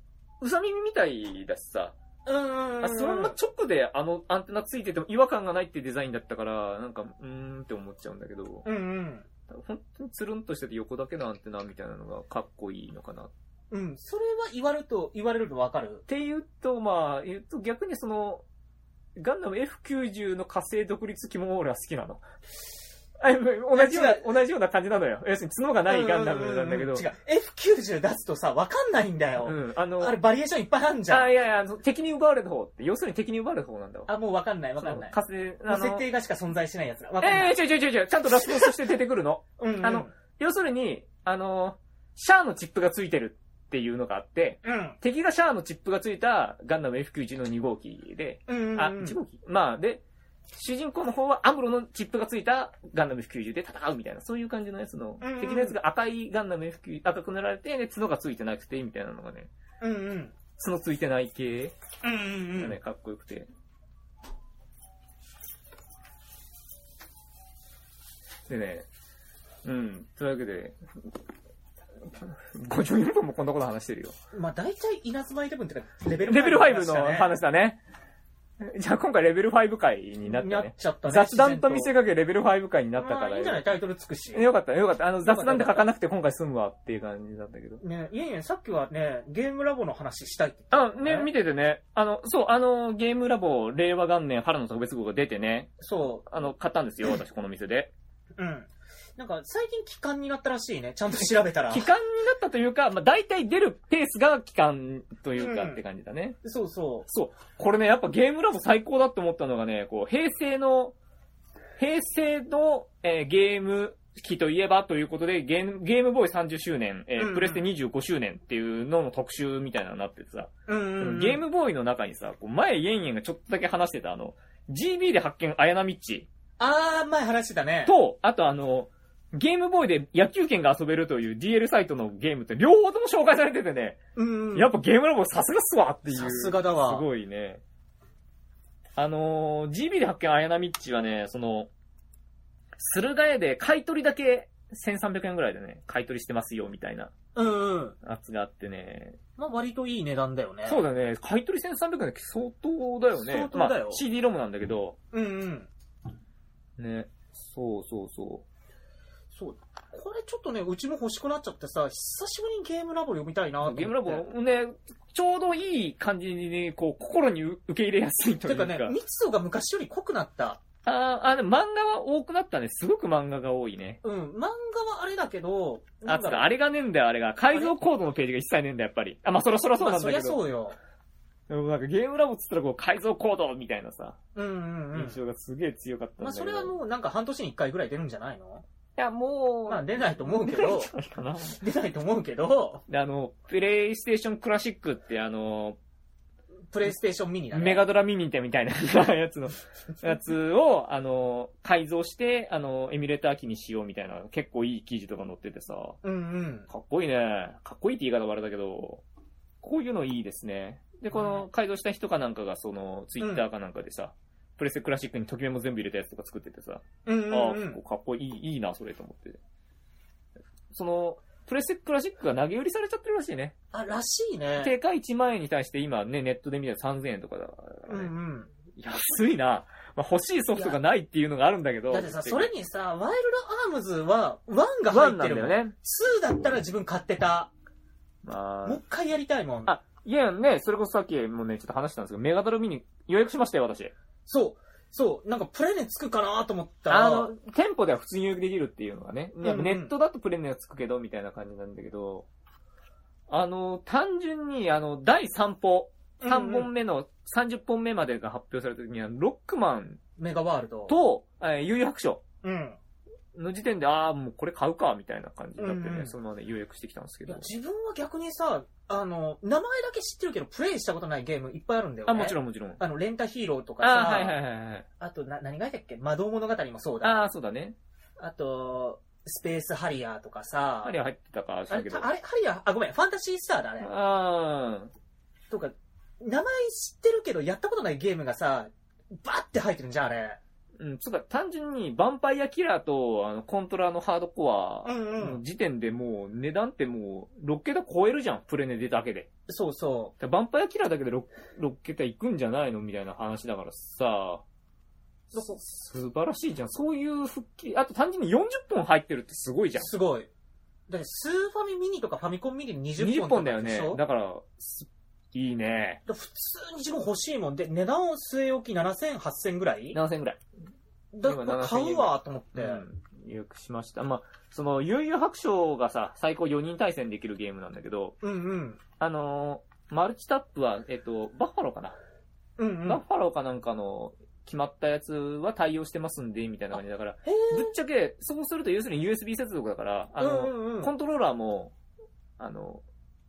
[SPEAKER 2] うさ耳みたいだしさ、
[SPEAKER 1] うんうんうん。
[SPEAKER 2] あそのまま直であのアンテナついてても違和感がないってデザインだったから、なんか、うーんって思っちゃうんだけど、
[SPEAKER 1] うんうん。
[SPEAKER 2] 本当につるんとしてて横だけのアンテナみたいなのがかっこいいのかな。っ
[SPEAKER 1] うん。それは言われると、言われるとわかる。
[SPEAKER 2] ていうと、まあ、言うと逆にその、ガンダム F90 の火星独立機も俺は好き なの。あ同じような、同じような感じなのよ。要するに角がないガンダムなんだけど。
[SPEAKER 1] ううう違う。F90 出すとさ、わかんないんだよ。
[SPEAKER 2] うん、あの、
[SPEAKER 1] あれバリエーションいっぱいあるんじゃ
[SPEAKER 2] あ、
[SPEAKER 1] ん。
[SPEAKER 2] いやいや、あの敵に奪われた方って、要するに敵に奪われた方なんだわ。
[SPEAKER 1] あ、もうわかんないわかんない。
[SPEAKER 2] 火星、
[SPEAKER 1] も
[SPEAKER 2] あ
[SPEAKER 1] う設
[SPEAKER 2] の、
[SPEAKER 1] 定がしか存在しないやつだ。わかんな
[SPEAKER 2] え
[SPEAKER 1] い。
[SPEAKER 2] えー、違う違う違う違う、ちゃんとラスボスとして出てくるの。
[SPEAKER 1] うんうん
[SPEAKER 2] あの、要するに、あの、シャアのチップがついてるっていうのがあって、
[SPEAKER 1] うん。
[SPEAKER 2] 敵がシャアのチップがついたガンダム F91 の2号機で、
[SPEAKER 1] うんうんうん。
[SPEAKER 2] あ、1号機まあ、で、主人公の方はアムロのチップがついたガンダム F90 で戦うみたいな、そういう感じのやつの
[SPEAKER 1] うんうん、
[SPEAKER 2] 敵のやつが赤いガンダム F90、赤く塗られて、ね、角がついてなくて、みたいなのがね、
[SPEAKER 1] うんうん。
[SPEAKER 2] 角ついてない系
[SPEAKER 1] うんうん
[SPEAKER 2] が
[SPEAKER 1] う
[SPEAKER 2] ね、
[SPEAKER 1] ん。
[SPEAKER 2] かっこよくて。でね、うん、というわけで、54分もこんなこと話してるよ。
[SPEAKER 1] まあ大体稲妻イレブンってか、レベル
[SPEAKER 2] レベル
[SPEAKER 1] 5
[SPEAKER 2] 5
[SPEAKER 1] の話だ
[SPEAKER 2] の
[SPEAKER 1] ね
[SPEAKER 2] 話だね。じゃあ今回レベル5回になった
[SPEAKER 1] なっ
[SPEAKER 2] ね。
[SPEAKER 1] ちゃったね。
[SPEAKER 2] 雑談と見せ
[SPEAKER 1] が
[SPEAKER 2] かけレベル5回になったから。
[SPEAKER 1] いいんじゃないタイトルつくし。
[SPEAKER 2] よかった、よかった。あの、
[SPEAKER 1] かった
[SPEAKER 2] 雑談で書かなくて今回済むわっていう感じだったけど。
[SPEAKER 1] ね、いえいえ、さっきはね、ゲームラボの話したいって
[SPEAKER 2] あ、
[SPEAKER 1] ね
[SPEAKER 2] ね、見ててね。あの、そう、あの、ゲームラボ、令和元年春の特別号が出てね。
[SPEAKER 1] そ
[SPEAKER 2] あの、買ったんですよ、私、この店で。
[SPEAKER 1] う。うん。なんか、最近期間になったらしいね。ちゃんと調べたら
[SPEAKER 2] 期。間になったというか、まあ、大体出るペースが期間という
[SPEAKER 1] う
[SPEAKER 2] か
[SPEAKER 1] ん
[SPEAKER 2] って感じだね。
[SPEAKER 1] そうそ
[SPEAKER 2] そう。これね、やっぱゲームラボ最高だって思ったのがね、こう、平成の、平成の、えーゲーム機といえばということで、ゲームゲームボーイ30周年、えー
[SPEAKER 1] うんうん
[SPEAKER 2] プレステ25周年っていうのの特集みたいなのになっててさ、
[SPEAKER 1] う。うんうんうん。
[SPEAKER 2] ゲームボーイの中にさ、こう前、イェンイェンがちょっとだけ話してたあの、GB で発見、綾波っち
[SPEAKER 1] あー、前話してたね。
[SPEAKER 2] と、あとあの、ゲームボーイで野球券が遊べるという DL サイトのゲームって両方とも紹介されててね、
[SPEAKER 1] うんうん。
[SPEAKER 2] やっぱゲームラボさすがっすわっていう。
[SPEAKER 1] さすがだわ
[SPEAKER 2] すごいね。あのー、GB で発見綾波っちはね、その、駿河屋で買い取りだけ1300円ぐらいでね、買い取りしてますよみたいな
[SPEAKER 1] うんうん。
[SPEAKER 2] やつがあってね。
[SPEAKER 1] まあ、割といい値段だよね。
[SPEAKER 2] そうだね、買い取り1300円って相当だよね。
[SPEAKER 1] 相当だよ
[SPEAKER 2] まあ、CD ロムなんだけど、
[SPEAKER 1] うんうん。
[SPEAKER 2] ね。そうそうそう。
[SPEAKER 1] そう。これちょっとね、うちも欲しくなっちゃってさ、久しぶりにゲームラボ読みたいなと思って
[SPEAKER 2] ゲームラボね、ちょうどいい感じにね、こう、心に受け入れやすいとい
[SPEAKER 1] て
[SPEAKER 2] うか。
[SPEAKER 1] かね、密度が昔より濃くなった。
[SPEAKER 2] あーあ、でも漫画は多くなったね。すごく漫画が多いね。
[SPEAKER 1] うん、漫画はあれだけど、
[SPEAKER 2] あ、つ
[SPEAKER 1] なんだ
[SPEAKER 2] う
[SPEAKER 1] ろう
[SPEAKER 2] か、あれがねえんだよ、あれが。改造コードのページが一切ねえんだよ、やっぱり。あ、まあ、そろそろそ
[SPEAKER 1] ま
[SPEAKER 2] うな
[SPEAKER 1] あ、
[SPEAKER 2] ん
[SPEAKER 1] そ
[SPEAKER 2] だ
[SPEAKER 1] り
[SPEAKER 2] け
[SPEAKER 1] ゃ
[SPEAKER 2] ど。
[SPEAKER 1] そうよ。
[SPEAKER 2] でもなんかゲームラボっつったらこう、改造コードみたいなさ、
[SPEAKER 1] うんうんうん
[SPEAKER 2] 印。象がすげえ強かったん
[SPEAKER 1] ま
[SPEAKER 2] だ
[SPEAKER 1] あ、そ
[SPEAKER 2] けど。
[SPEAKER 1] れは
[SPEAKER 2] う。い
[SPEAKER 1] もうなんか半年に一回ぐらい出るんじゃないの
[SPEAKER 2] や、もう、
[SPEAKER 1] まあ、出ないと思うけど、
[SPEAKER 2] ないかな。
[SPEAKER 1] 出ないと思うけど、
[SPEAKER 2] で、あの、プレイステーションクラシックってあの、
[SPEAKER 1] プレイステーションミニだね。
[SPEAKER 2] メガドラミニってみたいなやつの、 やつを、あの、改造して、あの、エミュレーター機にしようみたいな、結構いい記事とか載っててさ、
[SPEAKER 1] うんうん。
[SPEAKER 2] かっこいいね。かっこいいって言い方はあれだけど、こういうのいいですね。で、こ
[SPEAKER 1] は
[SPEAKER 2] の
[SPEAKER 1] い
[SPEAKER 2] 改造した人かなんかが、その、ツイッターかなんかでさ、プレステクラシックにときめも全部入れたやつとか作っててさ、
[SPEAKER 1] うんうん
[SPEAKER 2] ああ、
[SPEAKER 1] う
[SPEAKER 2] 結
[SPEAKER 1] ん
[SPEAKER 2] 構。かっこいい、いいな、それと思って。その、プレステクラシックが投げ売りされちゃってるらしいね。
[SPEAKER 1] あ、らしいね。
[SPEAKER 2] 定価1万円に対して今ね、ネットで見たら3000円とかだから
[SPEAKER 1] うん
[SPEAKER 2] ね、
[SPEAKER 1] うん。
[SPEAKER 2] 安いな。まあ、欲しいソフトがないっていうのがあるんだけど。
[SPEAKER 1] だってさ、それにさ、ワイルドアームズは、1が
[SPEAKER 2] ワ
[SPEAKER 1] 入っ
[SPEAKER 2] ン
[SPEAKER 1] て
[SPEAKER 2] なん
[SPEAKER 1] る
[SPEAKER 2] だ
[SPEAKER 1] も
[SPEAKER 2] よ
[SPEAKER 1] ん。
[SPEAKER 2] ね。
[SPEAKER 1] 2だったら自分買ってた。
[SPEAKER 2] まあ
[SPEAKER 1] もう一回やりたいもん。
[SPEAKER 2] あ、いやね、それこそさっきもね、ちょっと話したんですけど、メガドルミニ予約しましたよ、私。
[SPEAKER 1] そう。そう。なんかプレネつくかなと思ったら。
[SPEAKER 2] あの、店舗では普通に予約できるっていうのがね。
[SPEAKER 1] んうん
[SPEAKER 2] ネットだとプレミアつくけど、みたいな感じなんだけど、あの、単純に、あの、第3歩、3
[SPEAKER 1] うんう
[SPEAKER 2] 本
[SPEAKER 1] ん
[SPEAKER 2] 目の30本目までが発表された時には、ロックマン
[SPEAKER 1] メガワールド。
[SPEAKER 2] と、えー、悠々白書
[SPEAKER 1] うん。
[SPEAKER 2] の時点で、ああ、もうこれ買うか、みたいな感じになってね、
[SPEAKER 1] うんうん
[SPEAKER 2] そのままね、予約してきたんですけ
[SPEAKER 1] いや
[SPEAKER 2] ど、。
[SPEAKER 1] 自分は逆にさ、あの、名前だけ知ってるけど、プレイしたことないゲームいっぱいあるんだよね。
[SPEAKER 2] あ、もち
[SPEAKER 1] ん。
[SPEAKER 2] ろんもちろん。
[SPEAKER 1] あの、レンタヒーローとか
[SPEAKER 2] あ
[SPEAKER 1] さ、
[SPEAKER 2] あ、はいはいはいはい。
[SPEAKER 1] あと、な、何がいたっけ魔導物語もそうだ。
[SPEAKER 2] ああ、そうだね。
[SPEAKER 1] あと、スペースハリアーとかさ、
[SPEAKER 2] あれ入ってたか、した
[SPEAKER 1] あれ
[SPEAKER 2] けど。
[SPEAKER 1] たあれハリアー、あ、ごめん、ファンタシースターだね。
[SPEAKER 2] ああ。
[SPEAKER 1] とか、名前知ってるけど、やったことないゲームがさ、バッて入ってるんじゃん、あれ。
[SPEAKER 2] うん、つうか、単純に、ヴァンパイアキラーと、あの、コントラのハードコア、
[SPEAKER 1] うんうん
[SPEAKER 2] の時点でもう、値段ってもう、6桁超えるじゃん、プレネでだけで。
[SPEAKER 1] そうそ
[SPEAKER 2] だからヴァンパイアキラーだけで 6, 6桁いくんじゃないのみたいな話だからさ、
[SPEAKER 1] どこ。
[SPEAKER 2] 素晴らしいじゃん。そういう復帰、あと単純に40本入ってるってすごいうじゃん。
[SPEAKER 1] すごい。だって、スーファミミニとかファミコンミニに20
[SPEAKER 2] 20
[SPEAKER 1] 本
[SPEAKER 2] 本
[SPEAKER 1] とか
[SPEAKER 2] だよ
[SPEAKER 1] でし
[SPEAKER 2] ね
[SPEAKER 1] ょ。
[SPEAKER 2] だから、すいいね。
[SPEAKER 1] 普通に自分欲しいもんで、値段を据え置き7000、8000ぐらい
[SPEAKER 2] 7000ぐらい。
[SPEAKER 1] だ
[SPEAKER 2] 今
[SPEAKER 1] まあ
[SPEAKER 2] 7000
[SPEAKER 1] 買うわと思って。
[SPEAKER 2] うん。予約しました。まあ、その、悠々白書がさ、最高4人対戦できるゲームなんだけど、
[SPEAKER 1] うんうん。
[SPEAKER 2] あのーマルチタップは、えっと、バッファローかな、
[SPEAKER 1] うんうん。
[SPEAKER 2] バッファローかなんかの決まったやつは対応してますんで、みたいな感じだから、
[SPEAKER 1] へ
[SPEAKER 2] ぶっちゃけ、そうすると要するに USB 接続だから、あ
[SPEAKER 1] ー
[SPEAKER 2] の、
[SPEAKER 1] うんうんうん
[SPEAKER 2] コントローラーも、あの、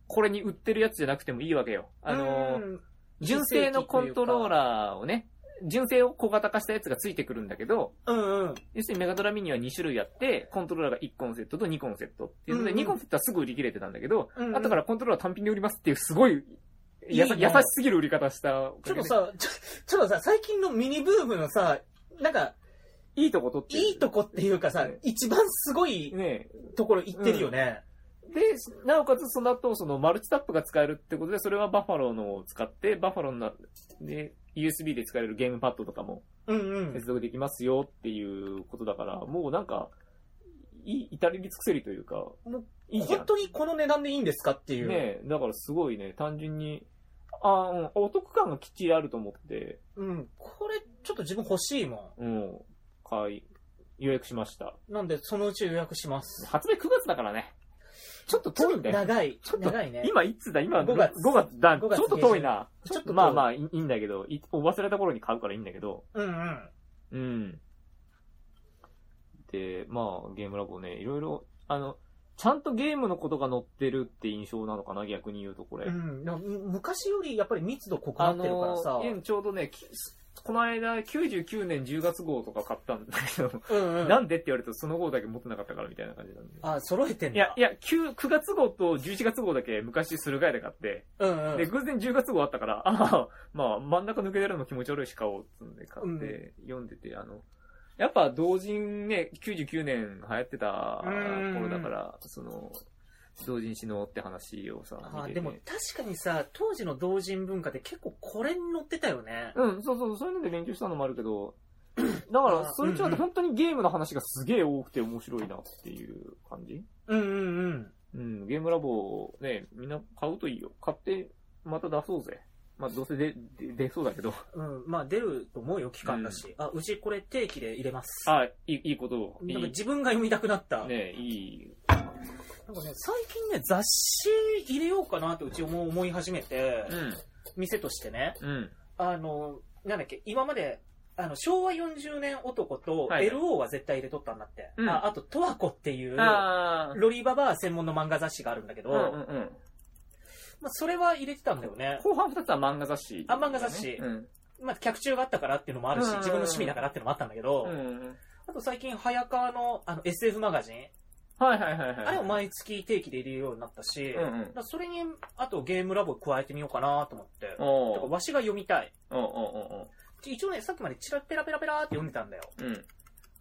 [SPEAKER 2] これに売ってるやつじゃなくてもいいわけよ。あのー、
[SPEAKER 1] うん
[SPEAKER 2] 純正のコントローラーをね、純正を小型化したやつがついてくるんだけど、
[SPEAKER 1] うんうん。
[SPEAKER 2] 要するにメガドラミニは2種類あって、コントローラーが1個のセットと2個のセットっていうので、
[SPEAKER 1] うんうん
[SPEAKER 2] 2個のセットはすぐ売り切れてたんだけど、
[SPEAKER 1] うんうん
[SPEAKER 2] 後からコントローラー単品で売りますっていう、すごい、やさ
[SPEAKER 1] いい
[SPEAKER 2] 優
[SPEAKER 1] ね
[SPEAKER 2] しすぎる売り方したお
[SPEAKER 1] ちょ
[SPEAKER 2] か
[SPEAKER 1] っと
[SPEAKER 2] げで。
[SPEAKER 1] さ、ちょちょっとさ、最近のミニブームのさ、なんか、
[SPEAKER 2] いいとこ取ってる。
[SPEAKER 1] いいとこっていうかさ
[SPEAKER 2] ね、
[SPEAKER 1] 一番すごい
[SPEAKER 2] ね
[SPEAKER 1] ところ行ってるよね。
[SPEAKER 2] で、なおかつその後、そのマルチタップが使えるってことで、それはバッファローのを使って、バッファローの、で、 USB で使えるゲームパッドとかも
[SPEAKER 1] うんうん
[SPEAKER 2] 接。続できますよっていうことだから、もうなんか、いい、至れり尽くせりというか、もういいじゃ
[SPEAKER 1] 本
[SPEAKER 2] ん。
[SPEAKER 1] 当にこの値段でいいんですかっていう。
[SPEAKER 2] ねえだからすごいね、単純に、あーうん、お得感がきっちりあると思って、
[SPEAKER 1] うん。これ、ちょっと自分欲しいも
[SPEAKER 2] うん、買い、予約しました。
[SPEAKER 1] ん。なんで、そのうち予約します。
[SPEAKER 2] 発売9月だからね。ちょっと遠いんだよ。
[SPEAKER 1] 長い。
[SPEAKER 2] ちょっと
[SPEAKER 1] 長いね。
[SPEAKER 2] 今いつだ今
[SPEAKER 1] 5月
[SPEAKER 2] 5月だ。ち
[SPEAKER 1] 5
[SPEAKER 2] ょ
[SPEAKER 1] 月
[SPEAKER 2] っと遠いな。
[SPEAKER 1] 下旬ちょっと遠い
[SPEAKER 2] まあまあいいいんだけど、い忘れた頃に買うからいいんだけど。
[SPEAKER 1] うんうん。
[SPEAKER 2] うん。で、まあゲームラボね、いろいろ、あの、ちゃんとゲームのことが載ってるって印象なのかな逆に言うとこれ。
[SPEAKER 1] うん、なんかむ昔よりやっぱり密度濃くな
[SPEAKER 2] あ
[SPEAKER 1] ってるからさ
[SPEAKER 2] の。ー、ちょうどね、きこの間99年10月号とか買ったんだけど、
[SPEAKER 1] うんうん。
[SPEAKER 2] なんでって言われるとその号だけ持ってなかったからみたいな感じなんで。
[SPEAKER 1] あ、揃えてんだ。
[SPEAKER 2] いや、いや、9、9月号と11月号だけ昔駿河屋で買って、
[SPEAKER 1] うんうん。
[SPEAKER 2] で、偶然10月号あったから、ああ、まあ、真ん中抜けてるの気持ち悪いし買おうっつうんで買って、読んでて、あの、やっぱ同人ね、99年流行ってた頃だから、その、同人誌のって話をさ、
[SPEAKER 1] あ
[SPEAKER 2] 見て
[SPEAKER 1] でも
[SPEAKER 2] て。
[SPEAKER 1] 確かにさ、当時の同人文化って結構これに乗ってたよね。
[SPEAKER 2] うん、そうそう、そういうので勉強したのもあるけど、だか
[SPEAKER 1] あ
[SPEAKER 2] ら、
[SPEAKER 1] ー
[SPEAKER 2] それちょっ
[SPEAKER 1] うんう
[SPEAKER 2] と
[SPEAKER 1] ん
[SPEAKER 2] 本当にゲームの話がすげえ多くて面白いなっていう感じ
[SPEAKER 1] うんうんうん。
[SPEAKER 2] うん、ゲームラボね、みんな買うといいよ。買って、また出そうぜ。まあ、どうせで、で出そうだけど。
[SPEAKER 1] うん、まあ出ると思うよ、期間だし。あ、うちこれ定期で入れます。
[SPEAKER 2] あ、いい、いいことを。い
[SPEAKER 1] なんか
[SPEAKER 2] い。
[SPEAKER 1] 自分が読みたくなった。
[SPEAKER 2] ね、いい。
[SPEAKER 1] なんかね、最近ね、雑誌入れようかなってうちも思い始めて、
[SPEAKER 2] うん、
[SPEAKER 1] 店としてね。
[SPEAKER 2] うん。
[SPEAKER 1] あの、なんだっけ、今まで、あの、昭和40年男と
[SPEAKER 2] はい
[SPEAKER 1] LO は絶対入れとったんだって。
[SPEAKER 2] うん
[SPEAKER 1] ああと、トワコっていう、
[SPEAKER 2] ああ、
[SPEAKER 1] ロリババア専門の漫画雑誌があるんだけど、
[SPEAKER 2] うんうんうん。
[SPEAKER 1] まあ、それは入れてたんだよね。
[SPEAKER 2] 後半二つは漫画雑誌。
[SPEAKER 1] あ漫画雑誌
[SPEAKER 2] うん。
[SPEAKER 1] まあ、客中があったからっていうのもあるし、
[SPEAKER 2] うん
[SPEAKER 1] 自分の趣味だからっていうのもあったんだけど、
[SPEAKER 2] うんうん。
[SPEAKER 1] あと最近、早川のあの SF マガジン、
[SPEAKER 2] はいはいはいはい。
[SPEAKER 1] あれを毎月定期で入れるようになったし、
[SPEAKER 2] うんう
[SPEAKER 1] だか
[SPEAKER 2] ん。
[SPEAKER 1] らそれに、あとゲームラボ加えてみようかなと思って。だ
[SPEAKER 2] お
[SPEAKER 1] から
[SPEAKER 2] ー。
[SPEAKER 1] わしが読みたい。
[SPEAKER 2] おーお
[SPEAKER 1] 一応ね、さっきまでチラペラペラペラーって読んでたんだよ。
[SPEAKER 2] ーおーうん。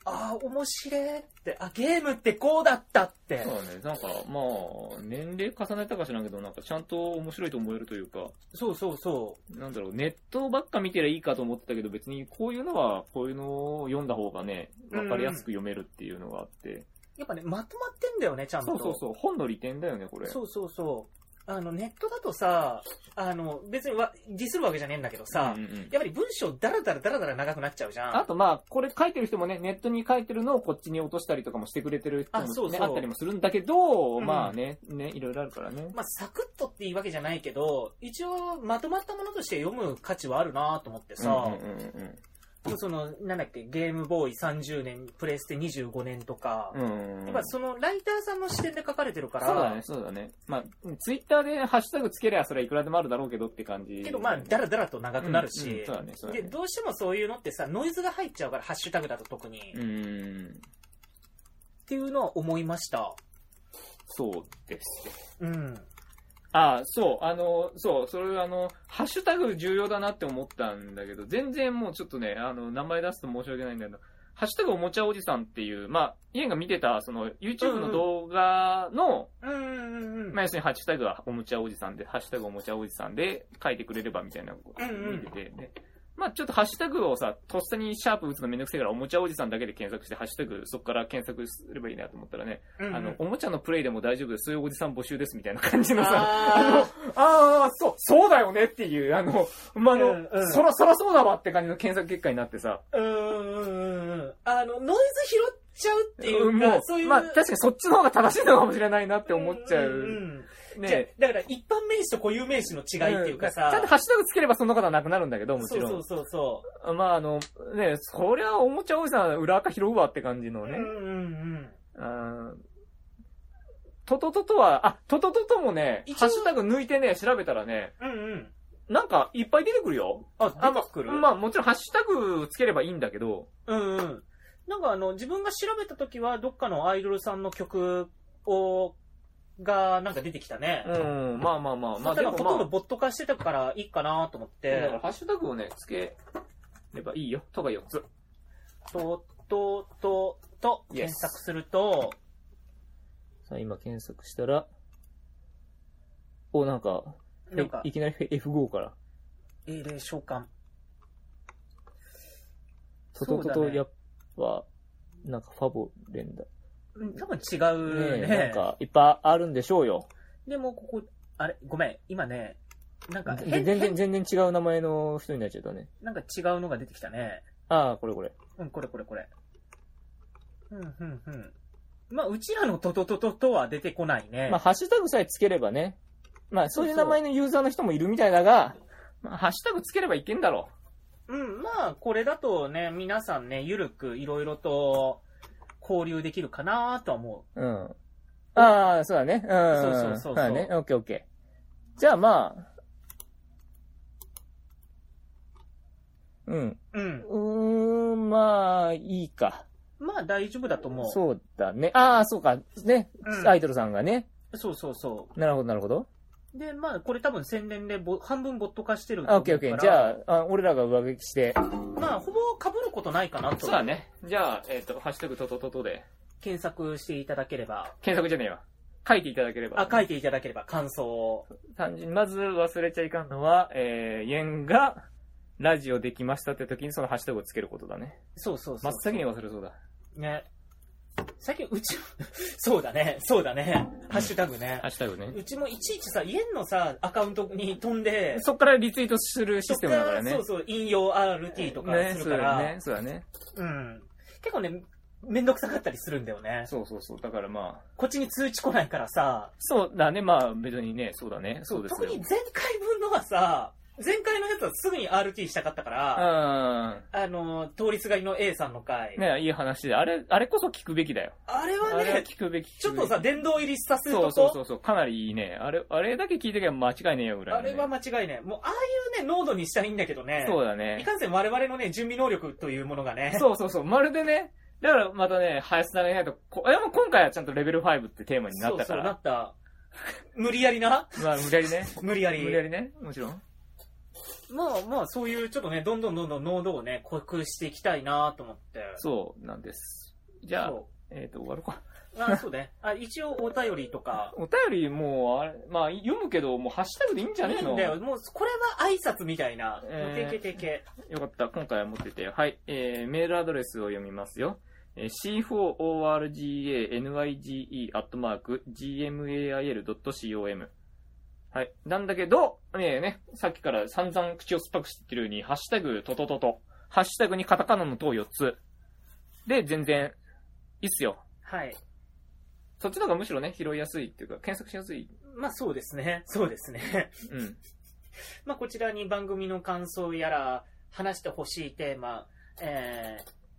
[SPEAKER 1] ああ、面白いって、あ、ゲームってこうだったって。
[SPEAKER 2] そうだね。なんか、まあ、年齢重ねたかしらんけど、なんかちゃんと面白いと思えるというか、
[SPEAKER 1] そうそうそ
[SPEAKER 2] なんだろう、ネットばっか見てりゃいいかと思ってたけど、別にこういうのは、こういうのを読んだ方がね、わかりやすく読めるっていうのがあって。
[SPEAKER 1] う。やっぱね、まとまってんだよね、ちゃんと。
[SPEAKER 2] そうそうそう、本の利点だよね、これ。
[SPEAKER 1] そうそうそう。あの、ネットだとさ、あの、別にわディスるわけじゃねえんだけどさ、
[SPEAKER 2] うんうんうん
[SPEAKER 1] やっぱり文章ダラダラダラダラ長くなっちゃうじゃん。
[SPEAKER 2] あとまあ、これ書いてる人もね、ネットに書いてるのをこっちに落としたりとかもしてくれてる人も、ね、
[SPEAKER 1] あそうそう
[SPEAKER 2] あったりもするんだけど、
[SPEAKER 1] うん
[SPEAKER 2] まあね、ね、いろいろあるからね。
[SPEAKER 1] まあ、サクッとっていいわけじゃないけど、一応、まとまったものとして読む価値はあるなと思ってさ、
[SPEAKER 2] うんうんうん
[SPEAKER 1] その、なんだっけ、ゲームボーイ30年、プレステ25年とか、
[SPEAKER 2] うん。うんうんう
[SPEAKER 1] や
[SPEAKER 2] ん
[SPEAKER 1] っぱそのライターさんの視点で書かれてるから、
[SPEAKER 2] そうだね、そうだね。まあ、ツイッターでハッシュタグつけりゃそれはいくらでもあるだろうけどって感じ。
[SPEAKER 1] けどまあ、だらだらと長くなるし、
[SPEAKER 2] うんうんそうだね、そうだ
[SPEAKER 1] で、
[SPEAKER 2] ね。
[SPEAKER 1] どうしてもそういうのってさ、ノイズが入っちゃうから、ハッシュタグだと特に。
[SPEAKER 2] う
[SPEAKER 1] っ
[SPEAKER 2] ーん、
[SPEAKER 1] ていうのは思いました。
[SPEAKER 2] そうです。
[SPEAKER 1] うん。
[SPEAKER 2] ああ、そう、あの、そう、それあの、ハッシュタグ重要だなって思ったんだけど、全然もうちょっとね、あの、名前出すと申し訳ないんだけど、ハッシュタグおもちゃおじさんっていう、まあ、家が見てた、その、YouTube
[SPEAKER 1] うんう
[SPEAKER 2] の
[SPEAKER 1] ん
[SPEAKER 2] 動画の、
[SPEAKER 1] うんうんうんうん。
[SPEAKER 2] まあ、要するにハッシュタグはおもちゃおじさんで、ハッシュタグおもちゃおじさんで書いてくれればみたいなこ
[SPEAKER 1] う
[SPEAKER 2] と
[SPEAKER 1] んうん
[SPEAKER 2] 見てて、でまあ、ちょっとハッシュタグをさ、とっさにシャープ打つのめんどくせえから、おもちゃおじさんだけで検索して、ハッシュタグそこから検索すればいいなと思ったらね、
[SPEAKER 1] うんうん
[SPEAKER 2] あの、おもちゃのプレイでも大丈夫です。そういうおじさん募集ですみたいな感じのさ、
[SPEAKER 1] あ
[SPEAKER 2] ああ、そう、そうだよねっていう、あの、ま あ、あの、
[SPEAKER 1] うんうん
[SPEAKER 2] そらそらそうだわって感じの検索結果になってさ。
[SPEAKER 1] ーうんうんうんうん。あの、ノイズ拾っちゃうってい
[SPEAKER 2] ん
[SPEAKER 1] う
[SPEAKER 2] も
[SPEAKER 1] か、
[SPEAKER 2] う
[SPEAKER 1] そういう。
[SPEAKER 2] まあ、確かにそっちの方が正しいのかもしれないなって思っちゃう。
[SPEAKER 1] んんうんじゃあ
[SPEAKER 2] ね
[SPEAKER 1] だから、一般名詞と固有名詞の違いっていうかさ、
[SPEAKER 2] んちゃんとハッシュタグつければそんなことはなくなるんだけど、もち
[SPEAKER 1] そう
[SPEAKER 2] ろん。
[SPEAKER 1] そうそうそ
[SPEAKER 2] まあ、あの、ね、そりゃおもちゃおじさん裏垢拾うわって感じの
[SPEAKER 1] う。
[SPEAKER 2] ね。
[SPEAKER 1] うんうんうん。
[SPEAKER 2] あートトトトは、あ、トトトトもね、
[SPEAKER 1] 一応
[SPEAKER 2] ハッシュタグ抜いてね、調べたらね、
[SPEAKER 1] うんうん。
[SPEAKER 2] なんかいっぱい出てくるよ。
[SPEAKER 1] あ、出てくる
[SPEAKER 2] まあ、まあ、もちろんハッシュタグつければいいんだけど、
[SPEAKER 1] うんうん。なんかあの、自分が調べた時は、どっかのアイドルさんの曲を、が、なんか出てきたね。
[SPEAKER 2] うん、まあまあまあ、まあ
[SPEAKER 1] た
[SPEAKER 2] で
[SPEAKER 1] だ
[SPEAKER 2] も
[SPEAKER 1] ほ
[SPEAKER 2] ま
[SPEAKER 1] とんど
[SPEAKER 2] あ、
[SPEAKER 1] ボット化してたからいいかなと思っ
[SPEAKER 2] だから
[SPEAKER 1] て、
[SPEAKER 2] ハッシュタグをね、つければいいよ。とか4つ。
[SPEAKER 1] と、と、と、と、
[SPEAKER 2] Yes
[SPEAKER 1] 検索すると、
[SPEAKER 2] さあ、今検索したら、お、なんか、
[SPEAKER 1] なんか、
[SPEAKER 2] きなり F5 から。
[SPEAKER 1] 英霊召喚。
[SPEAKER 3] トトト
[SPEAKER 1] そうだ
[SPEAKER 3] ト
[SPEAKER 1] ね
[SPEAKER 3] やっぱ、なんかファボレンだ。
[SPEAKER 1] うん多分違う
[SPEAKER 3] ね
[SPEAKER 1] ね。
[SPEAKER 3] え、なんかいっぱいあるんでしょうよ。
[SPEAKER 1] でも、ここ、あれ、ごめん、今ね、なんか
[SPEAKER 3] で
[SPEAKER 1] 変、
[SPEAKER 3] 全然、
[SPEAKER 1] 変
[SPEAKER 3] 全然違う名前の人になっちゃったね。
[SPEAKER 1] なんか違うのが出てきたね。
[SPEAKER 3] ああ、これこれ。
[SPEAKER 1] うん、これこれこれ。うん、うん、うん。まあ、うちらのトトトトとは出てこないね。
[SPEAKER 3] まあ、ハッシュタグさえつければね。まあ、そういう
[SPEAKER 1] そうそ
[SPEAKER 3] 名
[SPEAKER 1] う
[SPEAKER 3] 前のユーザーの人もいるみたいだが、
[SPEAKER 2] まあ、ハッシュタグつければいけんだろ
[SPEAKER 1] うん、まあ、これだとね、皆さんね、ゆるくいろいろと交流できるかなとは思
[SPEAKER 3] うん。ああ、そうだね。うん。
[SPEAKER 1] そうそうそうそう
[SPEAKER 3] だね。オッケーオッケー。じゃあまあ、うん。
[SPEAKER 1] う。うん。
[SPEAKER 3] うーん、まあ、いいか。
[SPEAKER 1] まあ、大丈夫だと思う。
[SPEAKER 3] そうだね。ああ、そうか。ね、
[SPEAKER 1] うん
[SPEAKER 3] アイドルさんがね。
[SPEAKER 1] そうそうそ
[SPEAKER 3] なるほど、なるほど。
[SPEAKER 1] う。で、まあ、これ多分宣伝でぼ半分ボット化してると
[SPEAKER 3] あオ
[SPEAKER 1] 思
[SPEAKER 3] ッ
[SPEAKER 1] う
[SPEAKER 3] ケーオッケ
[SPEAKER 1] か
[SPEAKER 3] ー。
[SPEAKER 1] ら
[SPEAKER 3] じゃあ、あ俺らが上書きして、
[SPEAKER 1] まあ、ほぼ被ることないかな
[SPEAKER 2] う。
[SPEAKER 1] と。
[SPEAKER 2] そうだね。じゃあ、えっ、と、ハッシュタグトトトトで、
[SPEAKER 1] 検索していただければ、
[SPEAKER 2] 検索じゃねえわ。書いていただければ。
[SPEAKER 1] あ、書いていただければ感想を。
[SPEAKER 2] 単純に、まず忘れちゃいかんのは、えー、イエンが、ラジオできましたって時にそのハッシュタグをつけることだね。
[SPEAKER 1] そうそうそ
[SPEAKER 2] 真
[SPEAKER 1] う。
[SPEAKER 2] っ先に忘れそうだ。
[SPEAKER 1] ね。最近、うち、 そうだね、そうだね。ハッシュタグね
[SPEAKER 2] ハッ。シュタグね。
[SPEAKER 1] うちもいちいちさ、家のさ、アカウントに飛んで、
[SPEAKER 2] そっからリツイートするシステムだからね。
[SPEAKER 1] そうそう、引用 RT とか
[SPEAKER 2] ね、
[SPEAKER 1] す
[SPEAKER 2] そう
[SPEAKER 1] るか
[SPEAKER 2] だ
[SPEAKER 1] ら、
[SPEAKER 2] ね。そうだね。
[SPEAKER 1] うん。結構ね、めんどくさかったりするんだよね。
[SPEAKER 2] そうそうそう。だからまあ、
[SPEAKER 1] こっちに通知来ないからさ、
[SPEAKER 2] そうだね。まあ、別にね、そうだね。そうです
[SPEAKER 1] 特
[SPEAKER 2] よ。
[SPEAKER 1] に前回分のはさ、前回のやつはすぐに RT したかったから、
[SPEAKER 2] う
[SPEAKER 1] あの、通りすがりの A さんの回、
[SPEAKER 2] ん。ね、いい話で。あれ、あれこそ聞くべきだよ。
[SPEAKER 1] あれは
[SPEAKER 2] あれは
[SPEAKER 1] ね、
[SPEAKER 2] 聞くべき。
[SPEAKER 1] ちょっとさ、殿堂入りさせる
[SPEAKER 2] そ
[SPEAKER 1] とこ
[SPEAKER 2] うそうそうそう、かなりいいね。あれ、あれだけ聞いてけば間違いねえよぐら
[SPEAKER 1] あ
[SPEAKER 2] い、ね。
[SPEAKER 1] れは間違いね。もう、ああいうね、濃度にしたいんだけどね。
[SPEAKER 2] そうだ
[SPEAKER 1] い
[SPEAKER 2] ね。
[SPEAKER 1] かんせん我々のね、準備能力というものがね。
[SPEAKER 2] そうそうそう、まるでね、だからまたね、林さんがいないと、こえもう今回はちゃんとレベル5ってテーマになったか
[SPEAKER 1] そうそうな
[SPEAKER 2] ら。
[SPEAKER 1] った。無理やりな
[SPEAKER 2] まあ、無理やりね。
[SPEAKER 1] 無理や
[SPEAKER 2] 無
[SPEAKER 1] り。
[SPEAKER 2] 理やりね、もちろん。
[SPEAKER 1] まあまあ、そういうちょっとね、どんどんどんどん濃度をね、濃くしていきたいなと思って。
[SPEAKER 2] そうなんです。じ
[SPEAKER 1] じ
[SPEAKER 2] ゃあ、えっ、と、終わるか。
[SPEAKER 1] あ、そうね。あ、一応お便りとか。
[SPEAKER 2] お便り、もう、あれ、まあ、読むけど、もうハッシュタグでいいんじゃねえ
[SPEAKER 1] いい
[SPEAKER 2] の
[SPEAKER 1] んだよ。もう、これは挨拶みたいな。
[SPEAKER 2] えー
[SPEAKER 1] てけてけ。
[SPEAKER 2] よかった。今回は持ってて。はい。えー、メールアドレスを読みますよ。えー、c4organige.gmail.com。はい。なんだけど、ねえね、さっきから散々口を酸っぱくしてるように、ハッシュタグトトトト。ハッシュタグにカタカナのと4つ。で、全然、いいっすよ。
[SPEAKER 1] はい。
[SPEAKER 2] そっちの方がむしろね、拾いやすいっていうか、検索しやすい。
[SPEAKER 1] まあそうですね。 そうですね。
[SPEAKER 2] うん。
[SPEAKER 1] まあ、こちらに番組の感想やら、話してほしいテーマ、え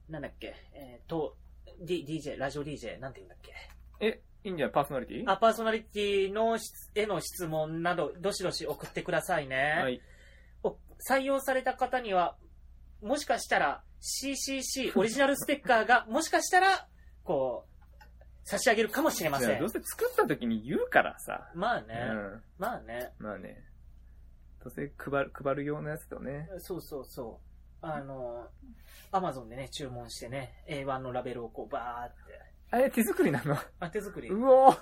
[SPEAKER 1] ー、なんだっけ、えー、と、D、DJ、ラジオ DJ、なんて言うんだっけ。
[SPEAKER 2] え、いいんじゃないパーソナリティ
[SPEAKER 1] あ、パーソナリティの質への質問など、どしどし送ってくださいね。
[SPEAKER 2] はい。
[SPEAKER 1] お採用された方には、もしかしたら、CCC オリジナルステッカー が、もしかしたら、こう、差し上げるかもしれま
[SPEAKER 2] い
[SPEAKER 1] せ。
[SPEAKER 2] やどうんせ作った時に言うからさ。
[SPEAKER 1] まあ
[SPEAKER 2] う
[SPEAKER 1] ね、
[SPEAKER 2] ん。
[SPEAKER 1] まあね、
[SPEAKER 2] まあね。どうせ配る、配る用のやつだね。
[SPEAKER 1] そうそうそう。あの、アマゾンでね、注文してね、A1 のラベルをこう、バーって。
[SPEAKER 2] あれ手作りなの
[SPEAKER 1] あ、手作り。
[SPEAKER 2] うおー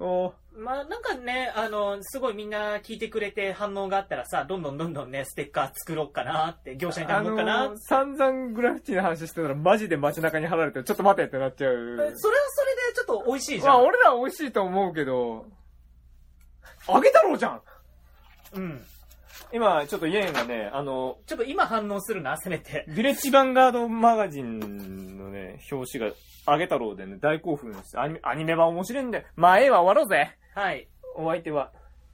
[SPEAKER 2] おー
[SPEAKER 1] まあ、なんかね、あの、すごいみんな聞いてくれて反応があったらさ、どんどんどんどんね、ステッカー作ろうかなって、業者に
[SPEAKER 2] あ
[SPEAKER 1] 頼も
[SPEAKER 2] の
[SPEAKER 1] うかなって
[SPEAKER 2] ー、散々グラフィティの話してたらマジで街中に貼られてちょっと待てってなっちゃ
[SPEAKER 1] それは
[SPEAKER 2] う。
[SPEAKER 1] それでちょっと美味しいじ
[SPEAKER 2] ま
[SPEAKER 1] ゃ
[SPEAKER 2] あ
[SPEAKER 1] ん。
[SPEAKER 2] 俺ら美味しいと思うけど、あげたろうじゃん
[SPEAKER 1] うん。
[SPEAKER 2] 今ちょっとイエンがね、あの、
[SPEAKER 1] ちょっと今反応するな、せめて。
[SPEAKER 2] ヴィレッジヴァンガードマガジンのね、表紙があげたろうでね、大興奮して、アニメ、アニメは面白いんで、まあええわ終わろうぜ
[SPEAKER 1] はい。
[SPEAKER 2] お相手は、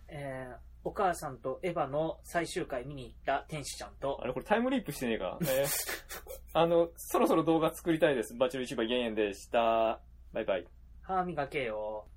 [SPEAKER 1] えー、お母さんとエヴァの最終回見に行った天使ちゃんと
[SPEAKER 2] あ、れこれタイムリープしてねえか。えーあの、そろそろ動画作りたいです。バチェル市場減塩でした。バイバイ。
[SPEAKER 1] 歯磨けよ。